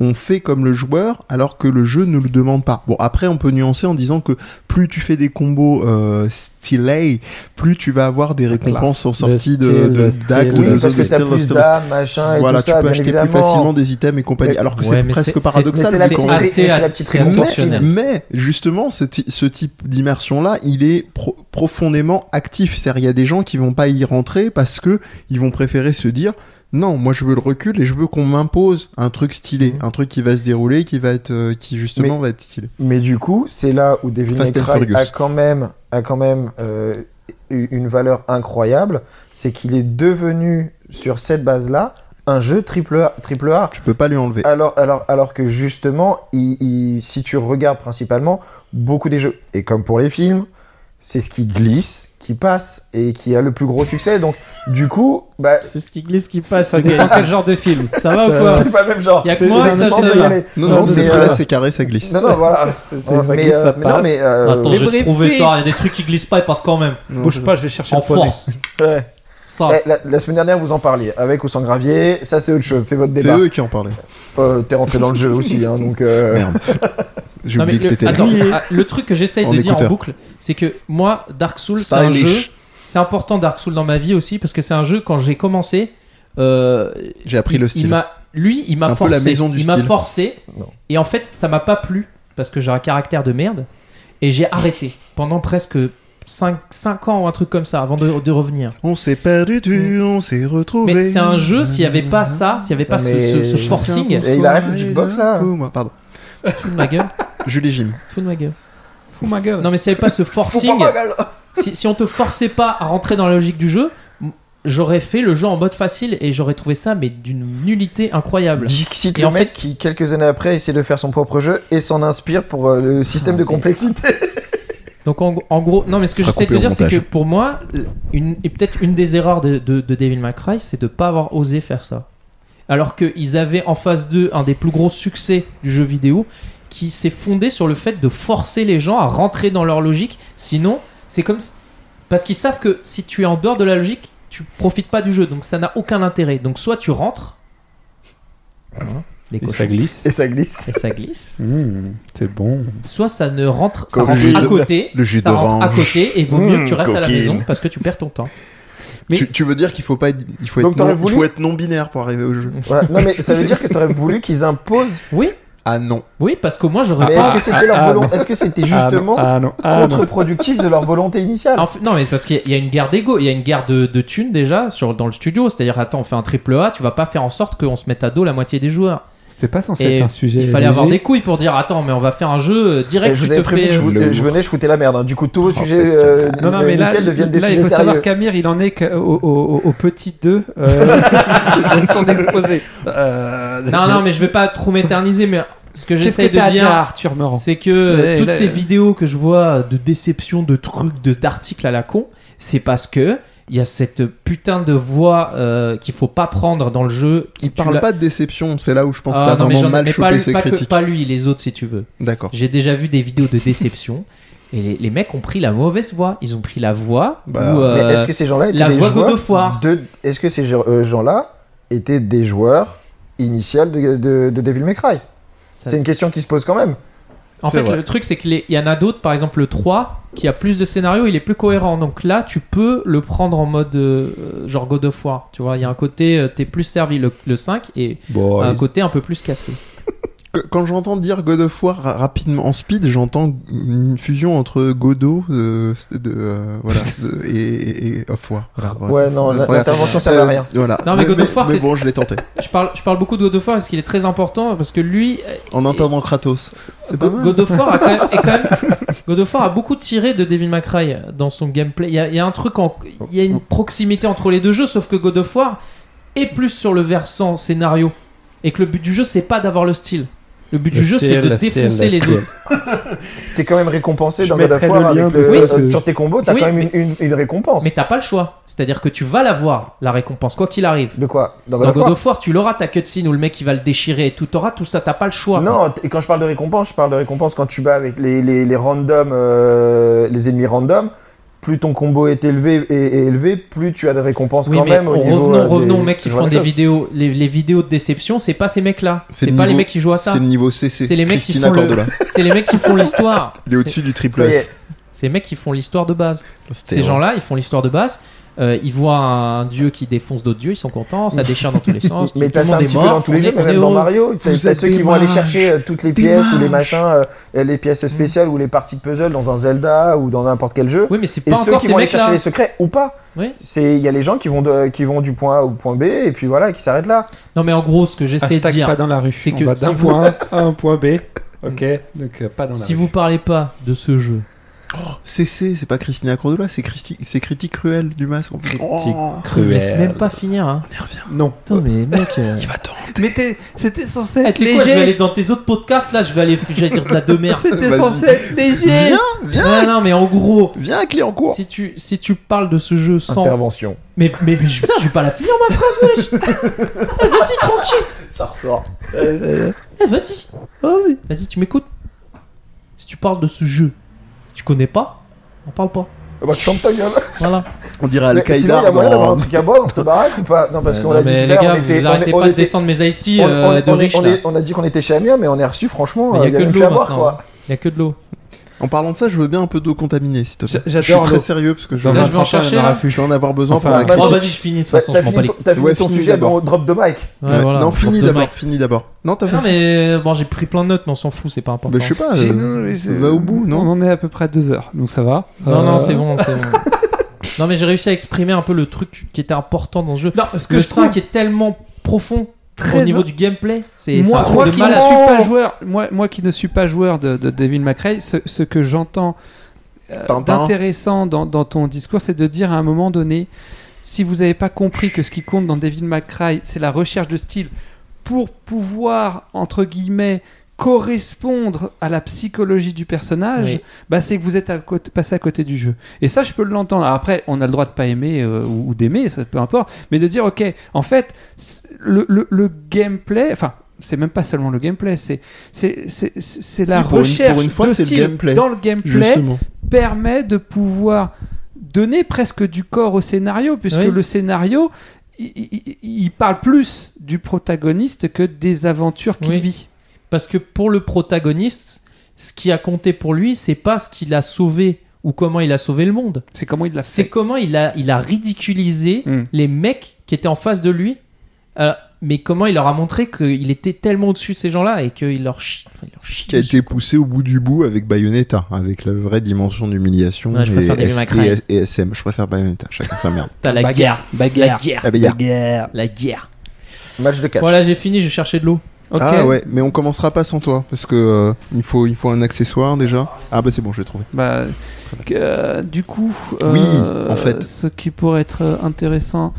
C: on fait comme le joueur alors que le jeu ne le demande pas. Bon, après, on peut nuancer en disant que plus tu fais des combos euh, stylés, plus tu vas avoir des récompenses en sortie de,
E: style,
C: de
E: le
C: DAC
E: style.
C: ou
D: Oui,
C: de
E: les
D: parce
C: zone
D: que
C: de
D: t'as
C: style,
D: plus
C: style.
D: d'âmes, machin,
C: Voilà,
D: et tout ça,
C: tu peux
D: bien
C: acheter plus
D: évidemment.
C: facilement des items et compagnie, alors que
E: Ouais,
C: c'est
E: mais
C: presque
E: c'est-
C: paradoxal.
D: Mais c'est la
C: quand-
D: petite-
E: assez,
D: c'est la
E: assez,
D: petite
E: c'est
D: raison.
E: ascensionnel.
C: mais justement, ce, ti- ce type d'immersion-là, il est pro- profondément actif. C'est-à-dire, il y a des gens qui vont pas y rentrer parce que ils vont préférer se dire non, moi je veux le recul et je veux qu'on m'impose un truc stylé,
E: Mhm.
C: un truc qui va se dérouler, qui va être, euh, qui justement va être stylé.
D: Mais du coup, c'est là où Devil May
C: Fast and
D: Cry
C: Furious.
D: a quand même, a quand même euh, une valeur incroyable, c'est qu'il est devenu sur cette base-là un jeu triple A. Triple a.
C: Tu peux pas lui enlever.
E: Ah,
D: Alors, alors, alors que justement, il- il- si tu regardes principalement beaucoup des jeux, et comme pour les films, c'est ce qui glisse, qui passe et qui a le plus gros succès. Donc, du coup, bah,
E: C'est ce qui glisse qui
B: Ça,
E: passe.
B: ça
E: ok.
B: dépend quel genre de film.
E: Ça va ou quoi
D: c'est pas le même genre.
E: Il y a que
D: C'est-
E: moi
D: c'est
E: que
D: un
E: ça
D: moment
E: se
D: de y
E: va.
D: aller.
C: non, non,
D: mais,
C: c'est
D: euh,
C: plat, c'est carré, ça glisse.
D: Non, non, voilà.
B: C'est- c'est- ça glisse,
D: euh,
B: ça
D: mais non,
B: passe.
D: mais, euh,
B: Attends,
H: Attends,
B: Les
H: je vais
B: briefings.
H: trouver, genre, il y a des trucs qui glissent pas et passent quand même.
C: Non,
B: Bouge
C: c'est-
B: pas, je vais chercher
H: En
B: le poney.
H: force.
D: ouais.
B: Ah.
H: Ça.
D: Eh, la, la semaine dernière, vous en parliez, avec ou sans gravier, ça c'est autre chose, c'est votre
C: C'est
D: débat.
C: eux qui en parlaient.
D: Euh, T'es rentré dans le jeu
C: <laughs>
D: aussi, hein, donc. euh,
C: Merde. J'ai
E: Non, mais
C: oublié que
E: le,
C: t'étais là.
E: attends, ah, le truc que j'essaye
C: En
E: de dire en
C: écouteur.
E: boucle, c'est que moi, Dark Souls, c'est un jeu.
C: Stylish.
E: C'est important Dark Souls dans ma vie aussi parce que c'est un jeu quand j'ai commencé. euh,
C: J'ai appris
E: il-
C: le
E: il
C: style.
E: m'a- lui, il
C: C'est
E: m'a
C: un peu
E: forcé.
C: la maison du
E: il m'a
C: style.
E: forcé.
D: Non.
E: Et en fait, ça m'a pas plu parce que j'ai un caractère de merde. Et j'ai arrêté <laughs> pendant presque 5, 5 ans ou un truc comme ça avant de, de revenir.
C: On s'est perdu, tu, on s'est retrouvé.
E: Mm. Mais c'est un jeu, s'il n'y avait pas ça, s'il n'y avait pas ce, ce-
D: Mais-
E: ce forcing.
D: Et il arrête le jukebox, là.
C: Pardon.
E: Fous de ma gueule,
C: Julie Jim.
E: fous de ma gueule.
B: Fous ma gueule.
E: Non, mais s'il n'y avait
C: <laughs>
E: pas ce
D: Faut
E: forcing.
D: pas mal.
E: si, si on te forçait pas à rentrer dans la logique du jeu, m- j'aurais fait le jeu en mode facile et j'aurais trouvé ça mais d'une nullité incroyable.
D: Dixit,
E: Et
D: le
E: en
D: mec qui, quelques années après, essaie de faire son propre jeu et s'en inspire pour euh, le système
B: Ah,
D: de complexité.
E: Donc en, en gros, non mais ce que
C: Sera
E: j'essaie de te
C: coupé au
E: dire c'est que
C: montage.
E: pour moi, une, et peut-être une des erreurs de, de, de Devil May Cry, c'est de pas avoir osé faire ça. Alors qu'ils avaient en face d'eux un des plus gros succès du jeu vidéo qui s'est fondé sur le fait de forcer les gens à rentrer dans leur logique. Sinon, c'est comme... si- Parce qu'ils savent que si tu es en dehors de la logique, tu profites pas du jeu, donc ça n'a aucun intérêt. Donc soit tu rentres... Hein, les
B: Et ça
E: cochons.
B: glisse.
D: Et ça glisse.
E: Et ça glisse.
B: Mmh, c'est bon.
E: Soit ça ne rentre, ça
C: Comme
E: rentre
C: le jus
E: à
C: de-
E: côté,
C: le jus
E: ça rentre à
C: d'orange.
E: côté, et vaut mieux que tu
D: Mmh,
E: restes à la
D: coquine.
E: maison parce que tu perds ton temps. Mais-
C: Tu, tu veux dire qu'il faut pas, être- il faut
D: Donc
C: être,
D: t'aurais
C: non, il
D: voulu-
C: faut être non binaire pour arriver au jeu.
E: Mm.
D: Ouais, non, mais ça veut dire que t'aurais voulu qu'ils imposent.
E: Oui,
C: Ah non.
E: oui, parce qu'au moins j'aurais
D: mais
E: pas.
D: est-ce que c'était leur
B: ah,
D: volonté Est-ce que c'était justement
B: Ah non, ah non, ah non.
D: contre-productif de leur volonté initiale
E: En fait- non, mais c'est parce qu'il y a- il y a une guerre d'ego, il y a une guerre de, de thunes déjà sur, dans le studio. C'est-à-dire, attends, on fait un triple A, tu vas pas faire en sorte qu'on se mette à dos la moitié des joueurs.
B: C'était pas censé
E: Et
B: être un sujet.
E: Il fallait avoir
B: léger.
E: des couilles pour dire, attends, mais on va faire un jeu euh,
D: Et
E: direct,
D: Eh,
E: tu
D: Je vous
E: te euh,
D: avais prévenu
E: fais.
D: que je, vous-
C: Le-
D: je venais, je foutais la merde. hein. Du coup, tous vos
C: Oh,
D: sujets
C: putain.
D: euh,
B: euh, Non, non, mais là,
D: lesquels deviennent des
B: là, il
D: sujets
B: faut savoir
D: sérieux.
B: qu'Amir, il en est qu'au au, au- au petit 2 <laughs> euh, dans son exposé. Euh,
E: Non, non, mais je vais pas trop m'éterniser, mais ce que
B: qu'est-ce que
E: j'essaye de
B: t'as à
E: dire,
B: Arthur Meurant
E: C'est que euh,
B: Ouais,
E: toutes
B: là,
E: ces
B: euh,
E: vidéos que je vois de déception, de trucs, de- d'articles à la con, c'est parce que il y a cette putain de voix euh, qu'il faut pas prendre dans le jeu. Qui
C: Il parle
E: la-
C: pas de déception, c'est là où je pense que
E: Ah,
C: t'as
E: non, mais
C: vraiment
E: j'en-
C: mal
E: mais pas,
C: chopé
E: lui-
C: ses
E: pas que-
C: critiques.
E: pas lui, les autres si tu veux.
C: D'accord.
E: J'ai déjà vu des vidéos de déception et les, les mecs ont pris la mauvaise voix. Ils ont pris la voix
C: Bah,
E: où, euh,
D: Mais est-ce que ces gens-là étaient
E: la
D: des
E: voix God
D: joueurs
E: of War.
D: de- Est-ce que ces gens- euh, gens-là étaient des joueurs initiales de, de, de Devil May Cry
E: Ça-
D: C'est une question qui se pose quand même.
E: En
C: C'est
E: fait,
C: vrai.
E: le truc, c'est qu'il y en a d'autres, par exemple le 3, qui a plus de scénario, il est plus cohérent. Donc là, tu peux le prendre en mode euh, genre God of War. Tu vois, il y a un côté, euh, t'es plus servi. Le, le 5 et
B: Bon,
E: un
B: il-
E: côté un peu plus cassé.
C: Que- Quand j'entends dire God of War ra- rapidement en speed, j'entends une fusion entre Godot euh, de, euh,
E: <laughs>
C: voilà, de- et, et Off War. Voilà, bref.
D: Ouais, non,
C: Euh,
D: la-
C: voilà.
D: l'intervention ça va à rien.
C: Euh, Voilà.
E: Non, mais God of War,
C: mais
E: c'est-
C: bon, je l'ai tenté.
E: Je parle, je parle beaucoup de God of War parce qu'il est très important. Parce que lui, euh,
C: En entendant Kratos. C'est pas mal.
E: Hmm. God of War a quand même, est quand même- God of War a beaucoup tiré de Devil May Cry dans son gameplay. Il y a, il y a un truc, en- il y a une proximité entre les deux jeux, sauf que God of War est plus sur le versant scénario et que le but du jeu c'est pas d'avoir le style. Le but du jeu, c'est de défoncer les autres.
D: T'es quand même récompensé
B: Je
D: dans God of
B: mettrai
D: War
B: le
D: avec
B: lien
D: le-
E: de-
D: euh,
B: Oui.
D: sur tes combos, t'as
E: Oui,
D: quand même une, une- une récompense.
E: Mais t'as pas le choix. C'est-à-dire que tu vas l'avoir, la récompense, quoi qu'il arrive.
D: De quoi Dans God
E: Dans
D: of
E: God
D: War
E: of War, tu l'auras ta cutscene où le mec il va le déchirer et tout. T'auras tout ça, t'as pas le choix.
D: Non, t- et quand je parle de récompense, je parle de récompense quand tu bats avec les, les, les randoms, euh, les ennemis random. Plus ton combo est élevé et et élevé, plus tu as de récompenses
E: Oui,
D: quand
E: mais
D: même. au
E: revenons,
D: niveau, euh, des-
E: revenons aux mecs qui
D: toujours
E: font
D: la
E: des
D: même chose.
E: vidéos. Les, les vidéos de déception, c'est pas ces mecs-là.
C: C'est
E: C'est
C: le
E: pas les
C: niveau-
E: mecs qui jouent à ça.
C: C'est le niveau CC.
E: C'est les mecs qui
C: Christina
E: font le-
C: Cordula.
E: C'est les mecs qui font l'histoire.
C: <laughs> Il
E: <laughs>
C: est
E: C'est-
C: au-dessus du triple
D: Ça y
C: S.
D: est,
E: C'est les mecs qui font l'histoire de base.
C: C'était-
E: Ces gens-là, ils font l'histoire de base. euh, ils voient un dieu qui défonce d'autres dieux, ils sont contents,
C: <laughs>
E: ça déchire dans tous les sens.
D: mais
E: tout le
D: t'as ça
E: monde
D: un
E: est
D: petit
E: mort,
D: peu dans tous les
E: on
D: jeux,
E: est-
D: mais
E: on
D: même
E: est
D: dans
E: heureux.
D: Mario, t'as
C: Vous
D: t'as
C: êtes
D: ceux
C: des
D: qui vont aller
C: mages.
D: chercher euh, toutes les
C: Des
D: pièces ou les
C: mages.
D: machins, euh, euh, les pièces spéciales ou les parties de puzzle dans un Zelda ou dans n'importe quel jeu.
E: Oui, mais c'est
D: Et
E: pas
D: ceux
E: encore
D: qui
E: ces
D: vont aller chercher
E: mecs-là.
D: les secrets ou pas.
E: Oui.
D: C'est il y a les gens qui vont de- qui vont du point A au point B et puis voilà qui s'arrêtent là.
E: Non, mais en gros, ce que j'essaie de
B: Hashtag
E: dire,
B: pas dans la rue.
E: c'est
B: On
E: que
B: va
E: si
B: d'un
E: vous- <laughs> Mm.
B: point A à un point B. Ok, donc euh, pas dans la
E: si
B: rue.
E: vous parlez pas de ce jeu,
C: CC, Oh, c'est pas Christina Cordula, c'est Christi... c'est Critique Cruel du masque. Oh,
E: je me laisse
B: euh,
E: même pas finir. Hein.
B: Non.
E: Putain, mais mec. <laughs> euh,
C: il va attendre.
B: Mais t'es- c'était censé
E: eh,
B: être
E: tu sais quoi, je vais aller
B: léger.
E: dans tes autres podcasts là, je vais aller je vais dire de la demeure.
B: C'était
C: Vas-y.
B: censé être léger.
C: Viens, viens,
E: Non, non, mais en gros,
C: viens, Cléancourt.
E: si tu, si tu parles de ce jeu sans.
D: Intervention.
E: Mais, mais, mais putain, je vais pas la finir ma phrase, wesh Eh, Vas-y, tranquille
D: Ça ressort.
E: Eh, Vas-y Vas-y Vas-y, tu m'écoutes Si tu parles de ce jeu, tu connais pas, on parle pas.
D: Bah tu chantes ta gueule.
E: Voilà.
C: On dirait
D: Mais Sinon, il y
C: Al-Qaïda
D: a moyen d'avoir un
C: dans...
D: truc à boire dans cette baraque ou pas Non, parce
E: Euh,
D: qu'on
E: non,
D: l'a dit
E: mais
D: tout
E: les
D: à l'heure,
E: gars,
D: on était-
E: vous
D: on
E: arrêtez
D: est-
E: pas
D: on
E: de
D: était-
E: descendre mes iced tea
D: on-
E: euh,
D: on est-
E: de
D: on est-
E: riche
D: on
E: là.
D: est- on a dit qu'on était chez Amir, mais on est reçu franchement.
E: Mais il y a
D: euh,
E: que
D: même
E: de
D: plus
E: l'eau
D: à boire,
E: maintenant.
D: quoi.
E: Il y a que de l'eau.
C: En parlant de ça, je veux bien un peu d'eau contaminée, s'il te plaît.
B: J'a-
C: Je suis
B: J'adore
C: très
B: l'eau.
C: sérieux parce que je,
B: Dans
E: Là,
B: un
E: je vais en
B: temps, il y en
E: chercher,
B: aura
E: là.
B: plus.
C: je vais en avoir besoin
B: Enfin,
C: pour la
B: bah,
E: Oh,
C: critique.
E: vas-y, je finis de toute
D: T'as
E: façon, je m'en
D: fini
E: bats les
D: ton- t'as fini
C: Ouais,
D: ton
C: finis
D: sujet
C: d'abord.
D: dans drop de mic.
E: Ouais,
C: Ouais,
E: voilà,
C: non,
E: on
C: finis
E: drop de
C: d'abord,
E: mic.
C: finis d'abord. Non, t'as
E: Mais
C: pas
E: Non, mais euh, bon, j'ai pris plein de notes, mais on s'en fout, c'est pas important.
C: Bah, je sais pas.
B: J'ai-
C: euh,
B: non, mais c'est-
C: va au bout, non
B: On en est à peu près à deux heures, donc ça va.
E: Non,
B: Euh,
E: non, c'est bon, c'est bon. non, mais j'ai réussi à exprimer un peu le truc qui était important dans ce jeu.
B: Non, parce que
E: le
B: je trouve
E: 5 est tellement profond
B: Très
E: au niveau
B: in-
E: du gameplay. C'est c'est un
B: moi,
E: truc
B: moi
E: de
B: qui ne
E: malade.
B: suis pas joueur, moi, moi qui ne suis pas joueur de, de Devil May Cry, ce, ce que j'entends euh,
C: Tintin.
B: d'intéressant dans, dans ton discours, c'est de dire à un moment donné, si vous n'avez pas compris que ce qui compte dans Devil May Cry, c'est la recherche de style pour pouvoir entre guillemets correspondre à la psychologie du personnage,
E: Oui.
B: bah c'est que vous êtes à côté- passé à côté du jeu. Et ça, je peux l'entendre. Alors Après, on a le droit de pas aimer euh, ou, ou d'aimer, ça peu importe, mais de dire ok, en fait, c'est- le, le- le gameplay, enfin, c'est même pas seulement le gameplay, c'est c'est c'est- c'est- c'est la
C: Si, pour une-
B: recherche
C: pour une fois,
B: de
C: c'est le
B: style
C: gameplay.
B: dans le gameplay
C: Justement.
B: permet de pouvoir donner presque du corps au scénario, puisque
E: Oui.
B: le scénario, il, il- il- il parle plus du protagoniste que des aventures qu'il
E: Oui.
B: vit.
E: Parce que pour le protagoniste, ce qui a compté pour lui, c'est pas ce qu'il a sauvé ou comment il a sauvé le monde.
B: C'est comment il l'a
E: C'est Mm.
B: fait.
E: comment il a, il a ridiculisé
B: Hmm.
E: les mecs qui étaient en face de lui. Euh, mais comment il leur a montré qu'il était tellement au-dessus de ces gens-là et qu'il leur chie. Enfin, il leur chie
C: Qui a
E: dessus.
C: été poussé au bout du bout avec Bayonetta, avec la vraie dimension d'humiliation
E: Ouais, je
C: et,
E: préfère Devil May Cry.
C: et- et SM. Je préfère Bayonetta, chacun
E: <laughs>
C: sa merde.
E: T'as la guerre.
B: Bagarre.
E: Bagarre. La guerre.
C: Ah, bah, y a-
E: La guerre.
D: Match de 4.
E: Voilà, j'ai fini, je cherchais de l'eau.
B: Ok.
C: Ah ouais, mais on commencera pas sans toi, parce que euh, il, faut, il faut un accessoire déjà. Ah bah c'est bon, je l'ai trouvé.
B: Bah, euh, du coup,
C: Oui,
B: euh,
C: en fait.
B: ce qui pourrait être euh, intéressant,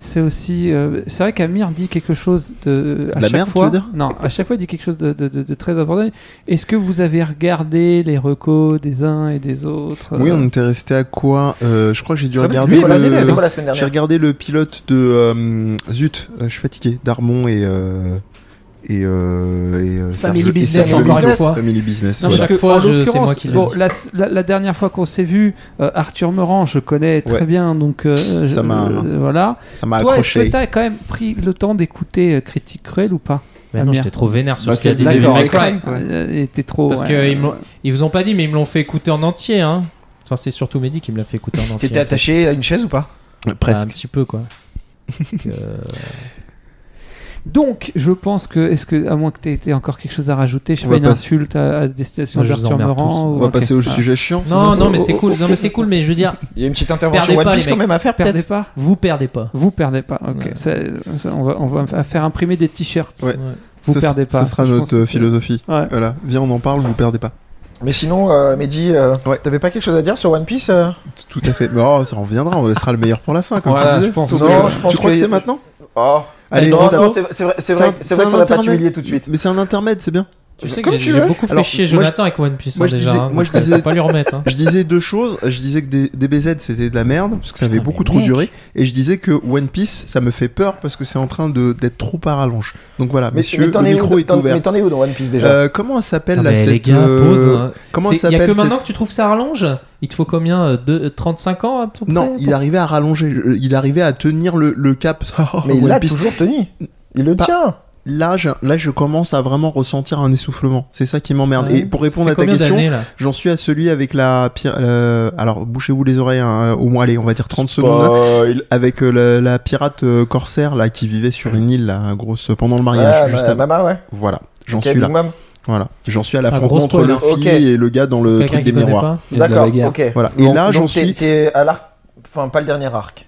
B: c'est aussi. euh, c'est vrai qu'Amir dit quelque chose de. À
C: La
B: chaque
C: merde, tu
B: fois,
C: veux dire
B: Non, à chaque fois, il dit quelque chose de, de- de- de très important. Est-ce que vous avez regardé les recos des uns et des autres
C: Oui, on était resté à quoi Euh, Je crois que j'ai dû
D: Ça va,
C: regarder
D: C'était quoi la semaine- c'était
C: le...
D: quoi la semaine
C: J'ai
D: dernière
C: regardé le pilote de euh, zut, euh, je suis fatigué. Darmon et euh, et euh, et euh,
E: Family
C: Sergio- et
E: Business,
C: Sergio
E: encore une
C: Business.
E: fois.
C: Family Business.
E: Non,
B: parce
C: voilà.
E: chaque
B: que,
E: fois,
B: en
E: je- c'est
B: l'occurrence,
E: moi qui le
B: bon,
E: dis.
B: la, la- la dernière fois qu'on s'est vu, euh, Arthur Meurant, je connais très
C: Ouais.
B: bien, donc euh,
C: Ça
B: je-
C: m'a-
B: euh, voilà.
C: Ça m'a
B: Toi, est-ce que
C: accroché.
B: t'as quand même pris le temps d'écouter euh, Critique Cruelle ou pas
E: Mais non,
B: Amir.
E: j'étais trop vénère sur
C: Bah,
E: ce qu'a
C: c'est
E: dit
C: David
E: David
C: May
E: May Cry.
C: Cry. Ouais.
B: Euh, il était trop.
E: Parce
B: ouais.
E: que ils me l'ont- ils vous ont pas dit, mais ils me l'ont fait écouter en entier. Hein. Enfin, c'est surtout Mehdi qui me l'a fait écouter
C: <laughs>
E: en entier.
D: T'étais attaché à une chaise ou pas
E: Enfin, un
C: Presque.
E: petit
C: <laughs>
E: peu, quoi. Donc, euh,
B: Donc, je pense que. Est-ce que, à moins que tu aies encore quelque chose à rajouter, je sais
C: On
B: pas,
C: va
B: une
C: pas-
B: insulte à, à destination
E: Moi, je vous
B: d'Arthur
E: emmerde
B: Meurant
E: tous.
B: ou-
C: On va
B: ok.
C: passer au
B: Ah.
C: sujet chiant. c'est
E: Non,
C: ça
E: non, mais c'est cool. Non, mais c'est cool. Mais je veux dire,
D: Il y a une petite intervention
E: Perdez
D: One
E: pas,
D: Piece
E: les
D: quand
E: mecs.
D: même à faire,
B: Ah, Perdez
D: peut-être
B: pas
E: vous perdez pas.
B: Vous perdez pas. Ok.
E: Ouais.
B: Ça- ça, on, va, on va faire imprimer des t-shirts.
C: Ouais.
B: Vous
C: Ça-
B: perdez pas.
C: Ça sera
B: Je pense
C: notre
B: que
C: euh,
B: c'est-
C: philosophie.
B: Ouais.
C: Voilà, viens, on en parle, vous perdez pas.
D: Mais sinon, euh, Mehdi, euh,
C: Ouais.
D: t'avais pas quelque chose à dire sur One Piece euh
C: Tout à fait. Mais oh, ça reviendra, on laissera le meilleur pour la fin, comme
B: Voilà,
C: tu disais.
B: je pense.
C: Donc,
D: Non, je pense
C: tu crois que
D: que-
C: c'est maintenant
D: Oh.
C: Allez,
D: non,
C: ça
D: non,
C: va.
D: c'est c'est vrai, c'est
C: C'est
D: vrai,
C: un-
D: c'est vrai
C: c'est
D: qu'on
C: un
D: n'a pas
C: intermède.
D: t'humilié tout de suite.
C: Mais c'est un intermède, c'est bien.
E: Tu sais que
C: Comme
E: j'ai
C: tu
E: j'ai
C: veux.
E: beaucoup fait
C: Alors,
E: chier
C: moi, je-
E: Jonathan avec One Piece
C: moi,
E: hein,
C: je
E: déjà.
C: disais-
E: hein,
C: moi, je
E: donc, euh,
C: disais-
E: faut pas lui remettre. hein.
C: Je disais deux choses. Je disais que des, DBZ c'était de la merde parce que ça
E: Putain,
C: avait
E: mais
C: beaucoup trop
E: mec.
C: duré, et je disais que One Piece ça me fait peur parce que c'est en train de d'être trop parallonge. Donc voilà,
D: Mais,
C: messieurs,
D: mais t'en
C: le
D: es,
C: micro
D: où,
C: est
D: t'en-
C: ouvert.
D: mais t'en es où dans One Piece déjà
C: Euh, comment s'appelle
E: Non,
C: la
E: Ah, mais
C: cette
E: les gars,
C: euh,
E: pause. hein.
C: Comment
E: C'est- Il y
C: s'appelle
E: a que
C: cette-
E: maintenant que tu trouves que ça rallonge Il te faut combien euh, deux- 35 ans à peu près
C: Non, il arrivait à rallonger, euh, il arrivait à tenir le, le cap. <laughs> Oh,
D: Mais il
C: One
D: l'a
C: Piece.
D: toujours tenu. Il le
C: Pas-
D: tient.
C: Là, je, là, je commence à vraiment ressentir un essoufflement. C'est ça qui m'emmerde.
E: Ouais.
C: Et pour
E: Ça
C: répondre
E: fait
C: à ta
E: combien
C: question,
E: d'années, là
C: j'en suis à celui avec la pyra- euh, alors, bouchez-vous les oreilles, hein, au moins, allez, on va dire 30 secondes. là. Avec euh, la, la pirate euh, corsaire, là, qui vivait sur une île, là, grosse, pendant le mariage,
D: Ouais,
C: juste
D: bah,
C: avant.
D: Mama, ouais.
C: Voilà. J'en
D: Ok,
C: suis là.
D: Big Mom.
C: Voilà. J'en suis à
E: gros
C: l'affrontement entre
E: spoiler.
C: le fille
D: Ok.
C: et le gars dans le
E: Quelqu'un
C: truc
E: qui
C: des
E: connaît
C: miroirs.
E: pas
B: Il y a de la
D: D'accord,
B: guerre.
D: ok.
C: Voilà. Et
D: Donc-
C: là,
D: donc
C: j'en
D: t'es-
C: suis-
D: T'es à l'arc. Enfin, pas le dernier arc.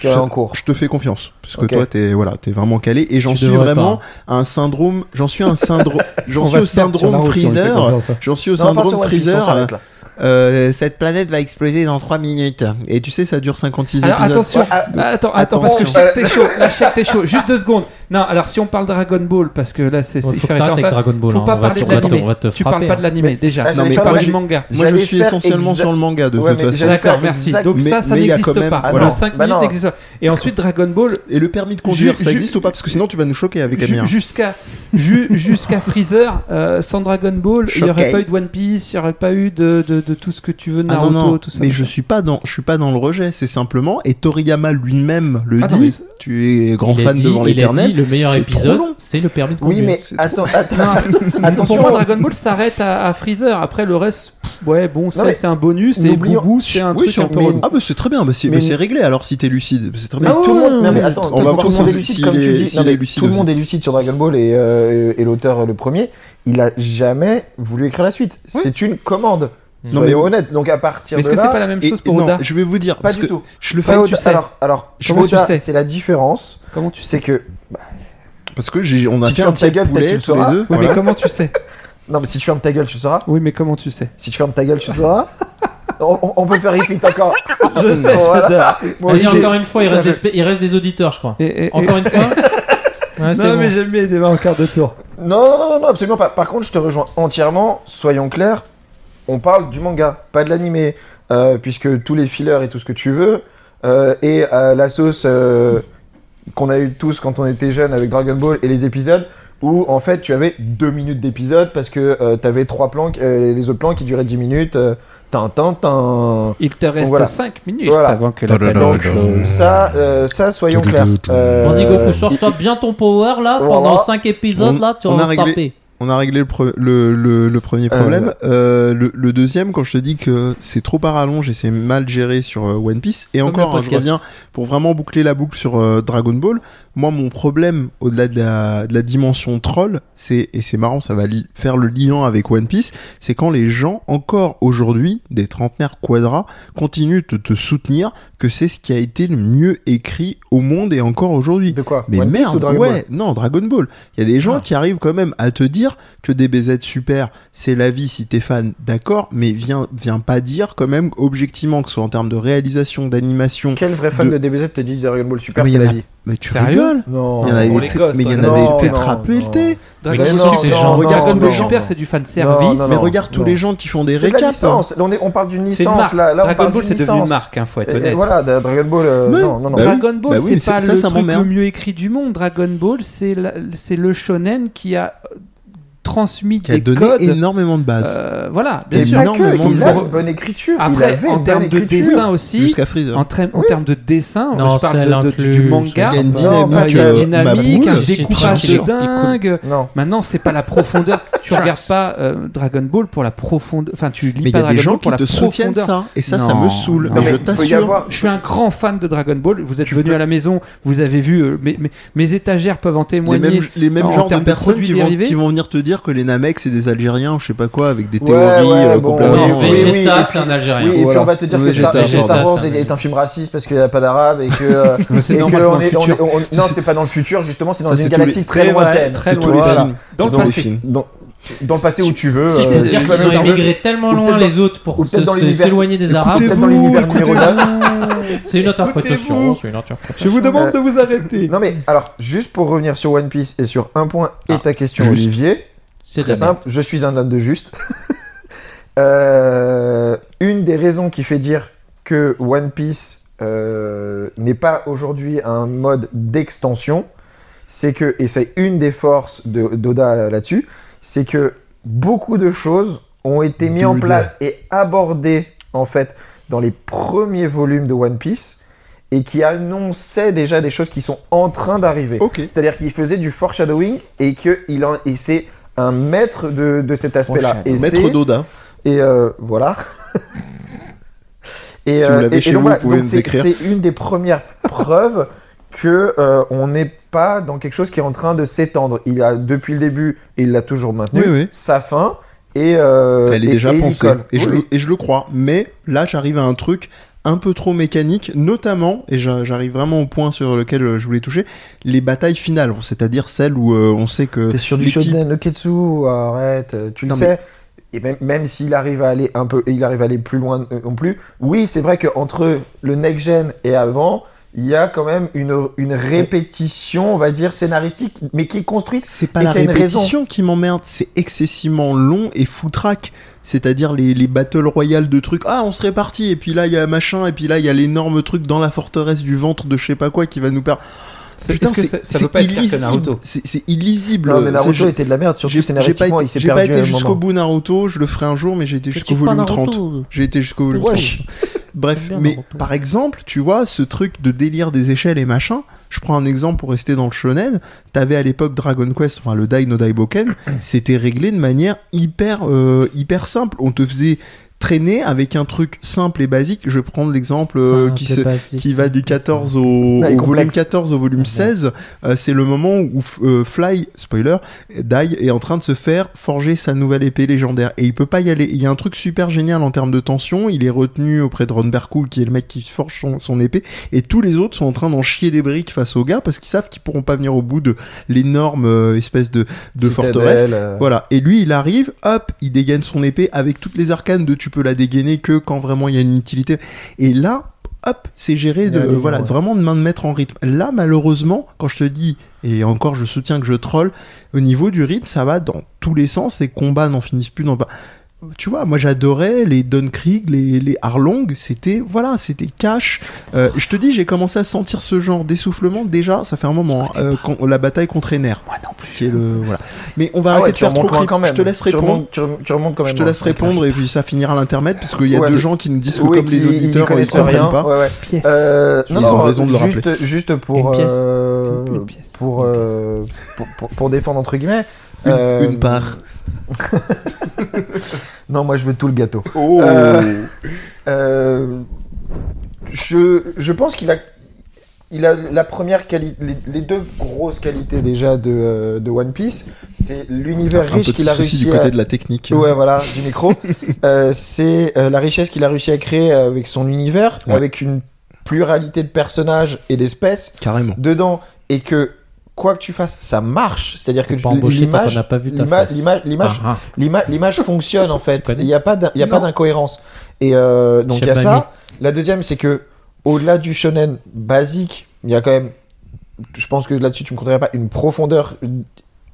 D: qui est
C: Ça-
D: en cours.
C: Je te fais confiance parce que
D: euh, Ok.
C: toi t'es voilà t'es vraiment calé et j'en
E: Tu
C: suis
E: devrais
C: vraiment à un syndrome j'en suis à
B: <laughs>
C: un syndrome j'en
B: On
C: suis
B: va
C: au
B: se perdre sur
C: syndrome
B: la route si on lui fait
C: freezer
B: confiance, hein.
C: j'en suis au
D: Non, on parle sur
C: syndrome
D: One Piece, on
C: freezer
D: s'arrête là.
C: euh, cette planète va exploser dans 3 minutes et tu sais ça dure 56
B: Alors
C: épisodes
B: attention,
D: Ouais, ah,
B: Ah, attends, attends, parce que je sais
D: attention.
B: que t'es
C: <laughs>
B: chaud, là je sais que t'es chaud, juste deux secondes. Non, alors si on parle Dragon Ball, parce que là c'est
E: Faut
B: c'est- il
E: que
B: fait
E: t'arrêtes
B: référence
E: avec
B: à-
E: Dragon hein. Ball.
B: Faut
E: hein,
B: pas
E: on va
B: parler
E: te- on
B: de
E: va te-
B: l'animé.
E: on va te
B: Tu
E: frapper,
B: parles pas de l'animé déjà,
D: Ah,
B: tu
C: non, mais
D: j'allais faire
C: moi,
B: parles
D: la-
B: du
C: j'ai-
B: manga.
C: moi je
D: j'allais
C: suis
D: faire
C: essentiellement
D: exact-
C: sur le manga de
D: Ouais,
C: toute
D: mais
C: façon
D: j'allais
B: D'accord,
D: faire
B: merci.
D: exact-
B: Donc
C: Mais-
B: ça, ça
C: mais il y a
B: n'existe
C: quand même-
B: pas.
D: Ah
B: Le
D: non,
B: 5
D: bah
B: minutes
D: non.
B: n'existe pas. Et ensuite Dragon Ball,
C: et le permis de conduire
B: Ju-
C: ça
B: ju-
C: existe ou pas parce que sinon tu vas nous choquer avec
B: ju-
C: Amir
B: jusqu'à ju- jusqu'à Freezer, euh, sans Dragon Ball, il n'y aurait
C: Choqué.
B: pas eu de One Piece, il n'y aurait pas eu de, de, de tout ce que tu veux,
C: Ah
B: Naruto,
C: non non
B: tout ça.
C: mais je suis pas dans je suis pas dans le rejet c'est simplement et Toriyama lui-même le
B: Ah non,
C: dit tu es grand
E: Il a
C: fan
E: dit-
C: devant
E: il a dit
C: l'éternel
E: le meilleur
C: c'est trop
E: épisode,
C: long.
E: c'est le permis de
D: Oui,
E: conduire.
D: mais
C: c'est
D: attends,
B: Non,
C: <laughs>
D: attends.
B: Pour
D: attention.
B: moi, Dragon Ball s'arrête à, à Freezer. Après, le reste, pff, ouais, bon, ça,
D: mais
B: c'est un bonus. Et
D: n'oublions-
B: Boubou, c'est un
C: oui,
B: truc
C: sur-
B: un peu
C: mais-
B: relou.
C: Ah bah c'est très bien, bah c'est
D: Mais-
C: bah c'est réglé alors si t'es lucide, c'est très
D: Mais
C: bien.
D: tout le monde, non, mais attends,
C: on
D: tout-
C: va voir
D: tout le
C: si-
D: monde est lucide,
C: s'il
D: comme tu
C: est-
D: dis.
C: s'il
D: Non,
C: est
D: mais
C: lucide
D: tout le
C: aussi.
D: monde est lucide sur Dragon Ball et, euh, et- et l'auteur le premier. Il a jamais voulu écrire la suite. C'est une commande.
C: Non,
D: Non,
C: mais-
D: mais honnête. Donc à partir
B: Mais est-ce
D: de
B: que c'est
D: là,
B: pas la même
C: Et-
B: chose pour
C: non,
B: Oda
C: je vais vous dire
D: pas
C: parce
D: du
C: que
D: tout.
C: je le fais
D: Pas
C: tu
D: Oda.
C: sais,
D: Alors, alors,
C: Je
B: le
D: Oda,
B: sais.
D: c'est la différence.
B: Comment <laughs> tu sais
D: C'est que
C: parce que j'ai on a
D: Si tu
C: fait un
D: fermes ta
C: petit
D: gueule, peut-être
C: poulet
D: tu le
C: tous les
D: sauras.
C: deux.
B: Oui,
C: voilà.
B: mais comment tu sais
D: non, mais si tu fermes ta gueule, tu le sauras.
B: Oui, mais comment tu sais
D: Si tu fermes ta gueule, tu
B: <laughs>
D: le sauras. on, on- on peut faire repeat encore.
B: Je sais,
D: Voilà.
B: j'adore.
D: Moi
E: Vas-y,
D: aussi.
E: encore une fois, il
D: ça
E: reste, des,
D: fait-
E: spé- il reste des auditeurs, je crois.
B: Et- et- et-
E: Encore une
C: <laughs>
E: fois Ouais, c'est
B: Non, mais
E: bon.
B: j'aime bien les débats en quart de tour.
D: Non, non, non, non, non, absolument pas. Par contre, je te rejoins entièrement. Soyons clairs, on parle du manga, pas de l'animé, euh, puisque tous les fillers et tout ce que tu veux, euh, et euh, la sauce euh, qu'on a eu tous quand on était jeune avec Dragon Ball et les épisodes, où en fait tu avais deux minutes d'épisode parce que euh, t'avais trois plans, euh, les autres plans qui duraient 10 minutes. euh, tin, tin, tin.
B: Il te reste
D: voilà.
B: 5 minutes
D: Voilà.
B: avant que la
D: Donc euh, ça, euh, ça, soyons clairs. Euh,
E: Vas-y, Goku, sors-toi bien ton power là.
D: Voilà.
E: Pendant 5 épisodes là, tu
C: On- on
E: vas
C: a
E: se
C: réglé.
E: taper.
C: On a réglé le, pre- le, le- le premier problème. Euh, le, le deuxième, quand je te dis que c'est trop par rallonge et c'est mal géré sur euh, One Piece, et encore,
E: le
C: hein, je
E: podcast.
C: reviens pour vraiment boucler la boucle sur euh, Dragon Ball. Moi, mon problème, au-delà de la, de la dimension troll, c'est et c'est marrant, ça va li- faire le lien avec One Piece, c'est quand les gens, encore aujourd'hui, des trentenaires quadra, continuent de te soutenir que c'est ce qui a été le mieux écrit au monde et encore aujourd'hui.
D: de quoi
C: Mais
D: One Piece ou
C: merde,
D: Dragon Ball Ah.
C: ouais, non, Dragon Ball. Il y a des gens qui arrivent quand même à te dire que des BZ super, c'est la vie si t'es fan, d'accord, mais viens, viens pas dire quand même objectivement que ce soit en termes de réalisation, d'animation.
D: Quel vrai fan
C: De-
D: de, DBZ te dit Dragon Ball Super,
C: Mais
D: c'est
C: y en
D: la
C: a-
D: vie
C: Mais tu
B: Sérieux
C: rigoles
D: Non.
C: Il y en a
B: pour
C: des-
B: les gosses,
C: mais il y en
B: Dragon
C: a
D: Ball.
C: des
D: Non,
C: tétrapultés.
B: Dragon Ball
D: Mais non,
B: Super-
D: non,
B: Dragon
D: non,
B: Ball
D: non.
B: Super, c'est du fanservice.
D: Non,
C: Mais
D: non,
C: regarde tous
D: non.
C: les gens qui font des
D: C'est de la
C: récaps. hein.
D: licence. On, est- on parle d'une
B: C'est une
D: licence.
B: marque.
D: Là, là, on
B: Dragon
D: parle
B: Ball,
D: d'une
B: c'est devenu une
D: licence.
B: marque, hein, faut être
D: Et- et
B: honnête.
D: voilà, da- Dragon Ball. euh,
C: Mais-
D: non, non, non.
C: bah oui.
B: Dragon Ball,
C: Bah oui, mais
B: c'est pas
C: c'est- ça,
B: le
C: ça
B: truc le
C: m'emmerde.
B: mieux écrit du monde. Dragon Ball, c'est la- c'est le shonen qui a euh, transmis
C: Qui a
B: des
C: donné
B: codes.
C: énormément de bases.
B: euh, voilà,
D: Et
B: bien sûr.
D: pas que,
C: énormément
D: il
C: de
D: a
B: gens.
D: une bonne écriture. il
B: Après,
D: avait
B: en
D: une
B: termes
D: bonne
B: de
D: écriture.
B: dessin aussi,
C: Jusqu'à Freezer.
B: en, traim- en termes de dessin,
E: Non,
B: je parle
E: celle
B: de- de- du,
E: incluse,
B: manga,
C: Il y a une
D: Non, pas
C: dynamique,
D: que-
C: euh,
B: une dynamique,
C: ma
B: un
C: bouse.
E: J'ai-
B: découpage
E: j'ai-
B: de dingue.
D: Non.
B: Maintenant, c'est pas la <laughs> profondeur. tu regardes pas euh, Dragon Ball pour la profondeur. Enfin, tu lis
C: Mais il y
B: pas
C: a des
B: Dragon
C: gens
B: Ball
C: qui
B: pour la
C: te soutiennent
B: profondeur.
C: ça, et ça, ça
B: Non,
C: me saoule.
B: non.
C: Mais
B: Non,
C: je
D: mais il peut y
C: t'assure,
D: avoir.
B: Je suis un grand fan de Dragon Ball. Vous êtes
D: Tu
B: venu
D: peux-
B: à la maison, vous avez vu euh, mes, mes- mes étagères peuvent en
C: les
B: témoigner.
C: mêmes, les mêmes
B: en
C: genres de
B: termes de
C: personnes
B: produits
C: qui, vont,
B: dérivés.
C: qui vont venir te dire que les Namek c'est des Algériens ou je sais pas quoi avec des
D: Ouais,
C: théories
D: ouais,
C: euh,
D: bon,
C: complètement.
E: Non,
D: oui, oui,
E: Vegeta,
D: oui,
E: c'est un
D: Oui,
E: Algérien.
D: et puis
C: Voilà.
D: on va te dire que
C: Vegeta,
D: Star,
E: Vegeta,
D: Star Wars
E: ça,
D: est,
E: mais-
D: est un film raciste parce qu'il n'y a pas d'arabe et que. euh,
B: c'est
D: et que
B: normal, c'est dans le
D: on est- on
B: futur.
D: est- on-
C: Ça,
D: Non,
C: c'est-
D: c'est pas dans le futur, justement, c'est dans
C: ça,
D: une
C: c'est tous
D: galaxie
C: les-
D: très
B: c'est vrai,
D: lointaine.
B: très
D: C'est
C: tous
D: tous
C: les
D: les
C: films.
B: Dans le
C: C'est dans les
B: passé.
C: films.
D: Dans dans le passé où tu veux.
B: Si, c'est
D: euh,
B: des-
D: dire que
E: Ils
D: la
E: ont
D: même chose-
E: émigré tellement
D: Ou
E: loin
D: peut-être dans-
E: les autres pour
D: ou peut-être
E: se-
D: dans
E: se-
D: l'univers-
E: s'éloigner des Arabes.
D: Peut-être dans l'univers numéro 9.
E: C'est une interprétation. c'est une interprétation.
B: Je vous demande de vous arrêter.
C: Euh,
D: Non mais alors, juste pour revenir sur One Piece et sur un point et ta question
C: juste.
D: Olivier,
E: C'est de
D: Très
E: la merde.
D: simple, je suis un homme de juste. <laughs> Euh, une des raisons qui fait dire que One Piece euh, n'est pas aujourd'hui un mode d'extension, c'est que, et c'est une des forces de- d'Oda là- là-dessus, c'est que beaucoup de choses ont été mises en
C: D'Oda.
D: place et abordées en fait dans les premiers volumes de One Piece et qui annonçaient déjà des choses qui sont en train d'arriver.
C: Ok.
D: C'est-à-dire qu'il faisait du foreshadowing et que il en, et c'est un maître de, de cet aspect-là. Et
C: Maître
D: c'est-
C: Doda.
D: Et euh,
C: <laughs>
D: voilà. et,
C: Si vous l'avez chez vous, vous pouvez
D: donc
C: nous
D: c'est-
C: écrire.
D: C'est une des premières <laughs> preuves que euh, on n'est pas dans quelque chose qui est en train de s'étendre. Il a depuis le début, et il l'a toujours maintenu.
C: Oui, oui.
D: Sa fin et euh,
C: Elle est
D: et-
C: déjà
D: et il y
C: pensée.
D: colle.
C: Et, je,
D: Oui.
C: le- et je le crois. Mais là, j'arrive à un truc un peu trop mécanique, notamment, et j'a- j'arrive vraiment au point sur lequel euh, je voulais toucher, les batailles finales, c'est-à-dire celles où euh, on sait que...
D: T'es sur du
C: l'équipe-
D: shonen, Oketsu, arrête, euh, tu le
C: Non,
D: sais. Et même, même s'il arrive à aller un peu, il arrive à aller plus loin euh, non plus. Oui, c'est vrai qu'entre le next gen et avant, il y a quand même une, une répétition, on va dire, scénaristique, mais qui est construite.
C: C'est pas
D: Et
C: la
D: qu'il y a une raison.
C: répétition qui m'emmerde, c'est excessivement long et foutraque. C'est-à-dire les, les battles royales de trucs. Ah, on se répartit, et puis là, il y a machin, et puis là, il y a l'énorme truc dans la forteresse du ventre de je sais pas quoi qui va nous perdre.
B: C'est-
C: Putain,
B: est-ce que
C: c'est
B: ça, ça
C: c'est
B: veut pas être pire que
C: illisible.
B: Naruto
C: C'est c'est illisible.
D: Non, mais Naruto
C: C'est- je-
D: était de la merde,
C: j'ai-
D: surtout
C: j'ai pas
D: scénaristiquement,
C: été,
D: il s'est
C: j'ai pas
D: perdu. à
C: été
D: un
C: jusqu'au
D: moment.
C: bout Naruto, je le ferai un jour, mais j'ai été jusqu'au
E: Critique pas
C: volume 30.
E: Naruto.
C: J'ai été jusqu'au volume
E: Ouais.
C: 30. Bref,
E: J'aime bien
C: mais
E: Naruto.
C: par exemple, tu vois, ce truc de délire des échelles et machin, je prends un exemple pour rester dans le shonen, t'avais à l'époque Dragon Quest, enfin le Dai no Daiboken, c'était réglé de manière hyper, euh, hyper simple. On te faisait traîner avec un truc simple et basique. Je vais prendre l'exemple euh,
E: C'est un
C: qui,
E: peu
C: se,
E: basique,
C: qui
E: ça.
C: va du 14 au,
D: Ah,
C: au
D: et
C: volume
D: complexe.
C: 14 au volume 16, euh, c'est le moment où euh, Fly, spoiler, Die est en train de se faire forger sa nouvelle épée légendaire. Et il peut pas y aller. Il y a un truc super génial en termes de tension, il est retenu auprès de Ron Bercoul, qui est le mec qui forge son, son épée, et tous les autres sont en train d'en chier des briques face aux gars, parce qu'ils savent qu'ils pourront pas venir au bout de l'énorme euh, espèce de, de
D: Citadel,
C: forteresse.
D: euh,
C: Voilà, et lui il arrive, hop, il dégaine son épée avec toutes les arcanes de tu peux la dégainer que quand vraiment il y a une utilité. Et là, hop, c'est géré de
D: Il y a un
C: voilà,
D: niveau, ouais.
C: vraiment de main de maître en rythme. Là malheureusement, quand je te dis et encore je soutiens que je troll, au niveau du rythme, ça va dans tous les sens, les combats n'en finissent plus dans pas tu vois, moi j'adorais les Dunkrieg, les, les Harlong, c'était, voilà, c'était cash. Euh, je te dis, j'ai commencé à sentir ce genre d'essoufflement déjà, ça fait un moment, hein, euh, quand- la bataille contre Ener. Moi non plus. Qui est le, voilà. Mais on va
D: ah ouais,
C: arrêter de
D: tu
C: faire trop
D: remontes loin
C: clip,
D: quand même.
C: je te laisse
D: Tu
C: répondre.
D: remontes- Tu rem- tu remontes quand même.
C: Je te laisse répondre et puis ça finira l'intermède parce qu'il y a
D: Ouais,
C: deux
D: mais-
C: gens qui nous disent que
D: Oui,
C: comme les auditeurs ils
D: connaissent
C: comprennent
D: rien.
C: pas.
D: Ouais, ouais.
E: Pièce.
D: Euh,
C: Ils
D: non,
C: ont
D: non,
C: raison de le
D: juste, juste pour,
E: Une pièce.
D: euh,
E: Une pièce.
D: pour,
E: Une
D: euh, pour, pour- pour défendre entre guillemets.
C: Une,
D: euh,
C: une part.
D: Non, moi je veux tout le gâteau.
C: Oh. <laughs>
D: Euh, Euh, je, je pense qu'il a, il a la première qualité, les, les deux grosses qualités déjà de, euh, de One Piece, c'est l'univers
C: un
D: riche
C: petit
D: qu'il a
C: souci
D: réussi
C: du
D: à-
C: côté de la technique.
D: Ouais, voilà,
C: <laughs>
D: du micro. Euh, c'est euh, la richesse qu'il a réussi à créer euh, avec son univers,
C: Ouais.
D: avec une pluralité de personnages et d'espèces
C: euh, Carrément.
D: dedans, et que quoi que tu fasses, ça marche. C'est-à-dire que
E: Faut
D: tu-
E: pas embaucher tant qu'on
D: l'image,
E: n'a pas vu ta
D: l'ima-
E: face.
D: l'image, l'image,
E: Ah, ah.
D: l'ima- l'image fonctionne en fait.
E: connais
D: Il n'y a pas, d'in- il y a pas
E: Non.
D: d'incohérence. Et euh, donc il y a
E: Chef Bani.
D: ça. La deuxième, c'est que au-delà du shonen basique, il y a quand même, je pense que là-dessus tu me contreras pas, une profondeur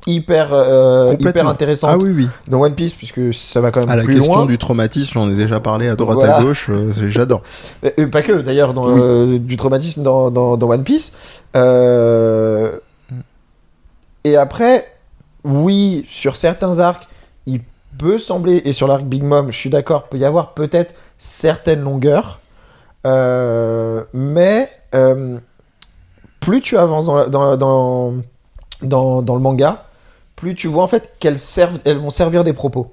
D: hyper, euh, hyper
C: Complètement.
D: intéressante
C: Ah oui, oui.
D: dans One Piece puisque ça va quand même
C: À la
D: plus
C: question
D: loin.
C: du traumatisme, j'en ai déjà parlé à droite à
D: Voilà.
C: gauche, euh, c'est- j'adore.
D: Euh, euh, pas que d'ailleurs dans,
C: Oui.
D: euh, du traumatisme dans, dans- dans One Piece. Euh, Et après, oui, sur certains arcs, il peut sembler et sur l'arc Big Mom, je suis d'accord, peut y avoir peut-être certaines longueurs, Euh, mais euh, plus tu avances dans, la- dans, dans, dans, dans le manga, plus tu vois en fait qu'elles servent, elles vont servir des propos.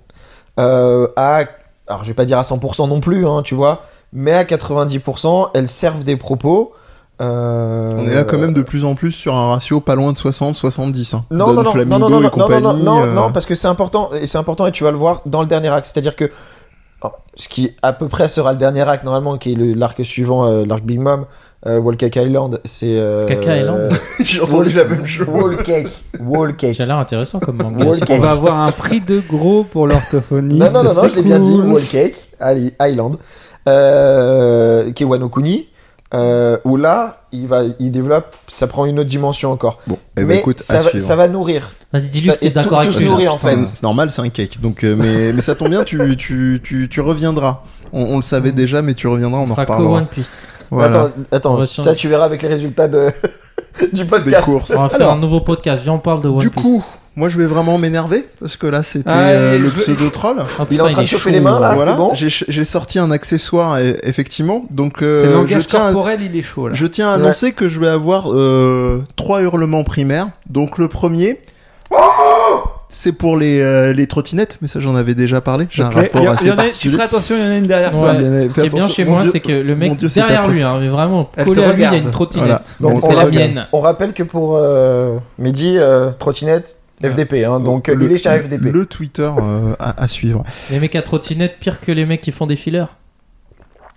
D: Euh, à, alors je vais pas dire à 100% non plus, hein, tu vois, mais à 90%, elles servent des propos. Euh,
C: On est là quand même de plus en plus sur un ratio pas loin de 60-70. Hein. Don
D: non, non, non, non,
C: Flamingo
D: non, non,
C: et
D: non, non,
C: compagnie.
D: non, non,
C: euh,
D: non,
C: <laughs>
D: parce que c'est important, et c'est important, et tu vas le voir dans le dernier acte. C'est-à-dire que oh, ce qui à peu près sera le dernier acte normalement, qui est le- l'arc suivant, euh, l'arc Big Mom, euh, Wall Cake Island, c'est euh,
E: Caca Island
C: <laughs> J'ai entendu la même chose.
D: Wall Cake, Wall Cake.
E: J'ai l'air intéressant comme manga.
D: Wall
B: on
D: Cake.
B: va avoir un prix de gros pour l'orthophoniste.
D: Non, non, non, non,
B: c'est
D: je l'ai bien dit,
B: cool.
D: Wall Cake, Ali- Island, euh, qui est Wano Kuni. euh, où là, il, va, il développe, ça prend une autre dimension encore.
C: Bon, eh ben,
D: mais
C: écoute, à
D: ça, va,
C: suivre.
D: ça va nourrir.
H: Vas-y, dis-lui
D: Ça-
H: que t'es
D: et tout-
H: d'accord avec
D: tout
C: Ouais,
D: se
H: nous.
D: nourrit,
C: c'est-
D: en
C: putain,
D: fait.
C: C'est normal, c'est un cake. Donc, euh, mais, mais ça tombe bien, tu, tu, tu, tu reviendras. On, on le savait déjà, mais tu reviendras, on en
E: Fraco
C: reparlera.
E: One Piece.
C: Voilà.
D: Mmh. Attends, attends,
E: On va
D: ça
E: changer.
D: tu verras avec les résultats de, <laughs> du
C: Des
D: podcast.
C: courses.
E: On va faire
C: Alors,
E: un nouveau podcast. Viens, on parle de One
C: du
E: Piece. Oh,
C: coup, moi je vais vraiment m'énerver parce que là c'était
B: Ah,
C: euh,
B: il-
C: le
B: je-
C: pseudo-troll.
E: Ah,
D: Il est
E: putain,
D: en train de
E: chaud,
D: chauffer les mains là,
E: ouais.
C: voilà,
D: c'est bon
C: j'ai- j'ai sorti un accessoire e- effectivement. Donc
B: C'est le
C: euh, je
B: langage
C: tiens à-
B: corporel, il est chaud là.
C: Je tiens à
D: Ouais.
C: annoncer que je vais avoir euh, trois hurlements primaires. Donc le premier, c'est pour les, euh, les trottinettes, mais ça j'en avais déjà parlé. J'ai
B: Ok.
C: un
B: Il y
C: rapport
B: a- il y
C: assez
B: en a- tu
C: particulier.
B: feras attention, il y en a une derrière toi.
E: Ouais.
C: Il y en a-
E: Ce qui est
C: Fais
E: bien
C: attention,
E: chez
C: mon
E: moi,
C: Dieu.
E: c'est que le
C: Mon
E: mec
C: Dieu, c'est
E: derrière
C: affreux.
E: lui, hein, mais vraiment
B: Elle te
E: collé à lui, il y a
B: regarde.
E: une trottinette.
C: Voilà.
E: Mais
C: Donc,
E: C'est
D: on
E: la
D: regarde.
E: mienne.
D: On rappelle que pour euh, Mehdi, euh, trottinette, FDP. Hein, donc euh,
C: le,
D: il est chez un FDP.
C: le Twitter euh, à, à suivre.
E: Les mecs à trottinette, pire que les mecs qui font des fileurs.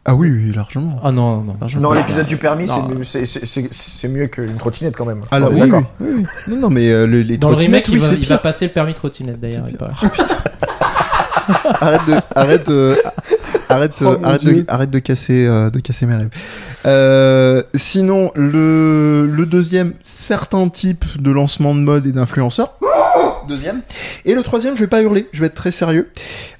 C: Ah oui, oui, largement.
E: Ah non, non, non.
C: Largement.
D: Non, l'épisode du permis, c'est
E: Non.
D: mieux- c'est- c'est- c'est c'est mieux qu'une trottinette quand même.
C: Ah là,
D: On est
C: oui,
D: d'accord.
C: oui, oui, oui. Non, non, mais euh, le- les
E: Dans le remake,
C: trottinettes, oui,
E: il, va,
C: c'est
E: il va
C: pire.
E: passer le permis trottinette d'ailleurs. il paraît.
C: Arrête de, arrête, euh, arrête, euh,
D: Oh, mon
C: arrête
D: Dieu.
C: de, arrête de casser, euh, de casser mes rêves. Euh, sinon, le, le deuxième, certains types de lancement de mode et d'influenceurs. Deuxième. Et le troisième, je vais pas hurler, je vais être très sérieux.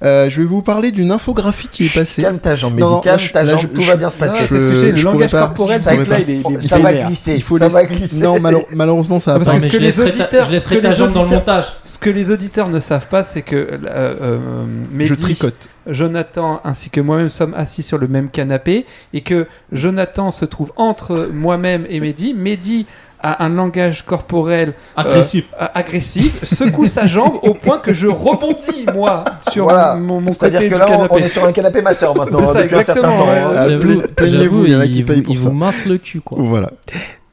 C: Euh, je vais vous parler d'une infographie qui est
D: Chut,
C: passée.
D: Calme ta jambe,
C: Non,
D: Mehdi,
C: non,
D: calme
C: là, je-
D: ta
C: là,
D: jambe,
C: je-
D: tout
C: je-
D: va bien se passer.
B: c'est ce que j'ai, le
C: je pourrais
B: langage
C: pas-
B: corporel,
C: je
D: Ça,
C: pourrais
D: là,
C: pas-
D: il est- il est-
B: Ça
D: ça va
B: vénère.
D: glisser,
C: Il faut
D: ça
C: laisser-
D: va glisser.
C: Non, malheure- malheureusement, ça va
B: Parce
C: pas.
E: Non,
B: que
E: mais
B: ce que
E: je
B: les
E: laisserai ta-
B: auditeurs-
E: je
B: ce que
E: laisserai ta
B: les
E: jambe dans le
B: auditeurs-
E: montage.
B: Ce que les auditeurs ne savent pas, c'est que euh, euh, Mehdi,
C: Je tricote.
B: Jonathan ainsi que moi-même sommes assis sur le même canapé et que Jonathan se trouve entre moi-même et Mehdi. Mehdi a un langage corporel
H: Agressif.
B: euh, agressif, secoue sa jambe au point que je rebondis moi sur
D: Voilà.
B: mon, mon côté
D: <laughs> C'est-à-dire que
B: du
D: là, on-
B: canapé.
D: on est sur un canapé ma soeur maintenant.
B: C'est ça,
D: depuis un certain
B: exactement,
D: temps,
B: ouais.
D: hein.
C: Ah,
E: J'avoue,
C: pla- plaignez-vous,
E: j'avoue,
C: il y en a
E: il
C: qui
E: vous-
C: payent pour
E: il
C: ça.
E: vous mince le cul, quoi.
C: Voilà.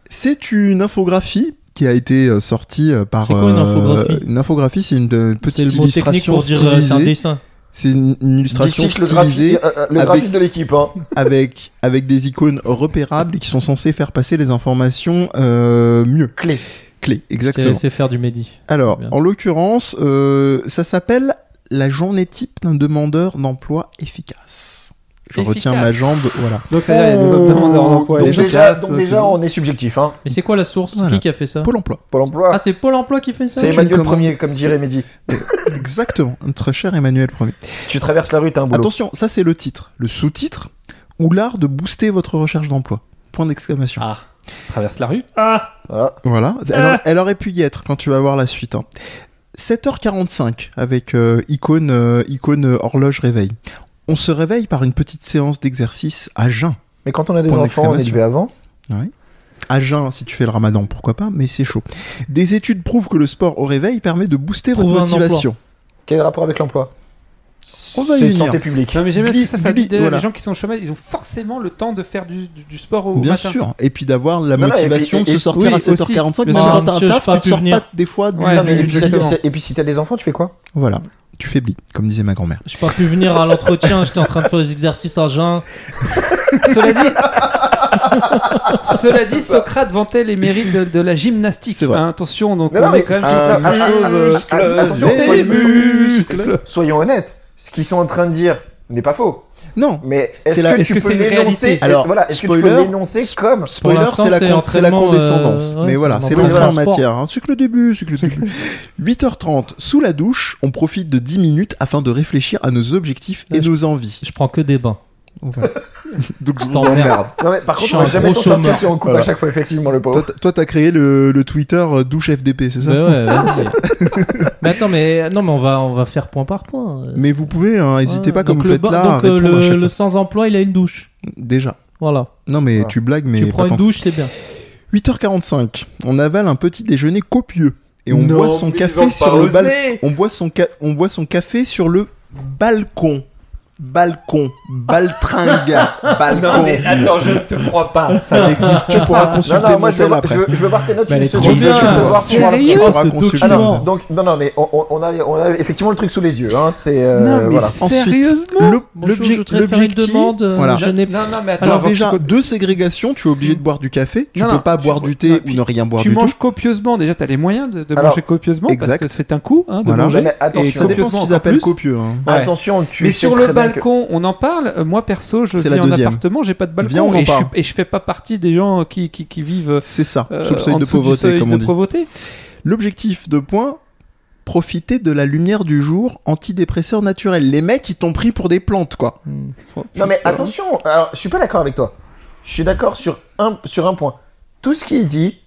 C: C'est une infographie qui a été euh, sortie euh, par.
E: C'est quoi une infographie
C: euh, Une infographie, c'est une euh,
E: C'est
C: petite
E: le mot technique
C: illustration
E: pour dire euh, c'est un
C: stylisée.
E: dessin.
C: C'est une, une illustration
D: Dixit, le graphique
C: stylisée
D: euh, euh, le
C: avec-
D: graphique de l'équipe. hein.
C: <laughs> avec, avec des icônes repérables et qui sont censées faire passer les informations euh, mieux.
D: Clé.
C: Clé,
E: Je t'ai
C: exactement.
E: laissé faire du Mehdi.
C: Alors,
E: Bien.
C: en l'occurrence, euh, ça s'appelle la journée type d'un demandeur d'emploi efficace. Je
B: Efficace.
C: retiens ma jambe, voilà.
B: Donc c'est-à-dire il y a des
D: Oh,
B: hommes demandeurs d'emploi.
D: donc
B: et des
D: déjà,
B: classes,
D: donc déjà,
B: tout.
D: on est subjectif. Hein.
E: Mais c'est quoi la source
C: Voilà.
E: Qui qui a fait ça
C: Pôle emploi.
D: Pôle emploi,
E: Ah, c'est Pôle emploi qui fait ça
D: c'est
C: tu
D: Emmanuel
C: me commandes-
D: Ier, comme dirait Mehdi.
C: Exactement, notre cher Emmanuel Premier.
D: Tu traverses la rue, t'as un boulot.
C: Attention, ça c'est le titre. Le sous-titre, ou l'art de booster votre recherche d'emploi. Point d'exclamation.
E: Ah,
B: traverse la rue.
D: Voilà.
C: Voilà. Elle, aurait- elle aurait pu y être quand tu vas voir la suite. hein. 7h45 avec euh, icône, euh, icône euh, horloge réveil. On se réveille par une petite séance d'exercice à jeun.
D: Mais quand on a des
C: Point
D: enfants, on est
C: d'exclamation.
D: élevé avant.
C: À jeun, si tu fais le ramadan, pourquoi pas, mais c'est chaud. Des études prouvent que le sport au réveil permet de booster
E: Trouver un
C: votre motivation.
D: Quel est le rapport avec l'emploi
C: On va y
D: C'est
C: venir.
D: santé publique.
B: Non mais j'aime bien
C: Gli-
B: parce que ça, ça
C: gli-
B: dit, déjà,
C: voilà.
B: les gens qui sont au chômage, ils ont forcément le temps de faire du, du- du sport au
C: Bien
B: matin.
C: sûr. Et puis d'avoir la
D: Non, non, et
C: motivation
D: puis-
C: de se
D: et-
C: sortir
B: oui,
C: à
B: aussi,
C: 7h45,
B: bien
C: même
B: sûr.
C: quand t'as un
E: Monsieur, je
C: taf,
E: peux
C: tu te
E: plus
C: sors
E: venir.
C: pas des fois du-
B: Ouais,
D: Non, mais-
B: mais
D: et puis ça-
B: exactement.
D: et puis si t'as des enfants, tu fais quoi
C: Voilà. Tu faiblis, comme disait ma grand-mère.
E: j'ai pas pu venir à l'entretien, j'étais en train de faire des exercices à jeun.
B: Cela dit, cela
C: <laughs>
B: dit, Socrate vantait les mérites de, de la gymnastique.
C: C'est vrai.
B: Hein, attention, donc
D: Non,
B: on
D: non,
B: est
D: mais
B: quand même
D: c'est-
B: sur
D: ah,
B: quelque
D: ah,
B: chose.
D: ah,
B: euh,
D: ah, attention,
C: des
D: soyons-
C: muscles.
D: Soyons honnêtes, ce qu'ils sont en train de dire n'est pas faux.
C: Non.
D: Mais
C: C'est
D: est-ce
C: la-
D: que
B: est-ce
D: tu
B: que
D: peux
B: c'est une
D: l'énoncer
B: réalité
C: Alors,
D: voilà, Est-ce que tu peux
C: spoiler,
D: l'énoncer comme
E: Pour
C: Spoiler,
E: l'instant,
C: c'est
E: c'est
C: la, con- c'est la
E: entraînement,
C: condescendance.
E: euh, ouais,
C: mais
E: c'est
C: voilà,
E: un
C: c'est
E: entraînement
C: l'entrée en
E: sport.
C: matière. hein. C'est que le début, c'est que
E: <laughs>
C: le début. 8h30, sous la douche, on profite de 10 minutes afin de réfléchir à nos objectifs et
E: Ouais, je-
C: nos envies.
E: Je prends que des bains.
C: Voilà. Donc je vous
E: T'emmerdes.
C: emmerde.
D: Non mais par
E: Je
D: contre,
E: suis
D: on
E: un
D: va jamais
E: gros
D: s'en sortir
E: chômeur.
D: si on coupe à
C: Voilà.
D: chaque fois effectivement le
C: Toi,
D: pauvre.
C: t- Toi, t'as créé le, le Twitter euh, douche FDP, c'est ça
E: Bah ouais, vas-y.
B: <laughs>
E: mais attends, mais non, mais on va, on va faire point par point. Euh,
C: Mais vous pouvez, hein, n'hésitez
E: ouais.
C: pas comme
E: Donc
C: vous
E: le
C: faites
E: ba-
C: là. à
E: Donc euh,
C: répondre à
E: le,
C: chaque
E: le
C: fois.
E: sans emploi, il a une douche.
C: Déjà.
E: Voilà.
C: Non mais
D: Voilà.
C: tu blagues, mais
E: tu prends
C: pas
E: une
C: tant que
E: douche, c'est bien.
C: ça. 8h45, on avale un petit déjeuner copieux et on
A: Non,
C: boit son
A: mais
C: café
A: ils ont
C: sur
A: pas
C: le
A: osé.
C: balcon. On boit son, ca- on boit son café sur le balcon. Balcon,
D: <laughs>
C: baltringa, balcon.
B: Non mais attends, je ne te crois pas, ça n'existe
C: Tu pourras consulter
D: Non, non,
C: mon
D: moi je veux,
C: tel
D: voir-
C: après.
D: je, veux, je veux voir tes notes
E: Mais elle
D: une
E: est trop
D: seconde,
E: bien,
D: juste pour
E: c'est
D: voir
B: sérieux,
D: pour voir-
C: Tu pourras
E: ce
C: consulter
E: document.
C: mon tel.
E: Alors,
D: Donc Ah non non mais on, on- on a on a effectivement le truc sous les yeux hein, c'est euh,
B: Non, mais
D: voilà.
C: Ensuite,
B: sérieusement
C: le-
E: Bonjour,
C: l'obje-
E: je voudrais faire une
C: l'objectif-
E: demande. euh,
C: voilà.
E: Je n'ai
B: Non, non, mais attends,
C: Alors,
B: avant que
C: déjà,
B: tu co-
C: deux ségrégations, tu es obligé de boire du café, tu
B: Non,
C: peux
B: non,
C: pas
B: tu
C: boire
B: bois-
C: du thé
B: non,
C: ou
B: puis
C: ne rien boire
B: tu
C: du tout.
B: manges copieusement, déjà t'as les moyens de, de
D: Alors,
B: manger copieusement parce
C: exact.
B: que c'est un coup hein, de
C: Voilà.
B: manger.
D: Mais attention,
B: et
C: Ça dépend
B: copieusement
C: ce qu'ils
B: encore
C: appellent
B: plus.
C: copieux. hein.
B: Ouais.
D: Attention tu
B: Mais
D: sais
B: sur
D: très
B: le
D: bien
B: balcon, on en parle. Euh, Moi perso, je
C: C'est
B: vis
C: la
B: en
C: deuxième.
B: appartement, j'ai pas de balcon
C: Viens, on en
B: et, je,
C: parle.
B: suis- et je fais pas partie des gens qui, qui, qui vivent
C: C'est ça,
B: euh,
C: sous le seuil
B: en
C: de
B: dessous du
C: pauvreté,
B: seuil
C: comme
B: de
C: on dit.
B: pauvreté.
C: L'objectif de point profiter de la lumière du jour, antidépresseur naturel. Les mecs, ils t'ont pris pour des plantes, quoi.
D: Non mais attention, alors je suis pas d'accord avec toi. Je suis d'accord sur un sur un point. Tout ce qu'il dit,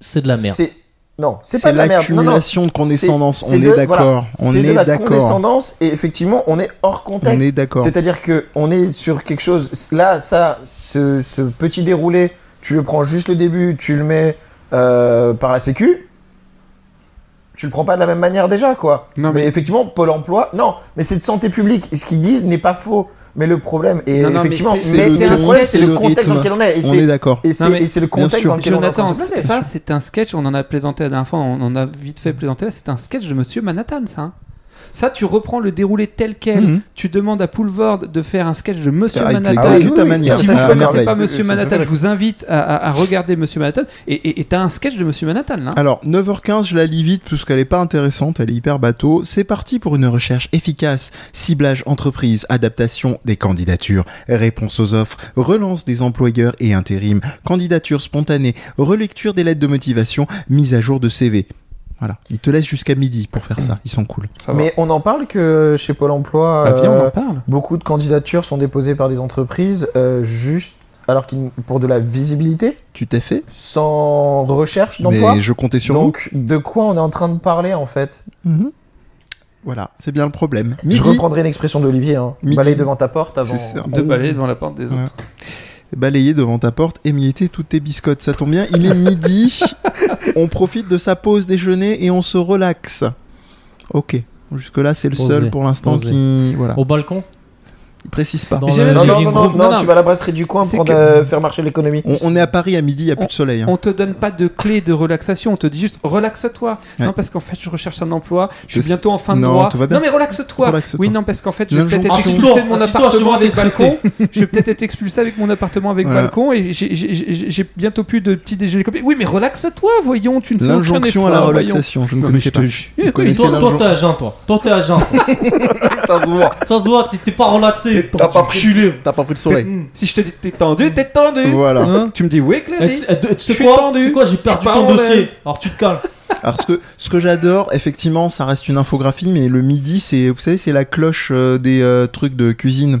H: C'est
E: Ah,
H: de la merde.
D: c'est non, c'est pas
C: C'est
D: de la merde. Non, non.
C: l'accumulation de condescendance.
D: C'est-
C: On
D: c'est
C: est
D: de- voilà.
C: d'accord. On
D: C'est de
C: est
D: la
C: d'accord.
D: condescendance et effectivement, on est hors
C: On
D: contexte.
C: est d'accord.
D: C'est-à-dire que on est sur quelque chose. Là, ça, ce, ce petit déroulé, tu le prends juste le début, tu le mets euh, par la Sécu. Tu le prends pas de la même manière déjà, quoi.
B: Non,
D: mais...
B: mais-
D: effectivement, Pôle Emploi, non. Mais c'est de santé publique. Ce qu'ils disent n'est pas faux. Mais le problème est
B: Non, non, mais
D: effectivement,
B: c'est-
D: mais
C: c'est le
D: c'est le
C: ton,
D: problème,
C: c'est
D: c'est le
C: le
D: contexte
C: rythme.
D: dans lequel on est. Et
C: On est
D: c'est-
C: d'accord.
D: et c'est
B: Non, mais-
D: et c'est le contexte
C: sûr.
D: dans lequel on est. en
B: Jonathan,
D: train de se placer.
B: ça c'est un sketch, on en a plaisanté la dernière fois, on en a vite fait plaisanter là, c'est un sketch de Monsieur Manhattan ça. hein. Ça, tu reprends le déroulé tel quel,
C: Mhm.
B: tu demandes à Poulvord de faire un sketch de Monsieur
C: Avec les
B: Manhattan.
D: Ah oui,
C: grilles de ta
D: oui,
C: manière.
D: oui,
B: Si
D: Ah,
B: vous
C: À
B: ne connaissez
C: merveille.
B: pas
D: Oui,
B: Monsieur
D: c'est
B: Manhattan,
D: vrai.
B: je vous invite à, à- à regarder Monsieur Manhattan. Et- Et et t'as un sketch de Monsieur Manhattan
D: Ah,
B: là.
C: Alors, 9h15, je la lis vite parce qu'elle est pas intéressante, elle est hyper bateau. C'est parti pour une recherche efficace. Ciblage entreprise, adaptation des candidatures, réponse aux offres, relance des employeurs et intérim, candidature spontanée, relecture des lettres de motivation, mise à jour de CV. Voilà, ils te laissent jusqu'à midi pour faire ça, ils sont cool.
D: Mais on en parle que chez Pôle Emploi.
B: Bah, viens,
D: euh,
B: on en parle.
D: Beaucoup de candidatures sont déposées par des entreprises euh, juste alors qu'ils pour de la visibilité,
C: Tu t'es fait
D: sans recherche d'emploi.
C: Mais je comptais sur
D: Donc de quoi on est en train de parler en fait
C: vous. Mhm. Voilà, c'est bien le problème.
D: Je
C: Midi,
D: reprendrai une expression d'Olivier, hein.
C: Midi.
D: balaye devant ta porte avant.
C: c'est ça.
B: Deux
C: Oh.
B: balais devant la porte des
C: Ouais.
B: autres.
C: balayer devant ta porte, émietter toutes tes biscottes. Ça tombe bien, il
B: <laughs>
C: est midi. on profite de sa pause déjeuner et on se relaxe. Ok. Jusque-là, c'est le
E: Posé.
C: seul pour l'instant
E: Posé.
C: qui. Voilà.
E: Au balcon
C: Il précise pas.
E: dans
B: J'ai
E: le-
B: même-
D: Non,
E: il y a
D: non,
E: une
D: non, non,
E: groupe- non,
D: non,
E: non.
D: tu vas à la brasserie du coin
B: C'est
D: pour
B: que-
D: euh, faire marcher l'économie.
C: On, on est à Paris à midi, il n'y a plus de soleil. hein.
B: On te donne pas de clé de relaxation, on te dit juste relaxe-toi.
C: Ouais.
B: Non, parce qu'en fait, je recherche un emploi, je suis
C: C'est-
B: bientôt en fin de
C: Non,
B: mois.
C: tout va bien.
B: Non, mais relaxe-toi.
C: Relaxe-toi. Ah,
B: oui, non, parce qu'en fait, je vais
E: Ah,
B: peut-être être
C: L'injonction.
B: expulsé de mon
H: Assis-toi, assis-toi,
B: appartement avec
H: t'es stressé.
B: balcon.
C: <laughs>
B: je vais peut-être être expulsé avec mon appartement avec
C: Ah, Voilà.
B: balcon et j'ai- j'ai- j'ai j'ai bientôt plus de petit déjeuner. comme- Oui, mais relaxe-toi, voyons, tu ne fais aucun
C: L'injonction à
B: effort,
C: la
B: voyons.
C: relaxation, je ne
B: Non, mais
C: connaissais
B: je te
C: pas.
B: jure.
C: Vous
B: Oui,
H: Oui,
C: connaissez
H: toi, toi,
C: l'injonction
H: t'es agent, toi. Toi, t'es agent.
C: <laughs> Ça se voit.
H: Ça se voit, t'es- t'es pas relaxé.
C: T'as pas pris, t'as pas pris le soleil.
B: Si je te dis que t'es tendu, t'es tendu.
C: Voilà.
H: Hein
B: Tu me dis oui,
H: Eh,
B: Claudie.
H: Tu
E: euh,
H: eh, tu
B: Je
H: sais
B: suis
H: quoi
B: tendu.
H: Tu sais quoi J'ai
B: Je
H: perdu
B: suis pas
H: ton
B: en
H: dossier.
B: l'aise.
H: Alors tu te calmes.
C: Alors, ce que, ce que j'adore, effectivement, ça reste une infographie, mais le midi, c'est, vous savez, c'est la cloche euh, des euh, trucs de cuisine.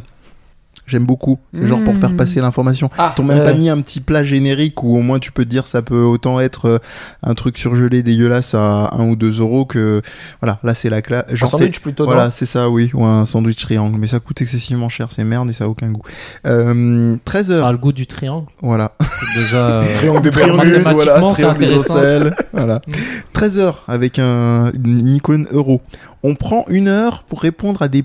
C: J'aime beaucoup. C'est genre pour faire passer l'information.
B: Ah.
C: T'ont même pas
D: Mm. Ouais.
C: mis un petit plat générique où au moins tu peux te dire ça peut autant être euh, un truc surgelé dégueulasse à 1 ou 2 euros que. Voilà, là c'est la classe.
D: Un sandwich plutôt non
C: Voilà, c'est ça, oui. Ou un sandwich triangle. Mais ça coûte excessivement cher, c'est merde et ça a aucun goût. Euh, 13h,
E: Ça a le goût du triangle.
C: voilà.
E: C'est Déjà. euh,
C: Triangle des
E: bermudes, voilà, mathématiquement, c'est triangle des intéressant.
C: voilà. 13 heures avec un, une icône euro. On prend une heure pour répondre à des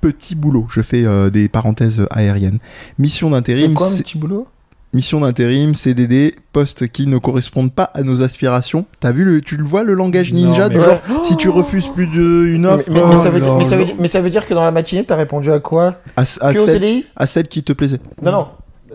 C: petits boulots. Je fais euh, des parenthèses aériennes. Mission
D: C'est
C: d'intérim,
D: quoi un
C: c'est-
D: petit boulot
C: mission d'intérim, CDD, postes qui ne correspondent pas à nos aspirations. T'as vu le, tu le vois le langage
E: Non,
C: ninja
E: mais-
C: de
D: Ouais.
C: genre si tu refuses plus d'une
D: Mais,
C: offre
D: mais- mais ça
C: euh,
D: veut dire, mais, ça veut
C: non,
D: dire, mais ça veut dire que dans la matinée, t'as répondu à quoi
C: à, à
D: Que au
C: celle,
D: CDI
C: à celle qui te plaisait.
D: Non, non.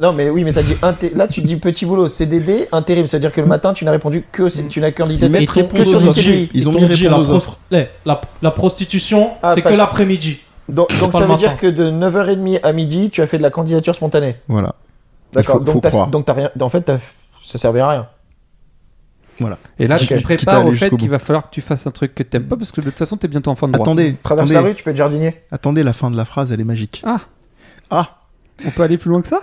D: Non, mais oui, mais t'as dit inté- là, tu dis petit boulot, CDD, intérim. C'est-à-dire que le matin, tu n'as répondu que au C- tu n'as candidaté
C: Ils mettent
D: que
C: réponse
D: sur
C: aux
D: le
C: offres.
D: CDI.
C: Ils ont
H: Ils
C: mis
H: t'ont dit, la,
C: répondre aux
H: prof-
C: offres.
H: eh, la, la prostitution,
D: Ah,
H: c'est que
D: parce-
H: l'après-midi.
D: Donc, donc
H: pas
D: ça
H: le
D: veut dire
H: matin.
D: que de 9h30 à midi, tu as fait de la candidature spontanée.
C: Voilà. Il
D: D'accord.
C: faut- faut
D: Donc, t'as-
C: croire.
D: donc t'as rien. En fait, t'as- ça servait à rien.
B: Et là,
C: Quitte
B: tu
C: à
B: te
C: aller
B: prépares au fait
C: jusqu'au bout.
B: qu'il va falloir que tu fasses un truc que t'aimes pas parce que de toute façon, t'es bientôt en fin de droit.
C: Attendez,
D: Traverse la
C: attendez,
D: rue, tu peux être jardinier.
C: attendez, la fin de la phrase, elle est magique.
B: Ah.
C: Ah
B: On peut aller plus loin que ça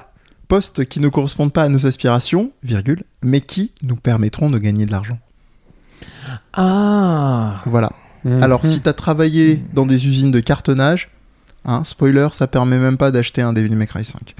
C: postes qui ne correspondent pas à nos aspirations, virgule, mais qui nous permettront de gagner de l'argent.
E: Ah
C: Voilà.
D: Mhm.
C: Alors, si t'as travaillé dans des usines de cartonnage, hein, spoiler, ça permet même pas d'acheter un Devil May Cry 5.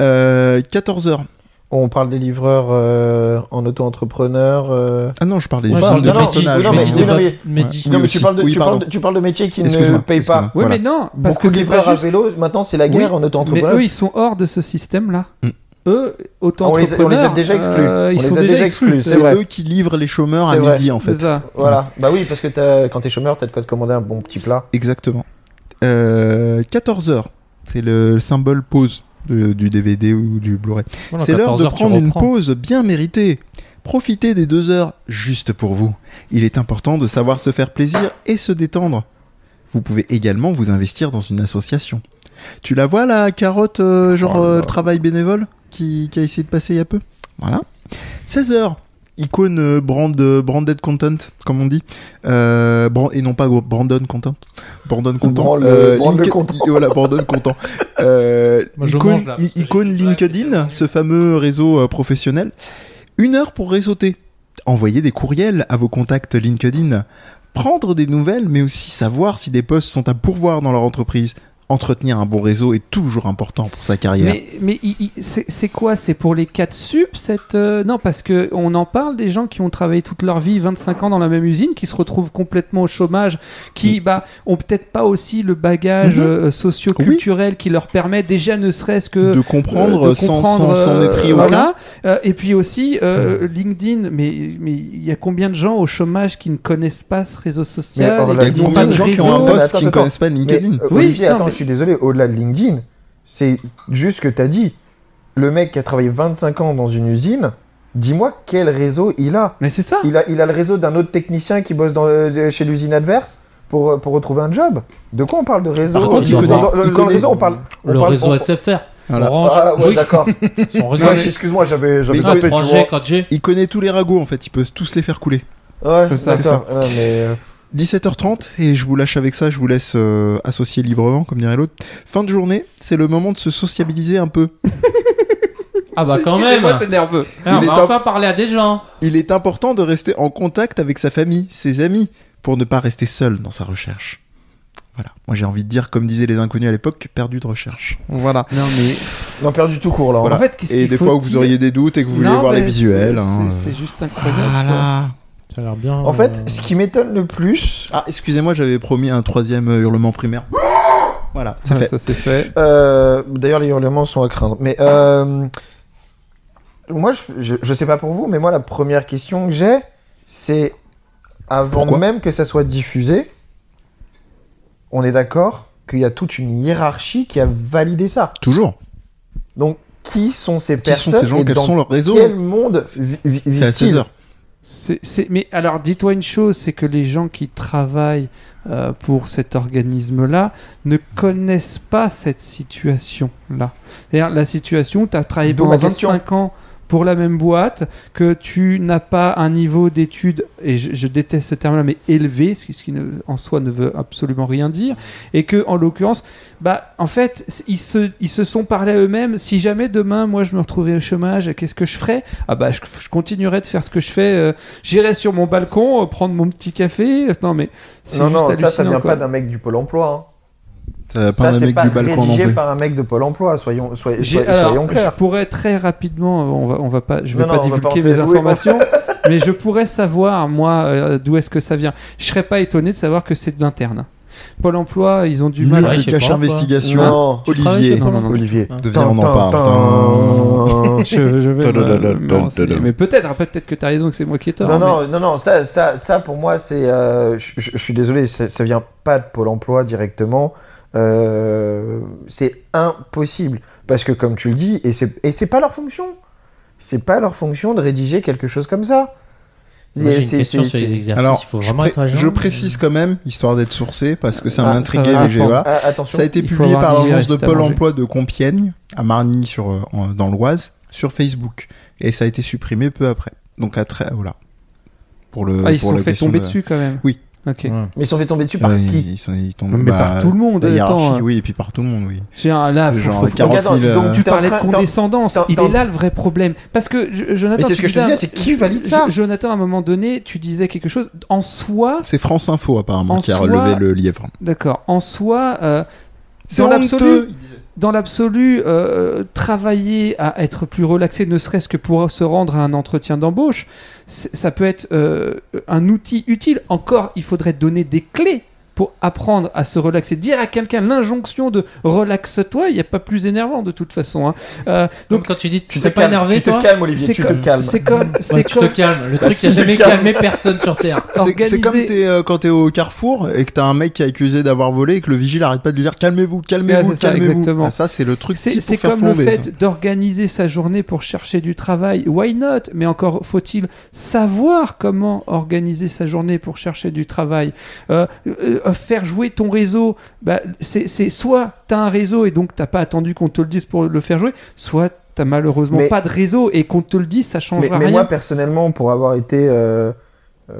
C: Euh, 14 heures.
D: On parle des livreurs euh, en auto-entrepreneur. euh.
C: Ah non, je parlais des
E: Moi,
D: je
C: usines de
D: parle- non, non,
C: cartonnage.
D: oui, non,
C: moi.
D: mais- oui, non, mais-
E: Mehdi.
C: Oui,
D: non, mais
C: aussi.
D: tu parles de,
C: Oui,
D: tu parles
C: pardon.
D: de- tu parles de métiers qui ne
C: Excuse-moi,
D: payent pas.
C: excuse-moi.
B: Oui,
C: Voilà.
B: mais non, parce
D: Parce Beaucoup
B: que
D: de
B: c'est
D: livreurs
B: pas
D: à
B: juste-
D: vélo, maintenant, c'est la
B: Oui,
D: guerre en
B: Mais
D: auto-entrepreneur.
B: eux, ils sont hors de ce système-là.
C: Mm.
B: Eux, autant
D: On les a- on les a déjà exclus.
B: ils
D: On les
B: sont
D: a déjà exclus, c'est
C: C'est
D: vrai.
C: eux qui livrent les chômeurs à
D: C'est vrai.
C: midi, en
B: C'est
C: fait.
B: ça.
D: Voilà. Bah oui, parce que t'as- quand t'es chômeur, t'as de quoi te commander un bon petit plat.
C: Exactement. Euh, 14 heures. C'est le symbole pause de- du DVD ou du Blu-ray.
E: Voilà,
C: C'est l'heure
E: 14
C: de
E: heures, tu
C: prendre une
E: reprends.
C: pause bien méritée. Profitez des deux heures juste pour vous. Il est important de savoir se faire plaisir et se détendre. vous pouvez également vous investir dans une association. Tu la vois la carotte, euh, genre
D: Oh là
C: euh,
D: là.
C: le travail bénévole qui, qui a essayé de passer il y a peu Voilà. 16h, icône euh, brand, euh, branded content, comme on dit. Euh, bran- et non pas Brandon content. Brandon content.
D: Branle-
C: euh,
D: branle
C: Link-
D: content.
C: Voilà, Brandon content. Euh,
E: Moi, je
C: icône,
E: mange, là, parce
C: i- icône LinkedIn, ce fameux réseau euh, professionnel. Une heure pour réseauter. Envoyer des courriels à vos contacts LinkedIn. Prendre des nouvelles, mais aussi savoir si des postes sont à pourvoir dans leur entreprise. Entretenir un bon réseau est toujours important pour sa carrière.
B: Mais, mais il- il- c'est c'est quoi C'est pour les 4 sup cette euh, Non, parce que on en parle des gens qui ont travaillé toute leur vie, 25 ans dans la même usine, qui se retrouvent complètement au chômage, qui
D: Hmm.
B: bah ont peut-être pas aussi le bagage
C: Mhm.
B: euh, socio-culturel qui leur permet déjà ne serait-ce que
C: de comprendre,
B: euh, de
C: sans, sans,
B: comprendre,
C: sans
B: euh,
C: mépris aucun.
B: voilà. Euh, et puis aussi euh, LinkedIn, mais mais il y a combien de gens au chômage qui ne connaissent pas ce réseau social
D: Mais, oh
B: et
D: là,
C: Il
B: qui
C: y a
B: n'ont
C: combien
B: pas
C: de
B: de
C: gens qui ont un
B: réseau
D: boss
C: poste
D: attends,
C: qui ne
D: attends.
C: connaissent pas
D: Mais,
C: LinkedIn
D: euh,
B: Oui,
D: Olivier,
B: non,
D: attends,
B: mais-
D: je suis désolé, au-delà de LinkedIn, c'est juste ce que t'as dit. Le mec qui a travaillé 25 ans dans une usine, dis-moi quel réseau il a.
B: Mais c'est ça.
D: Il a, il a le réseau d'un autre technicien qui bosse dans, euh, chez l'usine adverse pour, euh, pour retrouver un job. De quoi on parle de réseau
C: Par
E: contre, il
D: dans,
E: connaît-
D: dans-
C: il
D: dans
C: connaît-
D: le réseau, on parle. on
E: Le
D: parle-
E: réseau
D: on-
E: SFR,
C: Voilà.
E: Orange,
D: Ah ouais,
E: oui,
D: d'accord.
E: son réseau.
D: Ouais, Excuse-moi, j'avais j'avais
C: Mais
D: zappé, tu
E: 3G,
D: vois.
E: 4G.
C: Il connaît tous les ragots en fait, il peut tous les faire couler.
D: Ouais,
B: C'est ça,
D: d'accord.
C: c'est ça.
D: Ouais, mais, euh,
C: 17h30 et je vous lâche avec ça, je vous laisse euh, associer librement comme dirait l'autre. Fin de journée, c'est le moment de se sociabiliser un peu.
E: Ah bah quand même
B: Excusez-moi, c'est nerveux.
E: Ah, On
C: Il est
E: va
C: top.
E: enfin parler à des gens
C: Il est important de rester en contact avec sa famille, ses amis, pour ne pas rester seul dans sa recherche. Voilà, moi j'ai envie de dire comme disaient les inconnus à l'époque, perdu de recherche. Voilà.
B: Non mais
D: Non, perdu tout court là. hein.
C: Voilà.
B: en fait, qu'est-ce
C: Et
B: qu'il
C: des
B: faut
C: fois où vous
B: dire
C: auriez des doutes et que vous voulez
B: Non,
C: voir les
B: mais
C: visuels.
B: c'est-
C: hein.
B: C'est c'est juste incroyable. quoi.
C: Voilà.
E: Ça a l'air bien.
D: hein. En fait, ce qui m'étonne le plus,
C: Ah, excusez-moi, j'avais promis un troisième euh, hurlement primaire. Voilà, c'est
B: Ouais,
C: fait.
B: Ah, Ça c'est fait.
D: Euh, D'ailleurs, les hurlements sont à craindre. Mais euh, moi, je, je, je sais pas pour vous, mais moi, la première question que j'ai, c'est avant
C: Pourquoi
D: même que ça soit diffusé, on est d'accord qu'il y a toute une hiérarchie qui a validé ça.
C: Toujours.
D: Donc, qui sont ces
C: Qui sont
D: personnes
C: ces gens
D: et
C: Quels
D: dans
C: sont leurs réseaux
D: quel monde vi- vi-
C: C'est à
D: vivent-ils
C: 16h.
B: C'est- c'est- Mais alors, dis-toi une chose, c'est que les gens qui travaillent euh, pour cet organisme-là ne connaissent pas cette situation-là. C'est-à-dire la situation où tu as travaillé
D: D'où
B: pendant
D: ma question.
B: 25 ans pour la même boîte, que tu n'as pas un niveau d'études, et je, je déteste ce terme-là, mais élevé, ce qui, ce qui ne- en soi ne veut absolument rien dire, et que en l'occurrence, bah, en fait, c- ils se, ils se sont parlé à eux-mêmes, si jamais demain, moi, je me retrouvais au chômage, qu'est-ce que je ferais Ah bah, je, je continuerai de faire ce que je fais, euh, j'irai sur mon balcon, euh, prendre mon petit café, non mais, c'est
D: Non,
B: juste
D: non, ça, ça
B: hallucinant,
D: vient
B: quoi.
D: pas d'un mec du Pôle emploi. hein.
C: T'as pas
D: Ça,
C: un
D: c'est
C: mec
D: pas
C: du balcon non
D: rédigé
C: plus.
D: par un mec de Pôle emploi, soyons, soyons,
B: J'ai-
D: soyons,
B: alors,
D: soyons
B: je
D: claires.
B: pourrais très rapidement, euh, on va, on va pas, je vais
D: Non,
B: pas
D: non, on va pas
B: divulguer
D: en
B: mes
D: faire- oui,
B: informations, <laughs> mais je pourrais savoir moi euh, d'où est-ce que ça vient. Je serais pas étonné de savoir que c'est de l'interne. Pôle Emploi, ils ont du mal.
E: Ouais, je
C: Mur de
E: sais
C: cache
E: pas,
C: investigation.
D: Non,
E: Tu travailles
C: Olivier.
E: chez Pôle
B: Non, non, non.
D: Olivier.
C: Deviens, on en
E: <laughs>
C: parle.
D: Tintin.
B: Je,
C: <laughs>
B: je vais me-
C: Tadadada,
B: me renseigner.
C: tadadada.
B: mais peut-être, après peut-être que tu as raison que c'est moi qui ai tort. hein,
D: Non,
B: mais-
D: non, non, non, ça, ça, ça pour moi, c'est. euh, je, je- je suis désolé, ça, ça vient pas de Pôle emploi directement. Euh, c'est impossible. Parce que, comme tu le dis, et c'est et c'est pas leur fonction. C'est pas leur fonction de rédiger quelque chose comme ça.
E: Moi,
D: Et
E: j'ai une
D: c'est-
E: question
D: c'est-
E: sur les
D: c'est-
E: exercices.
C: Alors,
E: il faut
C: je,
E: vraiment
C: pré-
E: être agent.
C: je précise quand même, histoire d'être sourcé, parce que ça
B: Ah,
C: m'a
B: ça
C: intrigué.
B: va,
C: mais j'ai-
B: attends.
C: voilà.
D: Ah, attention.
C: Ça a été
B: Il faut
C: publié
B: avoir
C: par
B: digéré,
C: l'agence de
B: si t'as
C: Pôle
B: mangé.
C: emploi de Compiègne, à Marny, sur, euh, en- dans l'Oise, sur Facebook. Et ça a été supprimé peu après. Donc, à très. Voilà. Pour le,
B: Ah, ils se
C: pour
B: sont
C: la
B: fait
C: question
B: tomber
C: de-
B: dessus quand même.
C: Oui.
B: Ok.
E: Ouais.
D: Mais ils sont fait tomber dessus par
C: Ouais,
D: qui
C: ils sont- ils tombent-
B: Mais par
C: bah,
B: tout le monde.
C: La
B: attends,
C: hiérarchie,
B: euh,
C: oui, et puis par tout le monde, oui.
B: J'ai un là. faut-
C: Genre
B: faut-
C: 40 000,
D: Regarde,
C: euh,
D: donc
B: Tu
D: T'es en
B: parlais de
D: train- t'es en-
B: condescendance.
D: t'es en-
B: Il
D: t'es en-
B: est là le vrai problème. Parce que je- Jonathan,
D: Mais c'est
B: tu
D: ce que je te
B: disais-
D: disais, c'est qui valide ça
B: Jo- Jonathan, à un moment donné, tu disais quelque chose. En soi,
C: C'est France Info, apparemment,
B: En
C: qui a
B: soi-
C: relevé le lièvre.
B: d'accord. En soi, euh,
C: C'est
B: Dans
C: honteux
B: l'absolu, dans l'absolu, euh, travailler à être plus relaxé, ne serait-ce que pour se rendre à un entretien d'embauche, c'est- ça peut être euh, un outil utile. Encore, il faudrait donner des clés pour apprendre à se relaxer. Dire à quelqu'un l'injonction de relaxe-toi, il n'y a pas plus énervant de toute façon. hein. Euh,
E: Donc quand tu dis tu
D: Tu te
E: t'es pas
D: calmes,
E: énervé
D: tu te
E: toi
D: calmes, Olivier, tu te
B: comme-
D: calmes.
B: C'est comme, c'est
E: Ouais, tu te
B: comme-
E: calmes. Le truc qui a
D: si, tu
E: jamais
D: te calmes.
E: calmé personne sur Terre.
C: C'est- C'est comme
B: organiser-
C: t'es, euh, quand t'es au carrefour et que t'as un mec qui est accusé d'avoir volé et que le vigile arrête pas de lui dire calmez-vous, calmez-vous,
B: Ah, c'est ça,
C: calmez-vous.
B: exactement.
C: Ah, ça, c'est le truc
B: C'est
C: type
B: c'est
C: pour faire
B: comme le
C: flamber. ça.
B: fait d'organiser sa journée pour chercher du travail. Why not Mais encore faut-il savoir comment organiser sa journée pour chercher du travail. Euh, euh, euh, faire jouer ton réseau, bah, c'est c'est soit t'as un réseau et donc t'as pas attendu qu'on te le dise pour le faire jouer, soit t'as malheureusement
D: Mais-
B: pas de réseau et qu'on te le dise, ça change
D: mais, mais
B: rien.
D: moi personnellement pour avoir été euh, euh,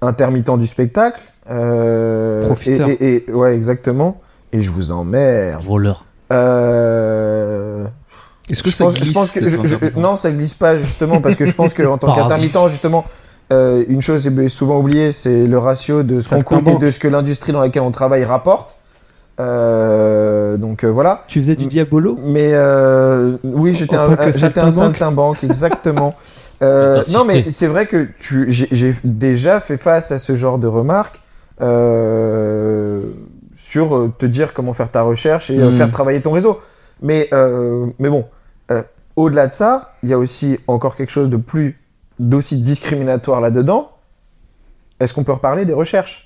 D: intermittent du spectacle euh,
B: Profiteur.
D: et, et- et- ouais exactement et je vous emmerde
E: Voleur.
D: euh,
C: Est-ce que
D: je
C: ça
D: pense, je
C: glisse
D: pense que
C: d'être
D: je- je-
C: intermittent
D: non ça glisse pas justement parce que je pense que
C: <laughs>
D: en tant
E: Parasite.
D: qu'intermittent justement euh, une chose est souvent oubliée c'est le ratio de ce
B: Ça
D: qu'on
B: te
D: coûte et
B: manque.
D: de ce que l'industrie dans laquelle on travaille rapporte Euh, donc euh, voilà
B: Tu faisais du
D: Mm.
B: diabolo
D: mais euh, oui, j'étais
B: En
D: un,
B: tant que
D: un- j'étais un
B: saltimbanque. <laughs>
D: saltimbanque, exactement. Euh,
E: Reste
D: non, mais
E: assisté.
D: c'est vrai que tu, j'ai, j'ai déjà fait face à ce genre de remarques euh, sur euh, te dire comment faire ta recherche et euh,
C: Mm.
B: Hmm.
D: faire travailler ton réseau. Mais, euh, mais bon, euh, au-delà de ça, il y a aussi encore quelque chose de plus d'aussi discriminatoire là-dedans. Est-ce qu'on peut reparler des recherches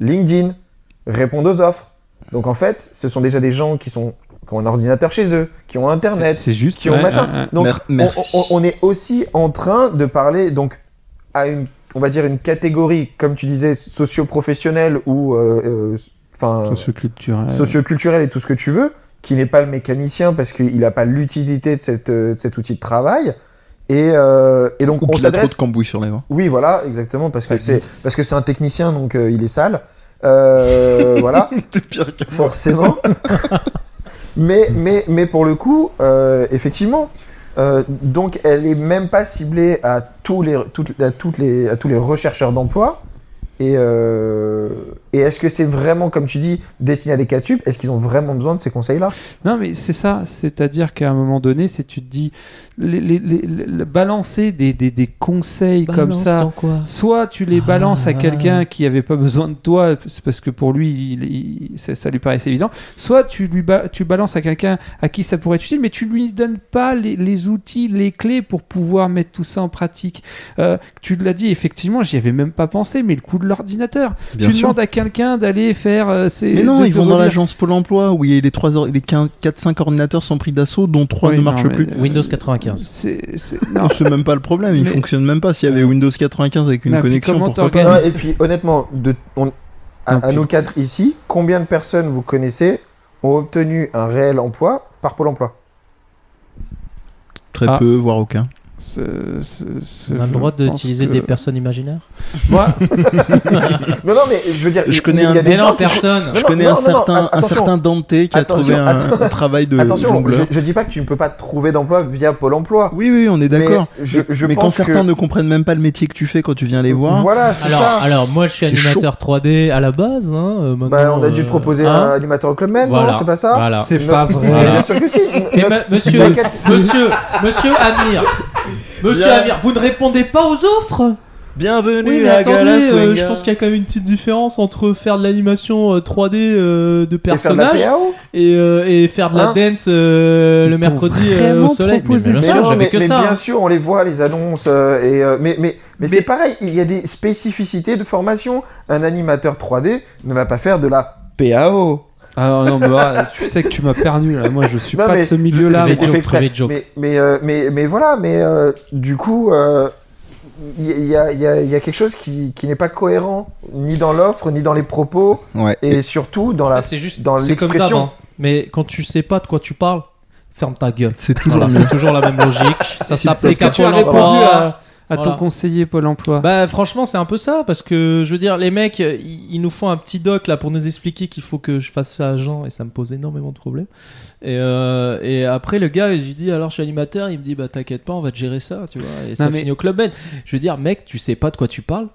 D: LinkedIn, répondre aux offres. Donc en fait, ce sont déjà des gens qui sont qui ont un ordinateur chez eux, qui ont internet,
B: C'est juste.
D: qui ont machin. Donc
C: Mer-
D: on-
C: merci.
D: on, on est aussi en train de parler donc à une on va dire une catégorie comme tu disais socio-professionnelle ou euh, euh, enfin
B: Socioculturel.
D: socioculturel et tout ce que tu veux, qui n'est pas le mécanicien parce qu'il n'a pas l'utilité de, cette, euh, de cet outil de travail. Et, euh, et donc
C: Ou
D: on
C: qu'il a trop
D: s'adresse.
C: de cambouis sur les
B: <laughs>
C: mains.
D: Oui, voilà, exactement, parce que
B: Ah,
D: c'est
B: yes.
D: parce que c'est un technicien, donc euh, il est sale. Euh, <laughs> voilà,
C: T'es pire qu'un- <laughs>
D: forcément. mais, mais, mais pour le coup, euh, effectivement. euh, donc elle est même pas ciblée à tous les toutes, à toutes les à tous les rechercheurs d'emploi. Et, euh, et est-ce que c'est vraiment, comme tu dis, destiné à des cas de sup Est-ce qu'ils ont vraiment besoin de ces conseils-là
B: Non, mais c'est ça. C'est-à-dire qu'à un moment donné, si tu te dis, les- les- les- les- balancer des, des, des conseils comme ça. Soit tu les balances
E: Ah.
B: à quelqu'un qui avait pas besoin de toi, c'est parce que pour lui, il- il- ça, ça lui paraissait évident. Soit tu, lui ba- tu balances à quelqu'un à qui ça pourrait être utile, mais tu lui donnes pas les, les outils, les clés pour pouvoir mettre tout ça en pratique. Euh, tu l'as dit, effectivement, j'y avais même pas pensé, mais le coup de l'ordinateur.
C: Bien
B: tu
C: sûr.
B: demandes à quelqu'un d'aller faire euh, ses.
C: Mais non,
B: de-
C: ils
B: de
C: vont dans
B: relire.
C: l'agence Pôle emploi où il y a les 3 or- les 4-5 ordinateurs sont pris d'assaut, dont 3
B: Oui,
C: ne
B: non,
C: marchent
B: mais,
C: plus.
B: euh,
E: Windows 95.
B: c'est- <laughs> c'est-
C: Non, c'est même pas le problème, ils
B: Mais-
C: fonctionnent même pas. S'il y avait Windows 95 avec une
B: Non, puis
C: connexion,
B: comment
C: pourquoi
B: t'organises
C: pas
D: Non,
B: Pianiste.
D: et puis honnêtement, de, on- à,
B: Non,
D: à
B: puis-
D: nous quatre ici, combien de personnes vous connaissez ont obtenu un réel emploi par Pôle emploi
C: Très
B: Ah.
C: peu, voire aucun.
B: c'est- c'est- c'est-
E: On a le
B: je
E: droit
B: pense
E: d'utiliser
B: que-
E: des personnes imaginaires
B: Moi,
D: Non, non, mais je veux dire,
C: Je
D: il-
C: connais
D: il y a
C: un-
D: des
E: Mais
D: gens
E: non,
D: qui-
E: personne
D: Non,
C: Je
D: non,
C: connais
D: non,
C: un,
D: non,
C: certain,
D: non,
C: un
D: attention.
C: certain Dante qui a trouvé
D: Attention,
C: un, un travail de
D: Attention, je,
C: jongleur.
D: je dis pas que tu ne peux pas trouver d'emploi via Pôle emploi.
C: Oui, oui, on est d'accord.
D: Mais je- je
C: mais quand
D: pense que-
C: certains ne comprennent même pas le métier que tu fais quand tu viens les voir,
D: Voilà, c'est
E: alors,
D: ça.
E: alors, moi je suis
C: C'est
E: animateur 3D à la base. Hein, euh, maintenant,
D: Bah, on a dû
E: euh,
D: te proposer
E: hein,
D: un animateur au Club Med, non,
E: voilà,
D: C'est pas ça
E: voilà.
B: c'est
D: Non.
B: pas vrai.
D: Mais
E: Voilà.
D: Bien sûr que si.
E: Et
D: Notre-
E: ma- monsieur,
D: la quête-
E: monsieur, monsieur Amir, monsieur Amir, vous ne répondez pas aux offres
C: bienvenue
E: Oui, mais
C: à
E: attendez,
C: Gala
E: euh,
C: Swinga.
E: je pense qu'il y a quand même une petite différence entre faire de l'animation euh, 3D euh, de
D: et faire de la
E: personnages
D: PAO.
E: et, euh, et faire de la
D: Hein
E: dance euh,
B: Ils
E: le
B: t'ont
E: mercredi euh,
B: vraiment
E: au soleil. Mais,
B: proposé
E: bien
B: ça
D: Mais
E: sûr,
D: non,
E: j'avais
D: mais,
E: que
D: mais
E: ça.
D: bien
E: hein.
D: sûr, on les voit, les annonces. euh, et, euh, mais mais, mais c'est pareil, il y a des spécificités de formation. Un animateur 3D ne va pas faire de la PAO.
B: <laughs> Ah non, non, mais voilà, tu sais que tu m'as perdu là. Moi, je suis
D: Non,
B: pas
D: mais
B: de ce milieu-là.
D: je-
E: C'est
D: j'ai
E: joke,
D: fait exprès.
E: trouvé de joke.
D: Mais, mais, euh, mais, mais voilà, mais euh, du coup, euh, il y, y a, il y a- il y a quelque chose qui, qui n'est pas cohérent, ni dans l'offre, ni dans les propos,
C: Ouais.
D: et surtout dans
E: Ah,
D: la.
E: C'est juste
D: dans
E: c'est comme d'hab,
D: l'expression.
E: hein. Mais quand tu sais pas de quoi tu parles, ferme ta gueule.
C: C'est toujours
E: Voilà,
C: mieux.
E: c'est toujours la même logique.
B: <laughs>
E: Ça
C: Si,
E: s'applique à
B: tu as
E: Pôle
B: répondu
E: emploi.
B: à, à ton
E: Voilà.
B: conseiller Pôle emploi.
E: Bah franchement c'est un peu ça parce que je veux dire les mecs euh, ils, ils nous font un petit doc là pour nous expliquer qu'il faut que je fasse ça à Jean et ça me pose énormément de problèmes et, euh, et après le gars il dit alors je suis animateur il me dit bah t'inquiète pas on va te gérer ça tu vois et ça
B: mais-
E: finit au club Med je veux dire mec tu sais pas de quoi tu parles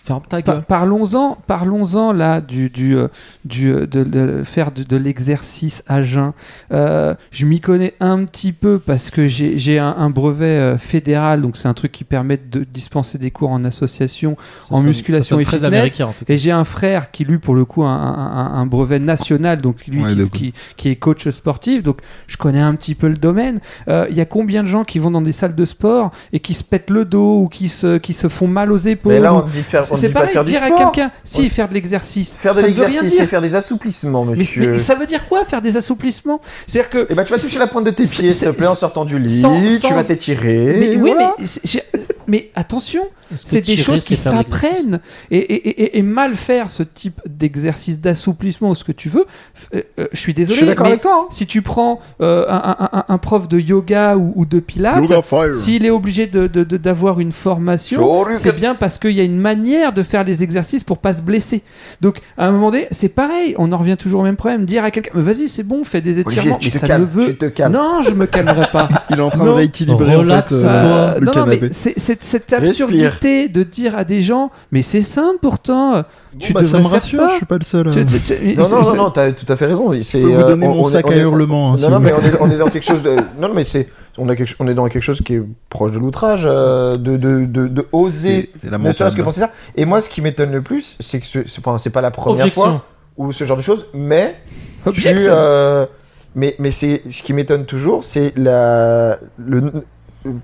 E: ferme ta
B: Pa-
E: gueule
B: parlons-en, parlons-en là du, du, euh, du euh, de, de faire de, de l'exercice à jeun. Euh, je m'y connais un petit peu parce que j'ai j'ai un, un brevet euh, fédéral, donc c'est un truc qui permet de dispenser des cours en association
E: Ça
B: En
E: sonne-
B: musculation
E: ça sonne
B: et
E: très
B: fitness,
E: américain en tout cas
B: Et j'ai un frère qui, lui, pour le coup, a un, un- un brevet national, donc lui,
C: Ouais,
B: qui-
C: d'accord.
B: qui, qui est coach sportif, donc je connais un petit peu le domaine. Euh, Il y a combien de gens qui vont dans des salles de sport et qui se pètent le dos ou qui se, qui se font mal aux épaules
D: Mais là,
B: ou-
D: on te dit de faire, on te
B: C'est
D: dit pas de
B: pareil,
D: faire du
B: dire à
D: sport.
B: quelqu'un, si, faire de l'exercice.
D: Faire de
B: ça ne veut rien
D: l'exercice, c'est
B: dire.
D: faire des assouplissements,
B: Mais,
D: monsieur.
B: mais ça veut dire quoi, faire des assouplissements C'est-à-dire que.
D: Et bah, tu vas toucher la pointe de tes
B: C'est-
D: pieds, s'il te
B: c'est-
D: plaît, en sortant du lit,
B: sans- sans-
D: tu vas t'étirer.
B: Mais, oui,
D: voilà.
B: mais c'est- j'ai- mais attention,
E: Est-ce que
B: c'est des
E: tirer,
B: choses qui
E: c'est faire de l'exercice
B: s'apprennent. Et, et- et- et- et mal faire ce type d'exercice d'assouplissement ou ce que tu veux, f- euh, euh, je suis
D: Je
B: désolé,
D: suis d'accord
B: mais
D: avec toi. hein.
B: si tu prends euh, un, un- un- un prof de yoga ou, ou de pilates,
C: Yoga fire.
B: s'il est obligé d'avoir de, d'avoir une formation, c'est bien parce qu'il y a une manière de faire les exercices pour pas se blesser. Donc à un moment donné, c'est pareil, on en revient toujours au même problème. Dire à quelqu'un, vas-y, c'est bon, fais des
D: Olivier,
B: étirements,
D: tu
B: mais
D: te
B: ça
D: calmes,
B: ne veut.
D: tu te calmes.
B: Non, je me calmerai pas.
C: Il est en train
B: Non.
C: de rééquilibrer en fait, euh,
E: Relaxe-toi.
B: Euh,
C: le
B: non, non,
C: canapé.
B: mais c'est- c'est- cette
D: Respire.
B: absurdité de dire à des gens, mais c'est simple pourtant. euh,
C: Bon,
B: tu
C: bah, ça
B: devrais faire
C: me rassure,
B: ça.
C: je suis pas le seul.
B: tu-
C: euh.
B: tu- tu-
D: Non,
B: c'est-
D: non,
B: c'est-
D: non, non, t'as tout à fait raison. C'est,
C: Je peux vous
D: euh,
C: donner
D: on-
C: mon
D: on est-
C: sac
D: on
C: à
D: est-
C: hurlement. hein, si
D: Non, non,
C: vous
D: mais
C: voulez.
D: on est, on est dans quelque chose de. Non, non, mais c'est. On, a quelque- on est dans quelque chose qui est proche de l'outrage, euh, de, de, de, de oser.
C: C'est- c'est
D: Ne serait-ce que
C: lamentable.
D: penser ça. Et moi, ce qui m'étonne le plus, c'est que ce, c'est- enfin, c'est pas la première
E: Objection.
D: fois ou ce genre de choses, mais tu,
B: Objection.
D: euh, mais mais c'est ce qui m'étonne toujours, c'est la le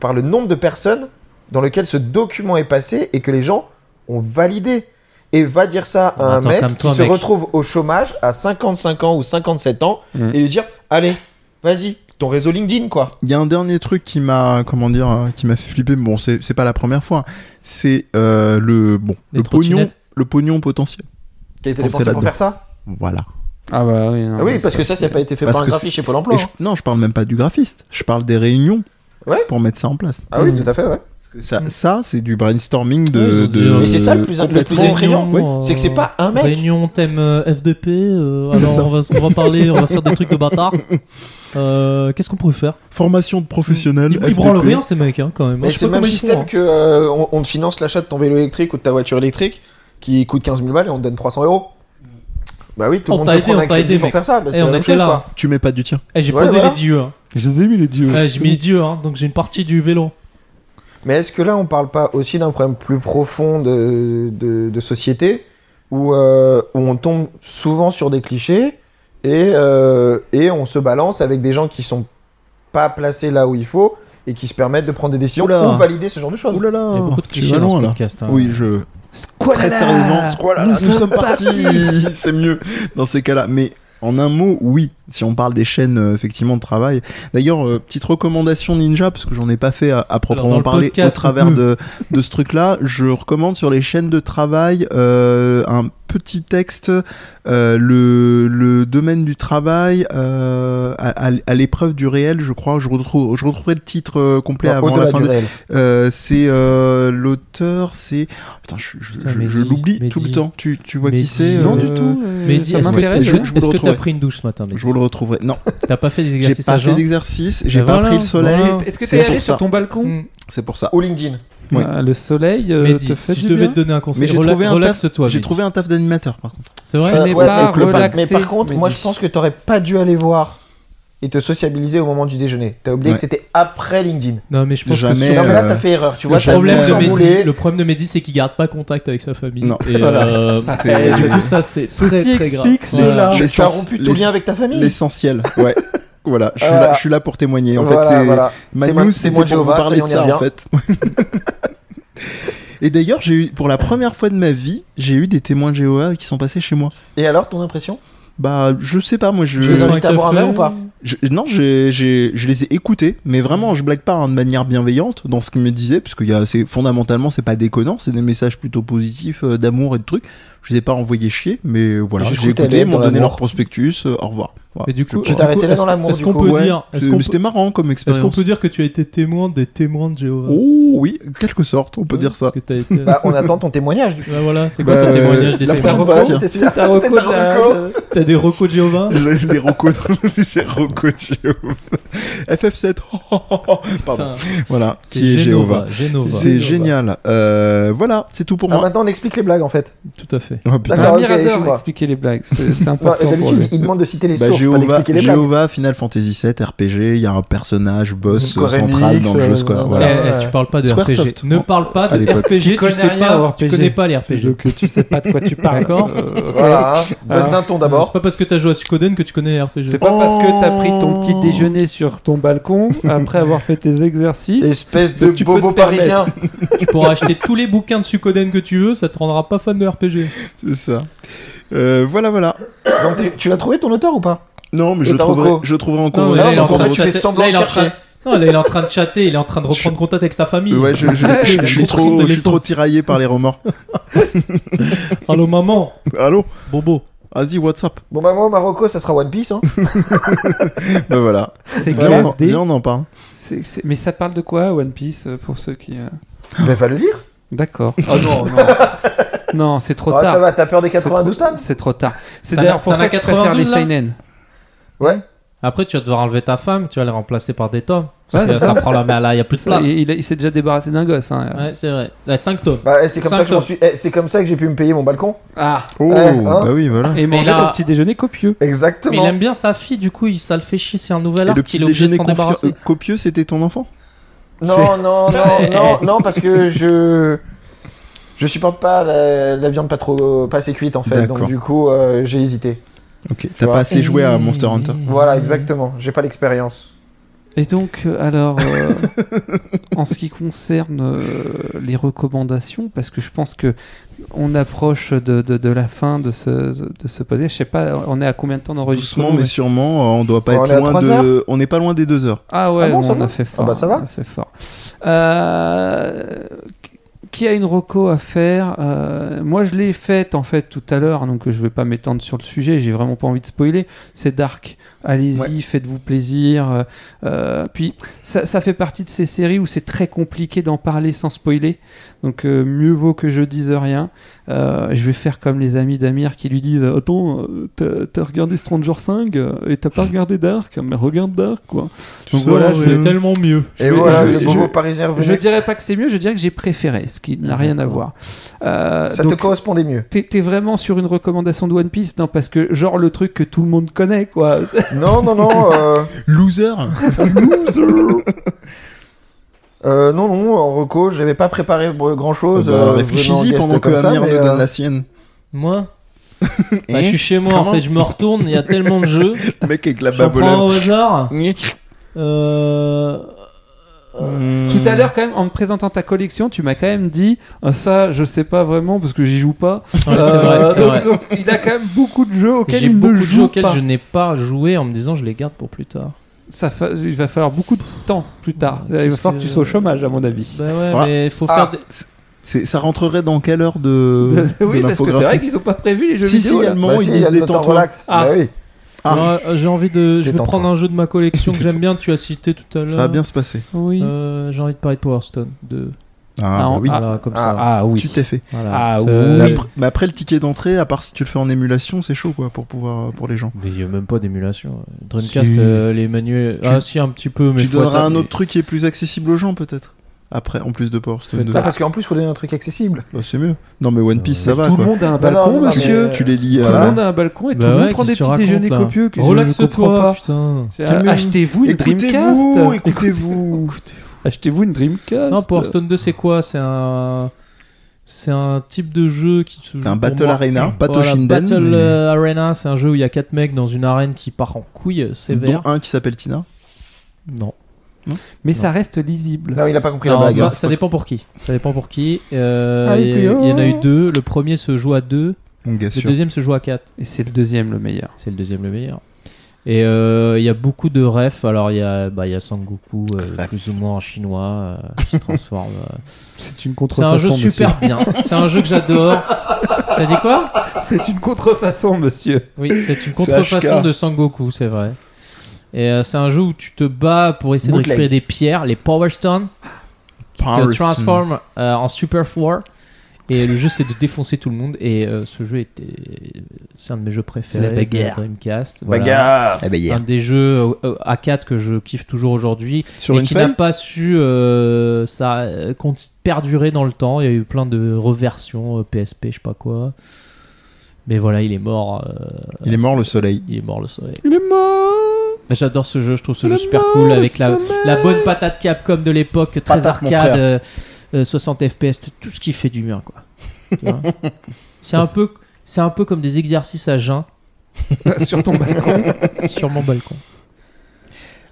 D: par le nombre de personnes dans lequel ce document est passé et que les gens ont validé. Et va dire ça à
E: Bon,
D: un
E: attends,
D: mec qui
E: calme-toi,
D: se
E: mec.
D: retrouve au chômage à 55 ans ou 57 ans
B: Mm.
D: et lui dire allez, vas-y, ton réseau LinkedIn quoi.
C: Il y a un dernier truc qui m'a, comment dire, euh, qui m'a fait flipper. mais Bon, c'est c'est pas la première fois. C'est euh, le bon,
E: Les
C: le pognon,
E: trottinettes.
C: le pognon potentiel.
D: Qui a été
C: Pensez
D: dépensé pour
C: là-dedans.
D: faire ça
C: Voilà.
B: Ah bah oui, non,
D: Ah oui,
B: mais
D: parce que ça, ça n'a pas été fait
C: parce
D: par un
C: que
D: graphiste chez Pôle
C: Et
D: emploi.
C: je- non, je parle même pas du graphiste. Je parle des réunions
D: Ouais.
C: pour mettre ça en place.
D: Ah oui, tout à fait, ouais.
C: Parce que ça, ça c'est du brainstorming de.
E: Ouais, ils ont dit,
C: de-
E: euh,
D: Mais c'est ça le plus, le plus
C: complètement.
D: effrayant,
C: Oui.
E: euh,
D: c'est que c'est pas un mec.
E: Réunion thème euh, FDP, euh,
C: C'est
E: alors
C: ça.
E: on va, on va parler, on va faire des trucs de bâtard. Euh, Qu'est-ce qu'on pourrait faire
C: Formation de professionnels.
E: Ils, ils branlent
C: FDP.
E: rien ces mecs hein, quand même.
D: Mais
E: Je sais
D: c'est le
E: pas
D: même
E: comment ils font,
D: système
E: hein.
D: que euh, on, on te finance l'achat de ton vélo électrique ou de ta voiture électrique qui coûte 15 000 balles et on te donne 300 euros. Bah oui, tout
E: On
D: le monde
E: t'a
D: peut
E: aidé,
D: prendre
E: on
D: un
E: t'a
D: crédit
E: aidé,
D: pour
E: mec.
D: faire ça. Bah,
E: Eh,
D: c'est la
E: on
D: même
E: était
D: chose,
E: là.
D: quoi.
C: Tu mets pas du tien.
E: Eh, J'ai
D: Ouais,
E: posé
D: voilà.
E: les dieux. Hein.
A: Je les ai mis les dieux.
E: Ouais, J'ai mis les dieux, hein, donc j'ai une partie du vélo.
D: Mais est-ce que là, on parle pas aussi d'un problème plus profond de, de, de société où, euh, où on tombe souvent sur des clichés et, euh, et on se balance avec des gens qui sont pas placés là où il faut et qui se permettent de prendre des décisions
C: Oula.
D: ou valider ce genre de choses
C: Oh là là.
E: Il y a beaucoup de
C: tu
E: clichés
C: vas
E: dans ce
C: loin, là.
E: podcast. hein.
C: Oui, je.
B: Squalala
C: Très sérieusement, squalala, Oh nous, sommes partis. <laughs> C'est mieux dans ces cas-là. Mais en un mot, oui, si on parle des chaînes euh, effectivement de travail. D'ailleurs, euh, petite recommandation ninja, parce que j'en ai pas fait à, à
E: dans
C: proprement
E: le
C: parler
E: podcast, mm.
C: au travers de, de ce truc-là, je recommande sur les chaînes de travail euh, un petit texte, euh, le, le domaine du travail euh, à, à- à l'épreuve du réel, je crois. Je, retrouve, je retrouverai le titre euh, complet
D: Non,
C: avant
D: au-delà
C: la fin
D: du
C: de,
D: réel.
C: euh, c'est euh, l'auteur, c'est oh, putain, je, je-
E: Putain,
C: je- je
E: Mehdi,
C: l'oublie
E: Mehdi.
C: tout le temps. Tu, tu vois
E: Mehdi,
C: qui c'est
B: Non,
C: euh,
B: du tout. euh,
E: Mais dis,
B: ça
E: est-ce que-
B: m'intéresse.
C: je-
B: ouais.
C: je vous
E: est-ce que t'as
C: retrouverai.
E: pris une douche ce matin mec
C: Je vous le retrouverai. Non,
E: T'as pas fait des
C: j'ai
E: exercices à
C: pas fait
E: jeun
C: d'exercice, j'ai
E: Ben
C: pas
E: voilà,
C: pris le soleil.
E: voilà. Oh,
B: Est-ce que
C: C'est
B: t'es
C: sur
B: allé sur
C: ça.
B: ton
E: Mm.
B: balcon
C: C'est pour ça.
D: Ou LinkedIn.
C: Oui.
B: Ah, Le soleil euh,
E: Mais
B: te
E: dis,
B: fait
E: si je
B: du
E: devais
B: bien.
E: te donner un conseil,
C: Mais j'ai
E: rela-
C: trouvé un taf-
E: relaxe-toi.
C: J'ai
E: Mehdi.
C: trouvé un taf d'animateur par contre.
E: C'est vrai
B: Tu
D: Euh,
B: n'es
D: ouais,
B: pas
D: avec le pack.
B: relaxé.
D: Mais par contre,
E: mais
D: moi
E: dis-
D: je pense que t'aurais pas dû aller voir et te sociabiliser au moment du déjeuner. T'as oublié
C: Ouais.
D: que c'était après LinkedIn.
E: Non, mais je pense que
C: Jamais,
E: sur-
D: non, mais là
C: euh,
D: t'as fait erreur, tu
E: le
D: vois. T'as
E: problème,
D: bien
E: de Mehdi,
D: chamboulé.
E: le problème de Mehdi, c'est qu'il garde pas contact avec sa famille.
C: Non.
E: Et,
B: Voilà.
E: euh,
C: <laughs> C'est-
E: et du coup, ça, c'est très,
B: Ceci
E: très grave.
B: explique
E: Voilà.
B: cela.
D: Tu- Tu as
C: l'essence-
D: rompu tout
C: l'ess-
D: lien avec ta famille.
C: L'essentiel,
E: <laughs>
C: ouais. Voilà, je suis,
D: Voilà.
C: là, je suis là pour témoigner. En
D: Voilà,
C: fait, c'est
D: voilà.
C: ma
D: Témoin-
C: news, c'était
D: témoin
C: pour
D: de Jéhovah,
C: vous parler de
D: ça y est, on y
C: ça en
D: revient.
C: fait. <laughs> Et d'ailleurs, j'ai eu pour la première fois de ma vie, j'ai eu des témoins de Jéhovah qui sont passés chez moi.
D: Et alors, ton impression
C: Bah, je sais pas, moi je.
D: Tu les
B: Bah,
E: Euh,
D: invites à
E: un
D: boire un
E: café.
D: verre ou pas
C: Je- non, j'ai- j'ai- je les ai écoutés, mais vraiment, je blague pas hein, de manière bienveillante dans ce qu'ils me disaient, parce que y a, c'est, fondamentalement, c'est pas déconnant, c'est des messages plutôt positifs euh, d'amour et de trucs. Je les ai pas envoyés chier, mais voilà,
D: Jusqu'où
C: j'ai
D: t'es
C: écouté,
D: allé
C: ils m'ont
D: dans
C: donné
D: l'amour
C: leur prospectus, euh, au revoir. Voilà.
E: Mais du coup,
C: Je-
D: Tu t'es arrêté là
E: est-ce-
D: dans l'amour.
E: est-ce
D: du
E: qu'on
D: coup.
E: peut
C: Ouais,
E: dire- est-ce
C: c'est-
E: qu'on
C: mais
E: peut-
C: c'était marrant comme expérience.
E: Est-ce qu'on peut dire que tu as été témoin des témoins de Jéhovah
C: Oh oui, en quelque sorte, on peut
E: Ouais,
C: dire ça.
E: parce que t'as été-
D: Bah, on attend ton témoignage. du coup.
E: Bah voilà, c'est quoi
C: Bah,
E: ton témoignage des
C: la
E: témoins
C: prochaine
D: T'as
C: fois,
D: reco-
C: tiens,
B: C'est ta reco de la- de-
E: T'as des recos de Jéhovah
C: je <laughs> les recode, j'ai recode Jéhovah. <laughs> FF7, pardon.
E: Putain,
C: Voilà,
E: C'est
C: qui est Jéhovah.
E: Jéhovah. Jéhovah.
C: C'est génial. Euh, voilà, c'est tout pour
D: Ah,
C: moi.
D: maintenant, on explique les blagues en fait.
E: Tout à fait.
C: Oh, putain.
D: D'accord,
B: Amir
D: ok,
B: adore
D: excuse-moi.
B: expliquer les blagues, c'est c'est
D: Non,
B: important pour lui.
D: D'habitude, il demande de citer les
C: Bah,
D: sources, pas
C: Jéhovah,
D: d'expliquer les blagues.
C: Jéhovah, Final Fantasy VII, RPG, il y a un personnage boss
D: Square
C: euh, central
D: Enix,
C: dans le
D: euh,
C: jeu. Square,
D: non,
C: voilà.
D: non,
E: Eh, eh,
D: ouais.
E: tu parles pas de
C: Squaresoft.
E: RPG. Ne parle pas
C: À
E: de
C: l'époque.
E: RPG, tu,
B: Tu connais
E: sais
B: rien
E: pas,
B: au
E: tu
B: RPG.
E: connais pas les RPG.
B: Donc tu sais pas de
E: <laughs>
B: quoi tu parles.
E: D'accord.
B: Euh, ok.
D: Voilà, hein.
B: Ah.
D: bosse d'un ton
E: Bah, C'est
D: d'abord.
E: pas parce que t'as joué à Suikoden que tu connais les RPG.
B: C'est pas parce que t'as
C: Oh.
B: pris ton petit déjeuner sur ton balcon après avoir fait tes exercices.
D: Espèce de
B: Tu peux
D: bobo
B: te permettre.
D: parisien.
E: Tu pourras acheter tous les bouquins de Suikoden que tu veux, ça te rendra pas fan de RPG.
C: C'est ça. Euh, voilà, voilà.
D: Donc, t'es- tu l'as trouvé ton auteur ou pas
C: Non, mais je
D: Otaroko.
C: trouverai, je trouverai encore.
D: mais là,
E: il est
D: donc,
E: en
D: en
E: train
D: fait,
E: de
D: tu fais
E: chasser-
D: semblant
E: là, il est en
D: de chercher.
E: train- Non, là, il est en train de chatter, il est en train de reprendre contact avec sa famille.
C: Ouais, je,
E: <laughs>
C: je- je- je- je suis
E: Compris son
C: trop, je suis
E: téléphone.
C: trop tiraillé par les remords.
E: Allô, maman,
C: Allô
E: Bobo.
C: Vas-y,
D: <laughs>
C: WhatsApp.
D: Bon, bah, moi, Marocco, ça sera One Piece. Hein.
C: Ben voilà.
B: C'est
C: Viens, on, en-
B: grave des-
C: viens, on en parle.
B: c'est- c'est- Mais ça parle de quoi, One Piece, euh, pour ceux qui. euh,
D: bah, va le lire.
B: D'accord. <laughs> Oh
E: <laughs>
B: non, non. non, c'est trop
D: Ah,
B: tard.
D: ça va, t'as peur des
B: C'est
D: 92
B: trop-
D: tonnes
B: C'est trop tard. C'est
E: T'en
B: d'ailleurs
E: as-
B: pour
E: t'en
B: ça
E: as
B: que je préfère les
E: 92, là
B: seinen.
D: Ouais.
E: Après, tu vas devoir enlever ta femme, tu vas les remplacer par des tomes.
B: Ouais,
E: Parce
B: c'est
E: que ça
B: ça.
E: prend la main là, il y a plus de place.
B: Il, il a- il s'est déjà débarrassé d'un gosse. hein.
E: Ouais, c'est vrai. Là, 5 tomes.
D: Bah, eh, c'est comme,
E: Cinq
D: ça que je m'en
E: tomes.
D: suis... eh, c'est comme ça que j'ai pu me payer mon balcon.
B: Ah,
C: Oh,
D: hein
C: bah oui, voilà.
B: et manger
E: là-
B: ton petit déjeuner copieux.
E: Mais il
D: Exactement.
E: aime bien sa fille, du coup, il, ça le fait chier, c'est un
C: Et
E: nouvel
C: le
E: arc,
C: petit
E: il est obligé de
C: déjeuner
E: s'en
C: confi- euh,
E: débarrasser.
C: copieux, c'était ton enfant
D: <laughs>
B: <laughs>
D: Non, non, non, non, non, parce que je. Je supporte pas la, la viande pas trop pas assez cuite en fait, donc
C: D'accord.
D: du coup euh, j'ai hésité.
C: Ok, t'as
D: vois.
C: pas assez joué à Monster Hunter.
B: Mmh.
D: Voilà, exactement. J'ai pas l'expérience.
B: Et donc, euh, alors, euh, <laughs> en ce qui concerne euh, les recommandations, parce que je pense que on approche de, de- de la fin de ce, de ce podcast. Je sais pas, on est à combien de temps
C: Doucement,
B: d'enregistrement
C: mais sûrement, euh, on doit pas
D: On est à
C: être loin
D: trois
C: de. On n'est pas loin des deux heures.
B: Ah ouais,
D: Ah bon, ça
B: on
D: va
B: a fait fort.
D: Ah bah ça va.
B: On a fait fort. Euh, qui a une reco à faire Euh, Moi, je l'ai faite en fait tout à l'heure, donc euh, je vais pas m'étendre sur le sujet. J'ai vraiment pas envie de spoiler. C'est Dark. Allez-y, faites-vous plaisir. Euh, euh, puis ça, ça fait partie de ces séries où c'est très compliqué d'en parler sans spoiler. Donc euh, mieux vaut que je dise rien. Euh, je vais faire comme les amis d'Amir qui lui disent Attends, euh, t'as- t'as regardé Stranger 5 euh, et t'as pas regardé Dark, mais regarde Dark quoi.
C: Tout
B: Donc
C: ça,
B: voilà,
C: c'est-
B: c'est-
E: tellement mieux.
B: je
D: Et
B: vais-
D: voilà,
B: je-
D: le
B: je-
D: bobo parisien revenu.
B: je dirais pas que c'est mieux, je dirais que j'ai préféré, ce qui n'a rien à voir. Euh,
D: ça te
B: donc,
D: correspondait mieux.
B: t'es t'es vraiment sur une recommandation de One Piece, non Parce que, genre, le truc que tout le monde connaît, quoi.
D: Non, non, non. euh,
B: <laughs>
C: Loser
D: euh, non, non. En reco, j'avais pas préparé euh, grand chose.
C: Bah, Réfléchis-y pendant que Amir nous
D: euh
C: donne la sienne.
E: Moi Bah,
C: Hein
E: Je suis chez moi, en
C: Comment
E: fait, je me retourne, il y a tellement de jeux.
C: Le mec avec la
E: J'en prends
C: babolette.
E: au
C: <laughs>
E: hasard.
C: Gni.
E: Euh...
B: Tout
E: Hmm.
B: à l'heure, quand même, en me présentant ta collection, tu m'as quand même dit Ah, ça, je sais pas vraiment parce que j'y joue pas.
E: ouais, c'est
B: Euh,
E: vrai, c'est
B: donc,
E: vrai.
B: donc, il a quand même beaucoup de jeux auxquels
E: J'ai
B: il
E: beaucoup
B: ne
E: de jeux
B: joue
E: auxquels
B: pas.
E: je n'ai pas joué en me disant je les garde pour plus tard.
B: Ça fa- Il va falloir beaucoup de temps plus tard.
E: Qu'est-ce
B: il va falloir que tu
E: que-
B: sois au chômage, à mon avis.
E: Bah ouais,
C: Voilà.
E: mais il faut
D: Ah.
E: faire. des-
C: C'est- Ça rentrerait dans quelle heure
E: Bah,
B: <laughs> oui,
C: de, de
B: parce que c'est
C: l'infographie
B: vrai qu'ils ont pas prévu les jeux
C: Si, si,
B: vidéo.
C: il y a
B: là.
C: le moment où
D: bah, si,
C: ils
D: il y
C: disent
D: a le temps
C: détends-toi.
D: relax.
B: Ah.
D: Bah oui.
C: Ah.
E: Non, euh, J'ai envie de. Je vais
D: Détends-toi.
E: prendre un jeu de ma
C: <laughs>
E: collection que j'aime
C: Détends-toi.
E: bien, tu as cité tout à l'heure.
C: Ça va bien se passer.
B: Oui.
E: Euh, J'ai envie de parler de Power Stone 2.
C: Ah, bah
B: on-
C: oui.
B: Ah.
E: Voilà, comme ça.
B: Ah oui.
C: Tu t'es fait.
E: Voilà.
B: Ah
E: C'est-
B: oui.
C: Mais
B: Euh,
C: après, mais après, le ticket d'entrée, à part si tu le fais en émulation, c'est chaud quoi pour pouvoir euh, pour les gens.
E: Mais il n'y a même pas d'émulation. Dreamcast,
B: Si.
E: euh, les manuels.
C: Tu-
E: Ah, si, un petit peu, mais.
C: tu
E: faut être-
C: donneras un autre truc qui est plus accessible aux gens peut-être. Après, en plus de Power Stone 2,
D: Ah, parce qu'en plus, faut donner un truc accessible.
C: Bah, c'est mieux. Non mais One Piece,
E: Euh,
C: ça va
B: Tout le
C: quoi.
B: monde a un
D: non,
B: balcon,
D: non, non,
B: monsieur.
D: mais-
C: Tu les lis.
B: Tout le
C: euh,
B: monde a un balcon et tout
E: Bah
B: le monde
E: ouais,
B: prend
E: qu'est-ce que tu
B: des petits
E: racontes,
B: déjeuners
E: là
B: copieux. que je ne comprends
E: Relaxe-toi,
B: pas.
E: putain.
B: C'est-
C: Calmez-vous.
B: Achetez-vous une
C: Écoutez-vous,
B: Dreamcast.
C: écoutez-vous.
B: Achetez-vous une Dreamcast.
E: Non, Power Stone 2, c'est quoi C'est un. C'est un type de jeu qui se joue
C: un
E: pour
C: Battle
E: moi-
C: Arena, pas
E: Voilà,
C: Toshinden,
E: Battle
C: mais-
E: euh, Arena, c'est un jeu où il y a 4 mecs dans une arène qui part en couille euh,
C: Dont
E: sévère.
C: un qui s'appelle Tina.
E: Non.
B: Mais ça reste lisible.
D: Non, il a pas compris
E: Non,
D: la blague.
E: bah, ça dépend pour qui. Ça dépend pour qui. Euh,
D: Allez,
E: il y-
D: plus haut.
E: il y en a eu deux. Le premier se joue à 2,
C: Bien
E: le
C: sûr.
E: deuxième se joue à 4.
B: Et c'est le deuxième le meilleur.
E: C'est le deuxième le meilleur. Et euh, il y a beaucoup de refs. Alors il y a, bah, il y a Sangoku, euh, plus ou moins en chinois, euh, qui se transforme. euh.
C: <laughs>
B: C'est une
E: C'est un jeu
B: contrefaçon.
E: super bien. C'est un jeu que
C: <laughs>
E: j'adore. T'as dit quoi
B: monsieur. <laughs> C'est une contrefaçon, monsieur.
E: Oui,
C: <laughs>
E: c'est une contrefaçon
C: HK.
E: de Sangoku, c'est vrai. Et euh, c'est un jeu où tu te bats pour essayer de
D: Bootleg.
E: récupérer des pierres, les Power Stones,
C: Power
E: te
C: Stone.
E: transforment euh, en Super Four. Et le jeu, c'est de défoncer tout le monde. Et euh, ce jeu était. C'est un de mes jeux préférés. de la
C: bagarre.
E: Dreamcast. voilà.
D: Bagarre.
C: Eh ben, hier.
E: Un des jeux euh, A4 que je kiffe toujours aujourd'hui
C: Ah, Sur
E: et
C: une
E: qui n'a
C: feuille.
E: pas su euh, ça euh, con- perdurer dans le temps. Il y a eu plein de reversions euh, PSP, je sais pas quoi. Mais voilà, il est mort. euh,
C: Il est mort le soleil.
E: il est mort le soleil.
B: Il est mort.
E: Mais Bah, J'adore ce jeu, je trouve ce
B: Le
E: jeu super
B: mort,
E: cool avec la,
B: sommeil.
E: la bonne patate Capcom de l'époque, très
C: Patate, mon
E: arcade,
C: frère.
E: euh, euh, 60 FPS, t- tout ce qui fait du bien quoi. Tu
C: <laughs>
E: vois c'est un peu, c'est un peu comme des exercices à
C: <laughs>
E: jeun
B: Sur ton balcon.
E: <laughs> sur mon balcon.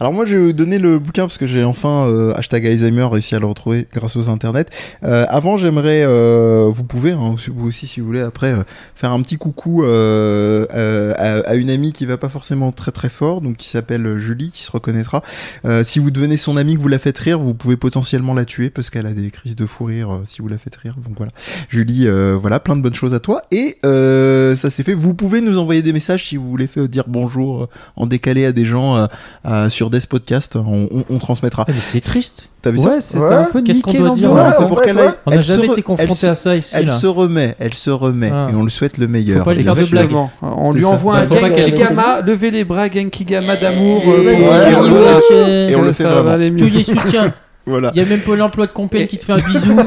C: Alors moi je vais vous donner le bouquin parce que j'ai enfin euh, hashtag Alzheimer réussi à le retrouver grâce aux internets. Euh, avant j'aimerais, euh, vous pouvez, hein, vous aussi si vous voulez après, euh, faire un petit coucou euh, euh, à, à à une amie qui va pas forcément très très fort, donc qui s'appelle euh, Julie, qui se reconnaîtra. Euh, si vous devenez son amie, que vous la faites rire, vous pouvez potentiellement la tuer parce qu'elle a des crises de fou rire euh, si vous la faites rire. Donc voilà, Julie, euh, voilà, plein de bonnes choses à toi. Et euh, ça c'est fait. Vous pouvez nous envoyer des messages si vous voulez faire dire bonjour euh, en décalé à des gens euh, à- sur des podcasts. On, on- on transmettra.
E: Ah, mais c'est triste.
C: T'as vu ça
B: Ouais, c'était
D: Ouais.
B: un peu
E: Qu'est-ce qu'on
B: niqué
E: doit dire,
C: Ouais,
E: là
D: Ouais,
C: c'est
D: en
C: pour
D: vrai,
C: qu'elle
D: toi,
C: aille-
E: On n'a
C: elle
E: jamais
C: se re-
E: été confronté
C: elle
E: à ça ici.
C: Elle
E: là.
C: se remet, elle se remet,
E: Ah.
C: et on lui souhaite le meilleur.
E: Faut pas lui faire de
C: Exactement.
E: blagues.
B: On lui
C: C'est
B: envoie
C: ça.
B: un
E: Faut pas
B: Genki
E: qu'elle écoute.
B: Gama, levez les bras, Genki Gama d'amour. euh,
E: Vas-y,
B: pour
C: Ouais,
B: dire
C: on
B: le-
C: le
B: Ah,
C: Et on le fait
B: ça va
C: vraiment.
B: aller
E: Tous
B: mieux.
E: les soutiens.
C: Voilà.
E: Il y a même Pôle emploi de Compiègne qui te fait un
C: <laughs>
E: bisou.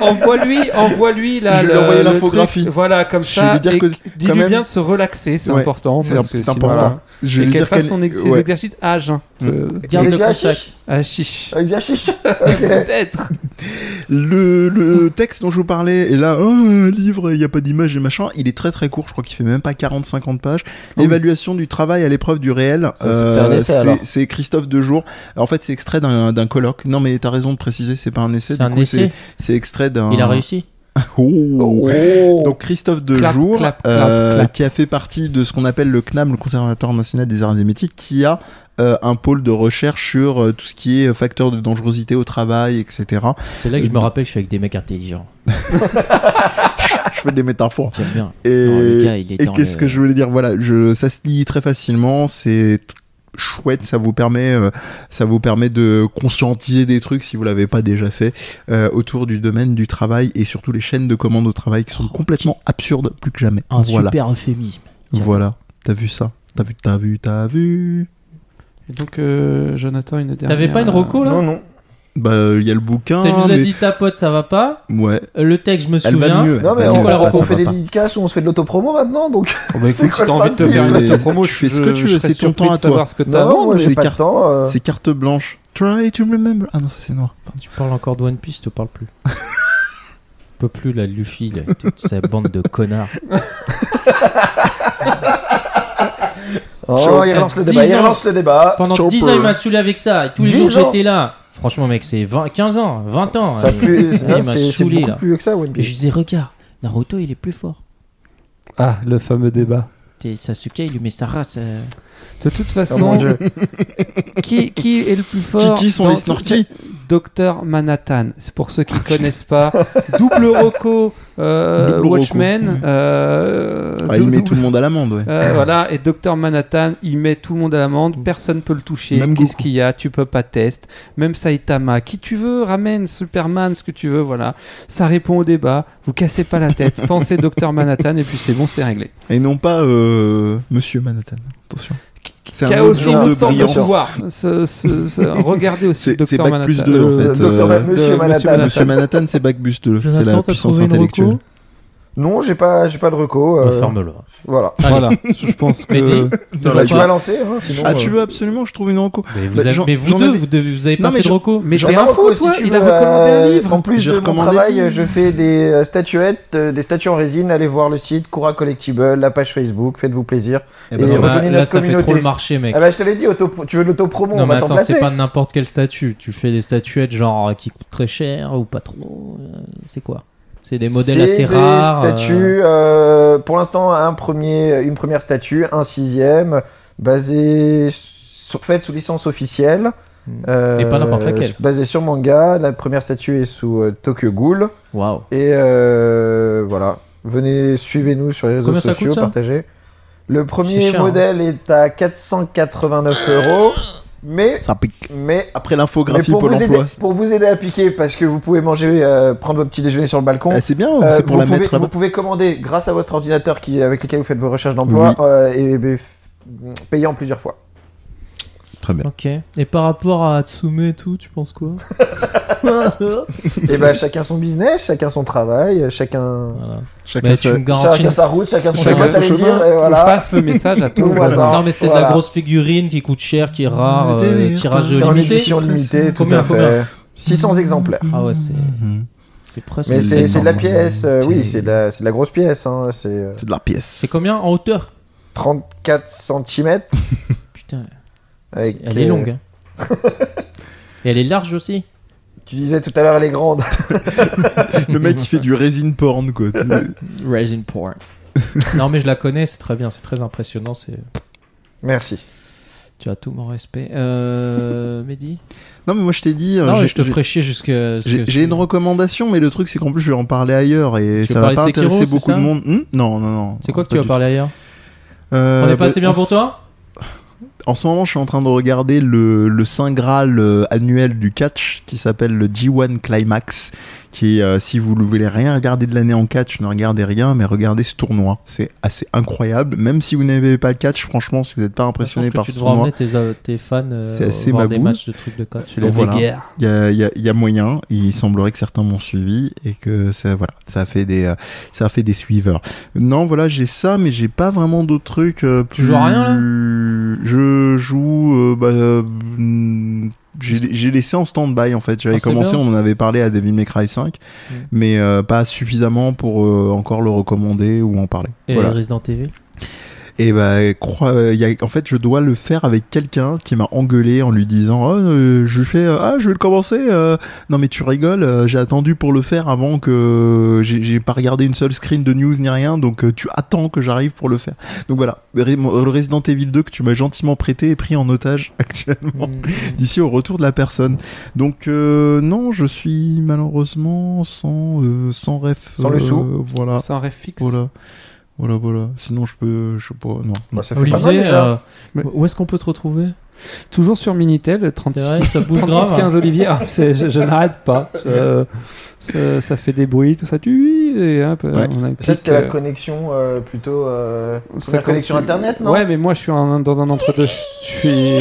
B: En- <laughs> Envoie-lui, envoie-lui la.
C: Je vais
B: le-
C: lui envoyer
B: le
C: l'infographie.
B: truc. Voilà, comme
C: Je vais
B: ça.
C: lui dire
B: et
C: que
B: Dis-lui
C: même-
B: bien de se relaxer, c'est
C: Ouais,
B: important.
C: C'est
B: parce que
C: c'est
B: sinon,
C: important.
B: voilà.
C: Je vais
B: Et
C: lui
B: qu'elle
C: dire
B: fasse
C: qu'elle.
B: son ex- ses
C: ouais. Mm.
B: exercices à jeun. Ce-
E: Garde
D: Avec
E: le
D: du
E: contact.
D: hashish
B: À
C: <laughs>
B: chiche.
D: Avec du hashish
B: Peut-être.
C: Le, le texte dont je vous parlais, et là, oh, un livre, il n'y a pas d'image et machin, il est très très court, je crois qu'il fait même pas 40-50 pages.
E: Ah
C: L'évaluation du travail à l'épreuve du réel, euh,
D: Ça, c'est- c'est un essai,
C: c'est-
D: alors.
C: c'est Christophe Dejour. En fait, c'est extrait d'un d'un colloque. Non, mais t'as raison de préciser, c'est pas un essai,
E: C'est
C: du
E: un
C: coup,
E: essai.
C: c'est c'est extrait d'un.
E: Il a réussi.
C: Oh.
D: Oh.
C: Donc Christophe
B: Clap,
C: Dejour,
B: clap, clap,
C: euh,
B: clap.
C: qui a fait partie de ce qu'on appelle le CNAM, le Conservatoire National des Arts et des Métiers, qui a euh, un pôle de recherche sur euh, tout ce qui est euh, facteur de dangerosité au travail, etc.
E: C'est là que je me rappelle que je suis avec des mecs intelligents.
C: je fais des métaphores.
E: J'aime bien.
C: Et,
E: Non, le gars, il est
C: et
E: dans
C: qu'est-ce
E: le-
C: que je voulais dire Voilà, je, ça se lit très facilement, c'est tr- chouette, ça vous permet, euh, ça vous permet de conscientiser des trucs si vous l'avez pas déjà fait euh, autour du domaine du travail et surtout les chaînes de commande au travail qui sont complètement absurdes plus que jamais.
E: Un
C: voilà,
E: super euphémisme.
C: voilà, t'as vu ça T'as vu, t'as vu, t'as vu
B: Et Donc, euh, Jonathan, une dernière.
E: T'avais pas une reco là
D: Non, non.
C: Bah, il y a le bouquin.
E: Tu nous as
C: euh, mais-
E: dit ta pote, ça va pas.
C: Ouais,
E: Euh, Le texte, je me
C: elle va
E: souviens.
C: mieux.
D: Non, mais
C: Vas-y,
E: c'est
D: on,
E: quoi la
C: va pas,
D: on
C: ça
D: fait
C: va
D: des
C: pas.
D: dédicaces ou on se fait de l'autopromo maintenant, donc.
B: Oh, bah,
D: C'est
B: écoute,
D: quoi
B: si t'as
D: le
B: envie de te
D: principe
B: faire une
C: Mais
B: auto-promo,
C: tu fais
B: je-
C: ce que tu
B: je
C: veux,
B: serais
C: c'est ton
B: surpris
C: temps à
B: de savoir
C: toi.
B: ce que t'as
D: Non, non,
B: avant,
D: moi
B: mais-
D: j'ai
C: c'est
D: pas
C: carte-
D: le temps. euh.
C: C'est carte blanche. Try to remember. Ah non, ça c'est noir.
E: Tu parles encore de One Piece, je te parle plus. Je peux plus, là, Luffy, là, toute sa bande de connards.
D: Oh, il relance le débat,
E: Dix
D: il
E: ans.
D: relance le débat.
E: Pendant
C: Chopper.
E: 10 ans, il m'a saoulé avec ça. Et tous les
D: 10
E: jours,
D: ans.
E: j'étais là. Franchement, mec, c'est 20 15 ans, 20 ans.
D: Ça
E: Il-
D: pue,
E: il
D: c'est
E: m'a
D: c'est
E: saoulé,
D: beaucoup
E: là.
D: plus que ça,
E: Et
D: One
E: je lui
D: Piece.
E: disais, regarde, Naruto, il est plus fort.
B: Ah, le fameux débat.
E: Et Sasuke, il lui met sa race. euh,
B: De toute
D: Oh mon
B: façon,
D: dieu.
B: qui, qui est le plus
C: Ah, Qui,
B: fort
C: qui sont
B: dans
C: les
B: tout
C: snorkies Ah,
B: Docteur Manhattan, c'est pour ceux qui ne connaissent pas. Double Rocco, euh,
C: Double Rocco,
B: Watchmen.
C: ouais.
B: euh,
C: Ah,
B: dou-
C: il met
B: dou-
C: tout le monde à l'amende, ouais.
B: euh, <coughs> voilà, et Docteur Manhattan, il met tout le monde à l'amende, personne peut le toucher.
C: Même
B: Qu'est-ce
C: Goku.
B: qu'il y a Tu peux pas test. Même Saitama, qui tu veux, ramène Superman, ce que tu veux, voilà. Ça répond au débat, vous cassez pas la
C: <laughs>
B: tête, pensez Docteur Manhattan, et puis c'est bon, c'est réglé.
C: Et non pas euh, Monsieur Manhattan. Attention. C'est
B: Qui
C: un
B: a
C: autre
B: aussi une
C: genre de
B: autre forme de
C: brillance.
B: pouvoir. Ce- ce-
C: <laughs>
B: ce- regardez aussi
C: C'est c'est
B: Docteur
C: Bac plus
B: Manhattan.
C: 2 en
D: Euh,
C: fait.
D: Docteur
C: euh,
D: Manhattan, Monsieur
B: Monsieur
D: Manhattan.
C: Monsieur Manhattan, c'est Bac plus 2. C'est
E: Jonathan,
C: la
E: t'as
C: puissance
E: trouvé une
C: intellectuelle.
E: reco
D: Non, j'ai pas, j'ai pas de reco. euh,
E: Ferme-le.
D: Voilà.
E: Allez.
B: Voilà, je pense que...
E: Mehdi,
C: Dans
D: Bah,
C: la
D: tu
C: gueule.
D: vas lancer, hein, sinon.
C: Ah, tu
D: euh,
C: veux absolument, je trouve une reco.
E: Mais vous,
C: Bah,
E: avez,
C: j'en-
E: mais vous
C: j'en
E: deux,
C: avais-
E: vous, devez- vous avez
C: Non,
E: pas
C: mais
E: fait de
C: j'en-
E: reco
B: Mais
D: j'ai
B: t'es
D: un
B: un
D: reco,
B: fou,
D: si
B: toi
D: tu
B: Il
D: veux,
B: a recommandé un
D: euh,
B: livre
D: En plus
C: J'ai
D: de mon
C: recommandé-
D: travail, je fais des euh, statuettes, euh, des statues en résine. Allez voir le site Koura Collectible, la page Facebook, faites-vous plaisir.
C: Eh
D: Et
C: ben,
D: on
C: attends,
D: va-
E: Là,
D: rejoignez
E: Bah, là,
D: notre
E: ça fait trop
D: communauté.
E: le marché, mec.
D: Ah bah, je t'avais dit, auto tu veux l'autopromo,
E: Non,
D: on
E: mais
D: va t'en
E: attends, c'est
D: placer.
E: pas n'importe quelle statue. Tu fais des statuettes genre euh, qui coûtent très cher ou pas trop. euh, c'est quoi C'est des modèles assez
D: C'est des
E: rares. euh,
D: statues, euh, pour l'instant, un premier, une première statue, un sixième, basée, sur, faite sous licence officielle. euh,
E: Et pas n'importe laquelle.
D: Basée sur manga. La première statue est sous euh, Tokyo Ghoul.
E: Waouh.
D: Et euh, voilà. Venez, suivez-nous sur les réseaux
E: Combien ça
D: sociaux,
E: coûte, ça
D: partagez. Le premier
E: C'est cher, hein.
D: modèle est à 489 euros. Mais,
C: Ça pique.
D: mais,
C: Après
D: mais
C: l'infographie
D: pour,
C: Pôle
D: vous aider,
C: emploi.
D: pour vous aider à piquer, parce que vous pouvez manger, euh, prendre votre petit déjeuner sur le balcon.
C: Ah, C'est bien,
D: euh,
C: c'est pour
D: vous
C: la
D: pouvez,
C: mettre
D: Vous
C: là-bas.
D: pouvez commander grâce à votre ordinateur qui, avec lequel vous faites vos recherches d'emploi euh, et, et- et payer en
C: <laughs>
D: plusieurs fois.
C: Très bien.
E: Ok. Et par rapport à Atsume et tout, tu penses quoi
D: et ben chacun son business, chacun son travail, chacun,
E: Voilà.
C: Chacun
E: Mais Bah, tu
C: sa.
E: me garantis.
D: chacun sa route, chacun son
C: Chacun
D: chemin,
C: son
D: t'allais
C: chemin.
D: dire. Et
B: On
D: voilà.
B: passe le message à
D: <laughs>
B: tout le
D: Au
B: monde.
D: hasard.
E: Non, mais c'est de la
D: Voilà.
E: grosse figurine qui coûte cher, qui est rare, euh, tirage
D: C'est en
E: limité.
D: édition limitée, tout
E: Combien,
D: à fait.
E: combien
D: 600 exemplaires.
E: Ah ouais, c'est
C: Mhm.
E: c'est presque.
D: Mais c'est
E: énorme.
D: c'est de la
C: hein.
D: pièce, euh, oui,
E: C'est-
D: c'est de, la- c'est de la grosse pièce, hein, c'est euh,
C: C'est de la pièce.
E: C'est combien en hauteur
D: 34 cm.
E: Putain,
D: Avec,
E: elle est
D: euh,
E: longue. hein. Et elle est large aussi.
D: euh, Tu disais tout à l'heure, elle est grande.
E: <laughs>
C: Le mec qui fait du résine porn, quoi. <laughs>
E: Resin porn. non, mais je la connais, c'est très bien, c'est très impressionnant. C'est...
D: <laughs> Merci.
E: Tu as tout mon respect.
C: <laughs>
E: Euh, Mehdi
C: Non, mais moi je t'ai dit. euh,
E: Non,
C: j'ai-
E: mais je te
C: j'ai-
E: ferai chier jusqu'à.
C: j'ai- J'ai une recommandation, mais le truc c'est qu'en plus je vais en parler ailleurs et
E: Tu veux
C: ça va
E: parler
C: pas
E: de Sekiro,
C: intéresser
E: c'est
C: beaucoup
E: ça
C: de monde. Hmm non, non, non.
E: C'est quoi
C: non,
E: que tu
C: pas
E: vas
C: du
E: parler ailleurs
C: tout. Euh,
E: On n'est pas
C: bah,
E: assez bien
C: en
E: pour
C: ce-
E: toi hein
C: En ce moment, je suis en train de regarder le, le Saint Graal euh, annuel du catch qui s'appelle le G1 Climax. Qui, est, euh, si vous ne voulez rien regarder de l'année en catch, ne regardez rien, mais regardez ce tournoi. C'est assez incroyable. Même si vous n'aimez pas le catch, franchement, si vous n'êtes pas impressionné
E: Je pense
C: par
E: que
C: ce
E: tu devras
C: tournoi,
E: emmener tes, euh, tes fans euh,
C: C'est assez
E: voir des
C: maboule.
E: matchs de trucs de coach.
C: la Voilà. Il y a, il y a- il y a moyen, il semblerait que certains m'ont suivi et que ça, voilà, ça a fait des, euh, ça a fait des suiveurs. Non, voilà, j'ai ça, mais j'ai pas vraiment d'autres trucs. euh,
E: Tu joues à rien, là
C: plus- Je joue, euh, bah, euh, mm, j'ai j'ai laissé en stand-by en fait. J'avais
E: Ah, c'est
C: commencé,
E: bien.
C: on en avait parlé à Devil May Cry 5,
E: Mm.
C: mais euh, pas suffisamment pour euh, encore le recommander ou en parler.
E: Et
C: voilà.
E: Resident
C: <laughs>
E: Evil.
C: Et bah, crois, euh, y a- en fait, je dois le faire avec quelqu'un qui m'a engueulé en lui disant oh, euh, Je lui fais, euh, ah, je vais le commencer. euh, non, mais tu rigoles, euh, j'ai attendu pour le faire avant que j'ai j'ai pas regardé une seule screen de news ni rien, donc euh, tu attends que j'arrive pour le faire. Donc voilà, Ré- mon- le Resident Evil 2 que tu m'as gentiment prêté est pris en otage <laughs> actuellement
E: Hmm.
D: Mmh.
C: d'ici au retour de la personne. Donc euh, non, je suis malheureusement sans, euh, sans ref.
D: Sans le
C: euh,
D: sou.
C: Voilà,
B: C'est un rêve fixe.
C: voilà. Voilà, voilà. Sinon, je peux. Je sais pas. Non.
D: Bah, ça fait pas mal,
E: Olivier,
D: déjà.
E: euh, où est-ce qu'on peut te retrouver
B: Toujours sur Minitel, le 36
E: C'est vrai, ça bouge grave.
B: 36-15 Olivier, Ah, c'est- je, je n'arrête pas. Je- ça, ça fait des bruits, tout ça. Tu et hop,
C: Ouais.
B: on a un
D: Peut-être
B: clic,
D: que la
B: euh,
D: connexion euh, plutôt. Euh,
B: ça
D: première connexion
B: continue.
D: internet, non
B: Ouais, mais moi je suis en- dans un entre deux. Je suis,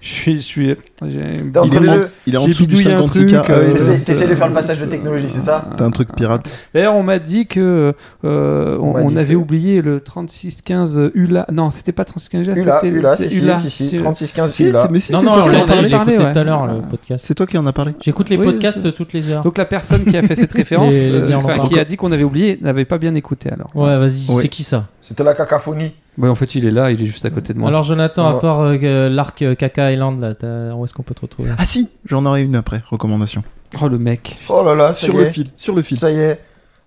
B: je suis, je suis. j'ai-
D: Dans-
C: Il est,
D: Entre les
C: en,
D: deux.
C: il est en
B: J'ai
C: dessous du
B: bidouillé un
C: 56K.
B: truc,
C: ah ouais,
B: euh,
C: t'as-
D: T'essaies t'essaies de faire le passage de
B: Euh,
D: technologie, c'est ça
C: T'as un truc pirate.
B: D'ailleurs, on m'a dit que euh, on,
D: On m'a
B: on
D: dit
B: avait
D: que-
B: oublié le 3615 ULA. Non, c'était pas 3615
D: Ula,
B: c'était le-
D: Ula,
B: c'est
D: si,
B: Ula,
D: si, si,
B: c'est-
D: 36-15
C: Si,
D: Ula.
C: c'est- mais si,
E: Non,
C: c'est
E: non,
C: toi
E: je
C: qui en
E: l'ai
C: as
B: entendu
E: je l'ai
C: parlé.
B: parler,
E: écouté tout à
B: ouais.
E: l'heure, le podcast.
C: C'est toi qui en as parlé.
E: J'écoute les
B: Oui,
E: podcasts
B: c'est-
E: toutes les heures.
B: Donc la personne qui a fait
D: <laughs>
B: cette référence,
E: Et les
B: euh,
E: dire
B: enfin,
E: encore.
B: qui a dit qu'on avait oublié, n'avait pas bien écouté alors.
E: Ouais, vas-y,
C: Ouais.
E: c'est qui ça
D: C'était la cacophonie.
B: en fait, il est là, il est juste à côté de moi.
E: Alors, Jonathan,
D: C'est
E: à
D: moi.
E: part euh, l'arc euh, Kaka Island, là, t'as- où est-ce qu'on peut te retrouver
C: Ah si, j'en aurais une après, recommandation.
B: oh le mec.
D: Oh là là, ça
C: Sur
D: y
C: le
D: est.
C: fil, sur le fil.
D: Ça y est.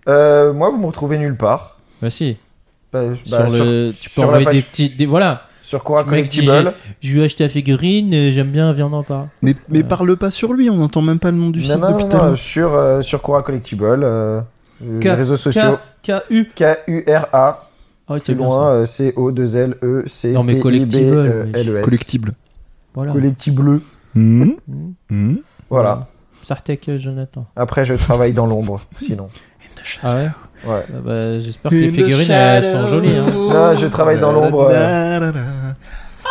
D: Euh, moi, vous me retrouvez nulle part.
E: Bah, si.
D: Bah, je-
E: Sur
D: bah,
E: le, tu peux
D: sur la
E: envoyer
D: page-
E: des petits. Des, voilà,
D: Sur Quora
E: Tu m'as dit,
D: Collectible.
E: je lui ai acheté la figurine, euh, j'aime bien, viens, on en parle.
C: Mais, mais
E: Euh.
C: parle pas sur lui, on n'entend même pas le nom du
D: Non,
C: site
D: non,
C: depuis
D: non,
C: tout à
D: non,
C: l'heure.
D: sur, euh, sur Quora Collectible. euh,
E: K-
D: les réseaux sociaux.
E: K-U.
D: K-U-R-A.
E: Ah, ouais, t'es
D: C'est
E: bien, ça.
D: loin. euh, C-O-2-L-E-C.
E: Non, mais Collectible, mais-
D: L-E-S.
C: Collectible.
E: Voilà.
D: Collectible.
C: Hmm,
E: Mmh.
C: hmm.
D: Voilà.
E: Sartek euh, Jonathan.
D: Après, je travaille dans l'ombre, sinon.
E: Ah ouais
D: Ouais.
E: Ah bah, J'espère que les
C: In the
E: figurines elles sont jolies. hein.
D: Non, je travaille dans l'ombre. euh, ah.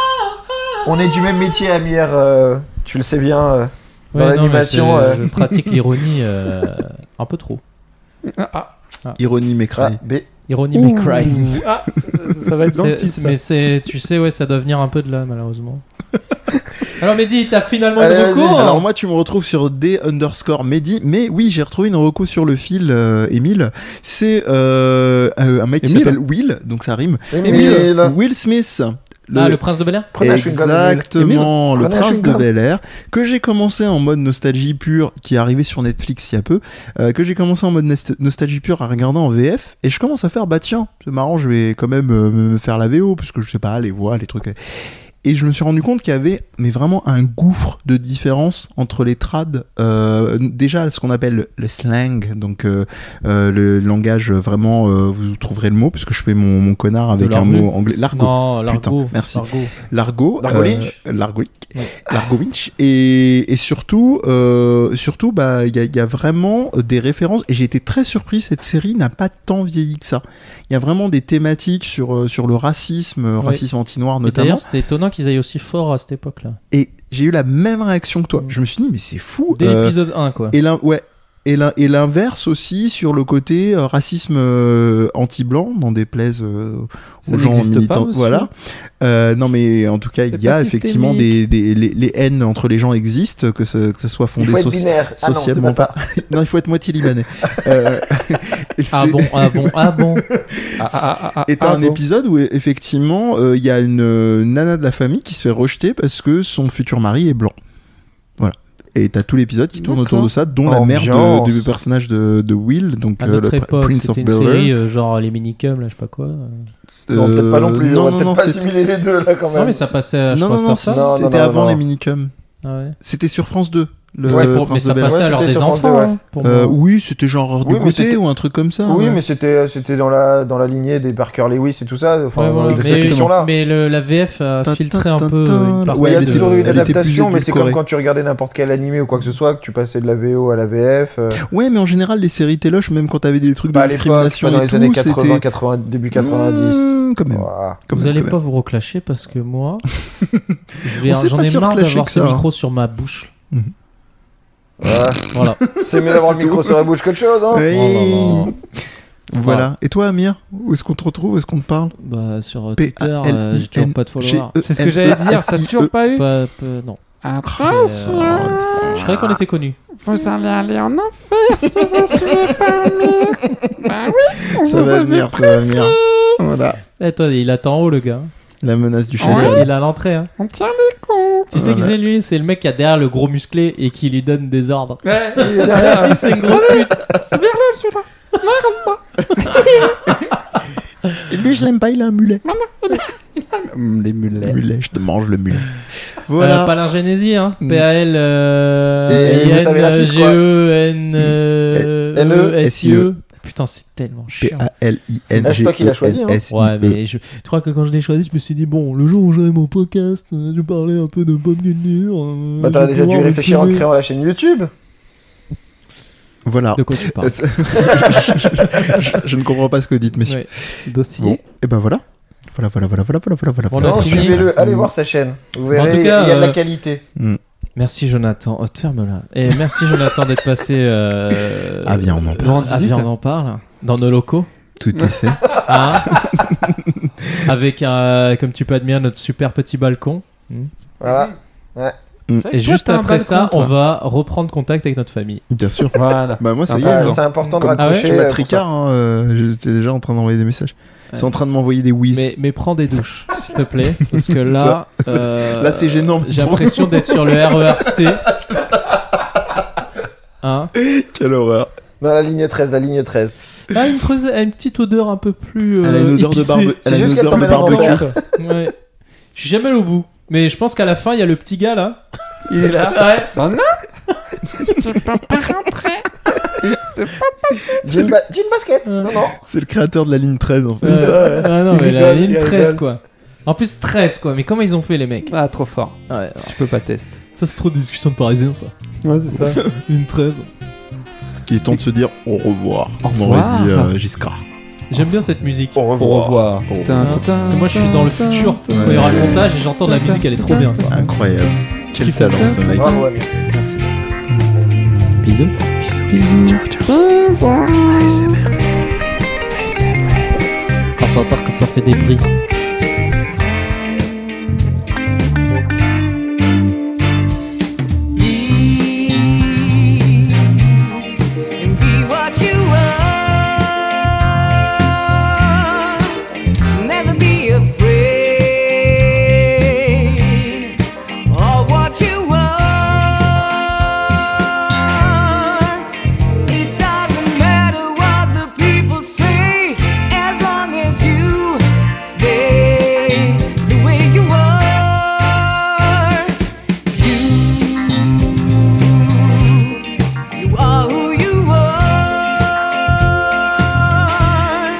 D: On est du même métier, Amir. euh, tu le sais bien. euh. Dans
E: Ouais, non, mais
D: l'animation,
E: c'est-
D: euh.
E: Je
D: <laughs>
E: pratique l'ironie euh, un peu trop.
C: Ironie m'écraille.
D: Ah, B.
E: Ironie mais cry.
D: <laughs>
B: Ah, ça, ça va être dans le
E: C'est-
B: titre.
E: c'est- Mais c'est, tu sais, ouais, ça doit venir un peu de là,
D: <laughs>
E: malheureusement. Alors, Mehdi, t'as finalement
C: Ah, Allez,
E: le
C: vas-y.
E: recours
C: Alors moi tu me retrouves sur D underscore Mehdi, mais oui j'ai retrouvé une reco sur le fil, euh, Emile. C'est euh, euh, un mec qui
B: Émile
C: s'appelle Will, donc ça rime.
D: Émile.
C: Will Smith.
E: Ah, le prince de Bel Air
D: Prenez un chewing-gum, Émile.
C: Exactement, le
D: Prenez un
C: prince de
D: chewing-gum.
C: Bel Air, que j'ai commencé en mode nostalgie pure, qui est arrivé sur Netflix il y a peu, euh, que j'ai commencé en mode nest- nostalgie pure à regarder en VF, et je commence à faire, bah tiens, c'est marrant, je vais quand même euh, me faire la VO, parce que je sais pas, les voix, les trucs. Et je me suis rendu compte qu'il y avait mais vraiment un gouffre de différence entre les trades, euh, déjà ce qu'on appelle le slang, donc euh, euh, le langage vraiment, euh, vous trouverez le mot, parce que je fais mon, mon connard avec un
E: l'argot.
C: mot anglais, l'argot.
E: Non, l'argot.
C: Putain, merci.
E: L'argot.
C: Largo,
D: Largo
C: euh,
D: Lynch
C: Largo,
E: Ouais.
C: Largo Lynch. et, et surtout, euh, surtout, bah, il y a, il y a vraiment des références. Et j'ai été très surpris. Cette série n'a pas tant vieilli que ça. Il y a vraiment des thématiques sur euh, sur le racisme, euh,
E: Ouais.
C: racisme anti-noir
E: Et
C: notamment.
E: D'ailleurs, c'était étonnant qu'ils aillent aussi fort à cette époque-là.
C: Et j'ai eu la même réaction que toi.
E: Mm.
C: Je me suis dit, mais c'est fou.
E: Dès
C: euh,
E: l'épisode 1, quoi.
C: et l'in- ouais. Et l'in- et l'inverse aussi sur le côté euh, racisme euh, anti-blanc, n'en déplaise euh,
B: Ça
C: aux gens
B: n'existe pas,
C: militants.
B: monsieur.
C: voilà. Euh, non, mais en tout cas, il
B: C'est
C: y a
B: pas
C: effectivement des,
B: systémique.
C: des- les, les haines entre les gens existent, que ce, que ce soit
D: Il
C: fondé
D: faut être
C: soci-
D: binaire. Ah non, c'est
C: socialement
D: pas ça.
C: <laughs> non, il faut être moitié libanais. Euh, <laughs> et
E: Ah
C: c'est-
E: bon, ah bon, ah bon.
B: Ah, ah, ah, ah,
C: et t'as
B: ah,
C: un
B: bon.
C: épisode où effectivement euh, il y a une euh, nana de la famille qui se fait rejeter parce que son futur mari est blanc. Voilà. Et t'as tout l'épisode qui tourne
E: D'accord.
C: autour de ça, dont la mère de-
D: Ambiance.
C: du personnage de, de Will, donc
E: À
C: euh, le
E: notre
C: pr-
E: époque,
C: Prince of
E: c'était une
C: Bel-Air.
E: série euh, genre les minicums, là, je sais pas quoi.
D: Non,
C: Euh,
D: peut-être pas non plus.
C: Non,
D: on va
C: non,
D: peut-être
C: non,
D: pas
C: c'était-
D: assimiler les deux là quand même.
E: Non, mais ça passait à, Ah, je
C: non,
E: crois,
C: non, non,
E: Star
D: Non, non,
C: c'était
D: non,
C: avant
D: non.
C: les minicums.
E: Star. Ah ouais.
C: C'était sur France 2. Le
E: C'était pour-
C: Prince
E: mais ça
C: de Bel-Air.
E: passait à l'heure
D: Ouais,
E: des
D: c'était sur France
E: enfants,
D: deux, ouais.
E: hein, pour
C: Euh,
E: moi.
C: oui, c'était genre heure de
D: Oui, mais
C: goûter
D: c'était-
C: ou un truc comme ça.
D: Oui,
C: ouais.
D: mais c'était c'était dans la dans la lignée des Parker Lewis et tout ça. Enfin,
E: Ouais,
D: dans
E: voilà.
D: cette
E: Mais,
D: section-là.
E: mais le- la VF a
C: Tin,
E: filtré
C: tin,
E: un
C: tin,
E: peu
C: tin.
E: une partie
C: Ouais,
D: il y a
C: elle était-
D: toujours eu une
C: elle était plus
D: adaptation, mais c'est comme
C: édulcorée.
D: quand tu regardais n'importe quel animé ou quoi que ce soit, que tu passais de la VO à la VF. euh,
C: Ouais, mais en général, les séries Téloche, même quand t'avais des trucs de
D: pas Bah, à l'époque,
C: discrimination
D: pas dans
C: et
D: les
C: tout,
D: années
C: c'était.
D: 80, 80, début 90.
C: Mmh, quand même.
D: Ouah.
C: quand
E: Vous
C: même,
E: allez
C: quand
E: pas vous reclasher parce que moi, je vais-
C: On s'est
E: j'en
C: pas
E: ai marre
C: surclasher
E: d'avoir
C: que
E: ce
C: ça, hein.
E: micro sur ma bouche.
D: Ah,
E: Voilà.
D: C'est mieux d'avoir le micro sur la bouche qu'autre chose, hein.
C: même.
E: Non, non, non, non.
C: Oh Voilà. Et toi, Amir Où est-ce qu'on te retrouve Où est-ce qu'on te parle
E: Bah, sur euh,
C: P
E: Twitter,
C: A L I N
E: euh, j'ai toujours pas de followers.
B: C'est
C: E
B: ce que j'allais dire, t'as toujours pas eu
E: Pas- pas- non.
B: Un
E: J'ai, euh,
B: prince
E: Je croyais qu'on était connus.
B: Vous allez aller en enfer si vous suivez pas Amir. Bah oui, on
C: Ça
B: vous
C: va
B: avait
C: venir, ça va venir.
E: <laughs>
C: Voilà.
E: Eh, toi, il attend en haut, le gars.
C: La menace du
E: Il
C: château.
E: est- Il est à l'entrée. hein.
B: On tient les cons.
E: Tu sais
C: Voilà.
E: qui c'est lui C'est le mec qui a derrière le gros musclé et qui lui donne des ordres.
B: Ouais, <laughs> il est derrière.
E: Lui,
B: <laughs>
E: c'est une grosse pute.
B: Vers là, celui-là.
C: Et lui, je l'aime pas, il a un mulet.
B: Mm, Les mulets.
C: Mulet, je te mange le mulet.
E: Euh,
C: Voilà.
E: Palingénésie, hein.
C: Mm.
E: P-A-L. euh,
C: Et vous
D: savez la suite, quoi. E
E: euh, N-G-E-N-E-S-I-E. E. Putain, c'est tellement chiant.
C: P-A-L-I-N.
D: C'est toi qui l'as choisi, hein.
E: Ouais, mais je... tu crois que quand je l'ai choisi, je me suis dit, bon, le jour où j'aurai mon podcast, euh, je parlais un peu de euh, Bob Gulnir.
D: Bah, t'as déjà dû réfléchir en créant la chaîne YouTube.
C: Voilà.
E: De quoi tu parles
C: Euh, c'est- je, je- <laughs> je- je ne comprends pas ce que vous dites, messieurs.
E: Ouais.
B: <laughs> Dossier.
C: Bon, et ben voilà. Voilà, voilà, voilà, voilà, voilà, voilà, voilà.
E: Bon,
C: voilà.
D: Non,
E: fini.
D: suivez-le,
C: Mm.
D: allez voir sa chaîne. Vous verrez,
E: tout
D: il y
E: cas,
D: a de la
E: euh,
D: qualité.
E: Merci Jonathan. Oh, te ferme là. Et merci Jonathan d'être passé. Euh...
C: <laughs> Ah, viens, on en
B: parle.
E: Ah, viens, on en parle. Dans nos locaux.
C: Tout est fait.
E: Hein
C: <laughs>
E: Avec, un, comme tu peux admirer, notre super petit balcon.
D: Voilà.
E: Et juste après ça, on va reprendre contact avec notre famille.
C: Bien sûr.
B: Voilà.
C: Bah, moi, ça y est.
D: Ah,
C: genre,
D: c'est important de
C: comme
E: Ah ouais
D: raccrocher.
C: tu
D: euh,
C: m'as
D: pour
C: tricard, hein, euh, j'étais déjà en train d'envoyer des messages.
E: Ouais.
C: C'est en train de m'envoyer des whiz.
E: Mais, mais prends des douches, s'il te plaît, parce que là, euh,
C: Là, c'est gênant.
E: J'ai l'impression d'être sur le
C: <laughs>
E: RERC. Hein
C: Quelle horreur.
D: ça. Non, la ligne 13, la ligne 13.
E: Ah, une, treuse- elle a une petite odeur un peu plus. euh,
C: Elle a une odeur de
E: épicée.
C: barbe. Elle a
D: juste
C: une
D: qu'elle
C: odeur de
D: t'emmène en
C: barbecue.
D: enfer.
E: Ouais. Je suis jamais allé au bout. Mais je pense qu'à la fin, il y a le petit gars là.
B: Il est là.
E: Ouais.
B: Bah non Je peux pas rentrer
D: Jean, Ba- Jean Basket Non, non.
C: C'est le créateur de la ligne 13, en fait.
E: Euh, ah non,
D: Il
E: mais la
D: rigole,
E: ligne
D: il
E: 13
D: rigole.
E: quoi. En plus 13 quoi, mais comment ils ont fait les mecs
B: Ah, trop fort.
E: Ouais,
B: Je peux pas tester.
E: ça c'est trop de discussion de parisiens ça.
B: Ouais, c'est ça.
E: Une 13.
C: Il est temps de se dire au revoir.
B: Au
C: On aurait
B: revoir.
C: dit euh, Giscard.
E: J'aime bien cette musique.
D: Au
B: Au
D: revoir.
B: revoir. Putain,
E: Parce
B: putain.
E: que moi je suis dans le futur, quand il y aura le montage et j'entends de la musique, elle est trop bien. quoi.
C: Incroyable. Quel talent, ce mec.
D: Bravo, Amir.
E: Bisous.
B: Bisous.
E: On s'entend que ça fait des bruits.
I: and be what you are. Never be afraid of what you are. It doesn't matter what the people say, as long as you stay the way you are. You. You are who you are.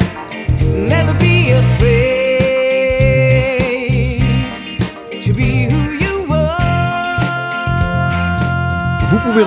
I: Never be afraid to be who you are.
C: Vous pouvez